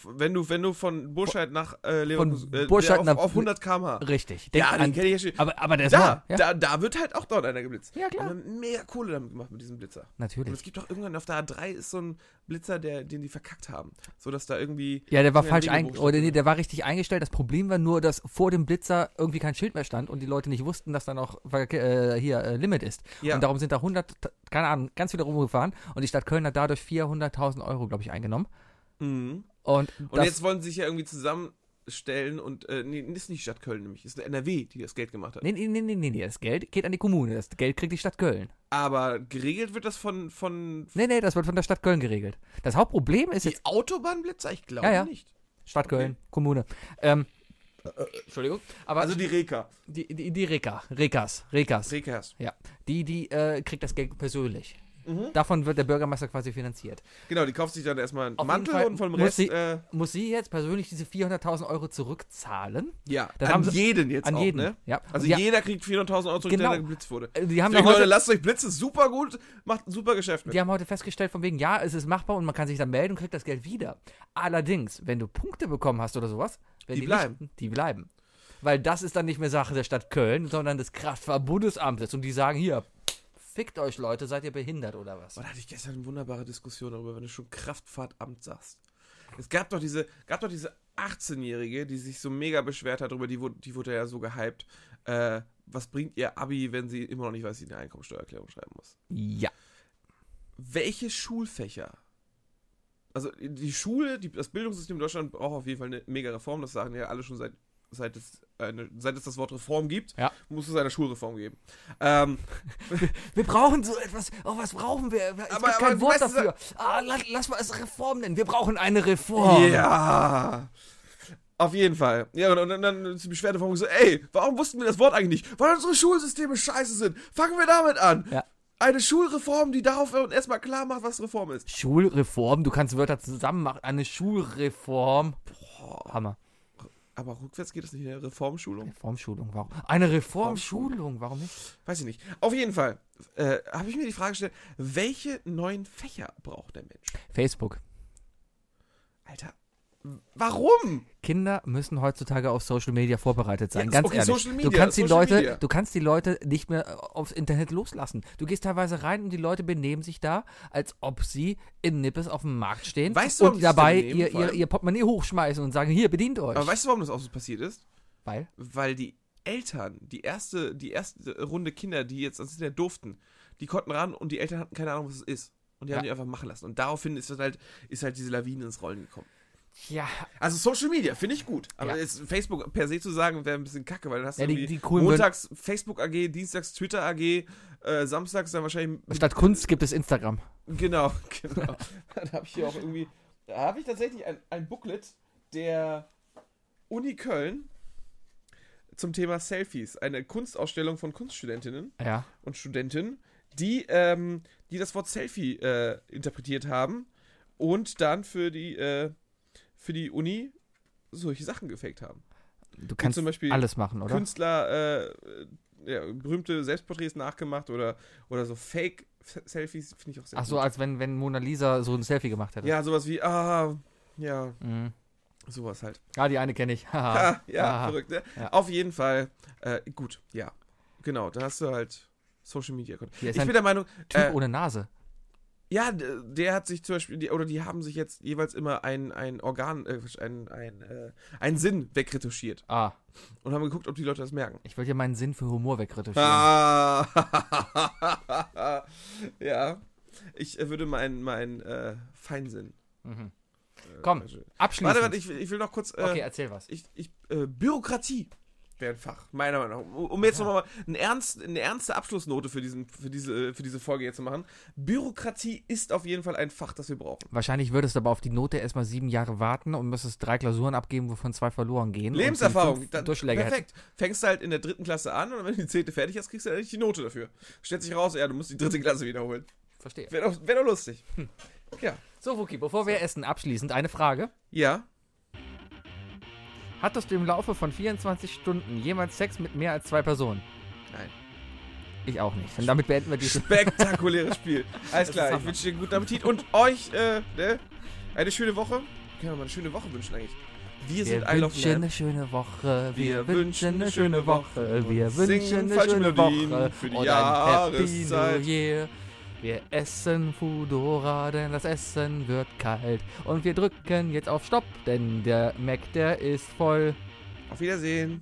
[SPEAKER 1] wenn du, wenn du von Burscheid nach äh, Leverkusen, äh,
[SPEAKER 2] Burscheid
[SPEAKER 1] auf,
[SPEAKER 2] nach-
[SPEAKER 1] auf 100 km/h.
[SPEAKER 2] Richtig. Denk
[SPEAKER 1] Ja, den
[SPEAKER 2] an,
[SPEAKER 1] kenn ich ja schon.
[SPEAKER 2] aber, aber der ist
[SPEAKER 1] Da,
[SPEAKER 2] neu, ja?
[SPEAKER 1] da, da wird halt auch dort einer geblitzt.
[SPEAKER 2] Ja, klar.
[SPEAKER 1] Die haben mega Kohle damit gemacht mit diesem Blitzer. Und es
[SPEAKER 2] Natürlich.
[SPEAKER 1] gibt doch irgendwann auf der A3 ist so ein Blitzer, der, den die verkackt haben. So dass da irgendwie.
[SPEAKER 2] Ja, der war
[SPEAKER 1] Äh, Ja,
[SPEAKER 2] falsch
[SPEAKER 1] Lego
[SPEAKER 2] eingestellt. Oder nee, der war richtig eingestellt. Das Problem war nur, dass vor dem Blitzer irgendwie kein Schild mehr stand und die Leute nicht wussten, dass da noch äh, hier äh, Limit ist.
[SPEAKER 1] Ja.
[SPEAKER 2] Und darum sind da 100, keine Ahnung, ganz viele rumgefahren und die Stadt Köln hat dadurch 400.000 Euro, glaube ich, eingenommen.
[SPEAKER 1] Mhm.
[SPEAKER 2] Und,
[SPEAKER 1] Und jetzt wollen sie sich ja irgendwie zusammenstellen und. Äh, nee, ist nicht Stadt Köln nämlich, ist NRW, die das Geld gemacht hat.
[SPEAKER 2] Nee, nee, nee, nee, nee, nee, das Geld geht an die Kommune. Das Geld kriegt die Stadt Köln.
[SPEAKER 1] Aber geregelt wird das von. von
[SPEAKER 2] Nee, nee, das wird von der Stadt Köln geregelt. Das Hauptproblem ist jetzt
[SPEAKER 1] die Autobahnblitzer? Ich glaube
[SPEAKER 2] Ja, ja.
[SPEAKER 1] nicht.
[SPEAKER 2] Stadt Köln, Kommune. Ähm, Entschuldigung. Aber
[SPEAKER 1] Äh, Also die Reka.
[SPEAKER 2] die, die, die Reka, Rekas, Rekas.
[SPEAKER 1] Rekas.
[SPEAKER 2] Ja, die, die äh, kriegt das Geld persönlich.
[SPEAKER 1] Mhm.
[SPEAKER 2] Davon wird der Bürgermeister quasi finanziert.
[SPEAKER 1] Genau, die kauft sich dann erstmal einen
[SPEAKER 2] Auf jeden
[SPEAKER 1] Mantel
[SPEAKER 2] Fall
[SPEAKER 1] und vom
[SPEAKER 2] muss
[SPEAKER 1] Rest.
[SPEAKER 2] sie-
[SPEAKER 1] Äh,
[SPEAKER 2] Muss sie jetzt persönlich diese 400.000 Euro zurückzahlen?
[SPEAKER 1] ja,
[SPEAKER 2] Dann
[SPEAKER 1] an
[SPEAKER 2] haben sie-
[SPEAKER 1] jeden jetzt
[SPEAKER 2] an
[SPEAKER 1] auch,
[SPEAKER 2] jeden.
[SPEAKER 1] ne?
[SPEAKER 2] Ja.
[SPEAKER 1] Also
[SPEAKER 2] Und ja,
[SPEAKER 1] jeder kriegt 400.000 Euro zurück,
[SPEAKER 2] Genau.
[SPEAKER 1] der geblitzt wurde.
[SPEAKER 2] äh, die haben da
[SPEAKER 1] Deswegen, Leute,
[SPEAKER 2] heute,
[SPEAKER 1] lasst euch blitzen, super gut, macht ein super Geschäft mit.
[SPEAKER 2] die haben heute festgestellt, von wegen, ja, es ist machbar und man kann sich dann melden und kriegt das Geld wieder. Allerdings, wenn du Punkte bekommen hast oder sowas, wenn
[SPEAKER 1] Die
[SPEAKER 2] nicht-
[SPEAKER 1] bleiben.
[SPEAKER 2] die bleiben. Weil das ist dann nicht mehr Sache der Stadt Köln, sondern des Kraftfahrbundesamtes. Und die sagen, hier, fickt euch Leute, seid ihr behindert oder was?
[SPEAKER 1] Boah, da hatte ich gestern eine wunderbare Diskussion darüber, wenn du schon Kraftfahrtamt sagst. Es gab doch diese, gab doch diese 18-Jährige, die sich so mega beschwert hat darüber, die wurde, die wurde ja so gehypt. Äh, was bringt ihr Abi, wenn sie immer noch nicht weiß, wie sie eine Einkommensteuererklärung schreiben muss?
[SPEAKER 2] Ja.
[SPEAKER 1] Welche Schulfächer? Also die Schule, die, das Bildungssystem in Deutschland braucht auf jeden Fall eine mega Reform. Das sagen ja alle schon seit, seit, es, eine, seit es das Wort Reform gibt,
[SPEAKER 2] Ja.
[SPEAKER 1] muss es eine Schulreform geben. Ähm,
[SPEAKER 2] Wir brauchen so etwas. Oh, was brauchen wir? Es
[SPEAKER 1] Aber-
[SPEAKER 2] gibt
[SPEAKER 1] aber
[SPEAKER 2] kein
[SPEAKER 1] du
[SPEAKER 2] Wort
[SPEAKER 1] weißt, es-
[SPEAKER 2] dafür. Ah, lass, lass mal es Reform nennen. Wir brauchen eine Reform.
[SPEAKER 1] Ja. Auf jeden Fall. Ja, und, und dann ist die Beschwerde von mir so, ey, warum wussten wir das Wort eigentlich nicht? Weil unsere Schulsysteme scheiße sind. Fangen wir damit an.
[SPEAKER 2] Ja.
[SPEAKER 1] Eine Schulreform, die darauf erstmal klar macht, was Reform ist.
[SPEAKER 2] Schulreform. Du kannst Wörter zusammen machen. Eine Schulreform. Hammer.
[SPEAKER 1] Aber rückwärts geht das nicht in der Reformschulung?
[SPEAKER 2] Reformschulung. Warum? Eine Reformschulung. Warum nicht?
[SPEAKER 1] Weiß ich nicht. Auf jeden Fall äh, habe ich mir die Frage gestellt, welche neuen Fächer braucht der Mensch?
[SPEAKER 2] Facebook.
[SPEAKER 1] Alter, warum?
[SPEAKER 2] Kinder müssen heutzutage auf Social Media vorbereitet sein.
[SPEAKER 1] Ja,
[SPEAKER 2] Ganz
[SPEAKER 1] okay,
[SPEAKER 2] ehrlich.
[SPEAKER 1] Social Media,
[SPEAKER 2] du kannst die
[SPEAKER 1] Social
[SPEAKER 2] Leute,
[SPEAKER 1] Media.
[SPEAKER 2] du kannst die Leute nicht mehr äh, aufs Internet loslassen. Du gehst teilweise rein und die Leute benehmen sich da, als ob sie in Nippes auf dem Markt stehen
[SPEAKER 1] Weißt du, warum
[SPEAKER 2] und
[SPEAKER 1] die sich
[SPEAKER 2] dabei
[SPEAKER 1] benehmen,
[SPEAKER 2] ihr,
[SPEAKER 1] vor
[SPEAKER 2] ihr,
[SPEAKER 1] allem?
[SPEAKER 2] ihr Portemonnaie hochschmeißen und sagen: Hier bedient euch.
[SPEAKER 1] Aber weißt du, warum das auch so passiert ist?
[SPEAKER 2] Weil
[SPEAKER 1] weil die Eltern, die erste, die erste Runde Kinder, die jetzt ans Internet durften, die konnten ran und die Eltern hatten keine Ahnung, was es ist. Und die haben
[SPEAKER 2] Ja.
[SPEAKER 1] die einfach machen lassen. Und daraufhin ist das halt, ist halt diese Lawine ins Rollen gekommen.
[SPEAKER 2] ja,
[SPEAKER 1] Also Social Media finde ich gut. Aber
[SPEAKER 2] Ja.
[SPEAKER 1] jetzt Facebook per se zu sagen, wäre ein bisschen kacke, weil dann hast du
[SPEAKER 2] Ja, die-
[SPEAKER 1] irgendwie
[SPEAKER 2] die coolen
[SPEAKER 1] montags Facebook AG, dienstags Twitter AG, äh, samstags dann wahrscheinlich.
[SPEAKER 2] statt Kunst gibt es Instagram.
[SPEAKER 1] Genau, genau. dann habe ich hier auch irgendwie. Da habe ich tatsächlich ein, ein Booklet der Uni Köln zum Thema Selfies. Eine Kunstausstellung von Kunststudentinnen
[SPEAKER 2] Ja.
[SPEAKER 1] und Studentinnen, die, ähm, die das Wort Selfie äh, interpretiert haben und dann für die, äh, für die Uni solche Sachen gefaked haben.
[SPEAKER 2] Du kannst
[SPEAKER 1] zum Beispiel
[SPEAKER 2] alles machen, oder?
[SPEAKER 1] Künstler, äh, ja, berühmte Selbstporträts nachgemacht oder, oder so Fake-Selfies finde ich auch sehr
[SPEAKER 2] Ach so,
[SPEAKER 1] gut.
[SPEAKER 2] als wenn, wenn Mona Lisa so ein Selfie gemacht hätte.
[SPEAKER 1] Ja, sowas wie, ah, ja,
[SPEAKER 2] Mhm.
[SPEAKER 1] sowas halt.
[SPEAKER 2] Ah, die eine kenne ich. Haha.
[SPEAKER 1] Ha, ja,
[SPEAKER 2] ah.
[SPEAKER 1] verrückt, ne?
[SPEAKER 2] Ja.
[SPEAKER 1] Auf jeden Fall, äh, gut, ja. Genau, da hast du halt Social Media. Content.
[SPEAKER 2] Hier ist
[SPEAKER 1] Ich
[SPEAKER 2] ein
[SPEAKER 1] bin der Meinung,
[SPEAKER 2] typ
[SPEAKER 1] äh,
[SPEAKER 2] ohne Nase.
[SPEAKER 1] ja, d- der hat sich zum Beispiel, die, oder die haben sich jetzt jeweils immer ein, ein Organ, äh, Quatsch, ein, ein, äh, einen Sinn wegretuschiert
[SPEAKER 2] Ah,
[SPEAKER 1] und haben geguckt, ob die Leute das merken.
[SPEAKER 2] ich will hier meinen Sinn für Humor wegretuschieren.
[SPEAKER 1] Ah, ja. Ich äh, würde meinen mein, äh, Feinsinn.
[SPEAKER 2] Mhm.
[SPEAKER 1] Äh,
[SPEAKER 2] Komm,
[SPEAKER 1] also-
[SPEAKER 2] Abschließend.
[SPEAKER 1] warte, warte, ich, will- ich will noch kurz. Äh,
[SPEAKER 2] okay, erzähl was.
[SPEAKER 1] ich, ich, äh, Bürokratie wäre ein Fach, meiner Meinung nach. Um- Um jetzt
[SPEAKER 2] Ja.
[SPEAKER 1] nochmal eine, ernst, eine ernste Abschlussnote für, diesen, für, diese, äh, für diese Folge jetzt zu machen. Bürokratie ist auf jeden Fall ein Fach, das wir brauchen.
[SPEAKER 2] Wahrscheinlich würdest du aber auf die Note erstmal sieben Jahre warten und müsstest drei Klausuren abgeben, wovon zwei verloren gehen. und die
[SPEAKER 1] Lebenserfahrung.
[SPEAKER 2] fünf
[SPEAKER 1] dann-
[SPEAKER 2] Durchschläge hätten.
[SPEAKER 1] perfekt. Fängst halt in der dritten Klasse an und wenn du die zehnte fertig hast, kriegst du eigentlich die Note dafür. Stellt sich raus, ja, du musst die dritte Klasse wiederholen.
[SPEAKER 2] Verstehe.
[SPEAKER 1] Wäre doch, wär doch lustig.
[SPEAKER 2] So, Wuki, bevor wir essen, abschließend eine Frage.
[SPEAKER 1] Ja.
[SPEAKER 2] Hattest du im Laufe von 24 Stunden jemals Sex mit mehr als zwei Personen?
[SPEAKER 1] Nein.
[SPEAKER 2] Ich auch nicht. Und damit beenden wir diese.
[SPEAKER 1] Spektakuläres Spiel. Alles
[SPEAKER 2] Das ist
[SPEAKER 1] klar, ich
[SPEAKER 2] Hammer.
[SPEAKER 1] wünsche dir guten Appetit und euch äh, ne, eine schöne Woche. Können wir mal eine schöne Woche wünschen eigentlich. Wir, sind I Love Man.
[SPEAKER 2] schöne Woche,
[SPEAKER 1] Wir wünschen eine schöne Woche und singen falsche Melodien für die Jahreszeit.
[SPEAKER 2] Year. Wir essen Fudora, denn das Essen wird kalt. Und wir drücken jetzt auf Stopp, denn der Mac, der ist voll.
[SPEAKER 1] Auf Wiedersehen.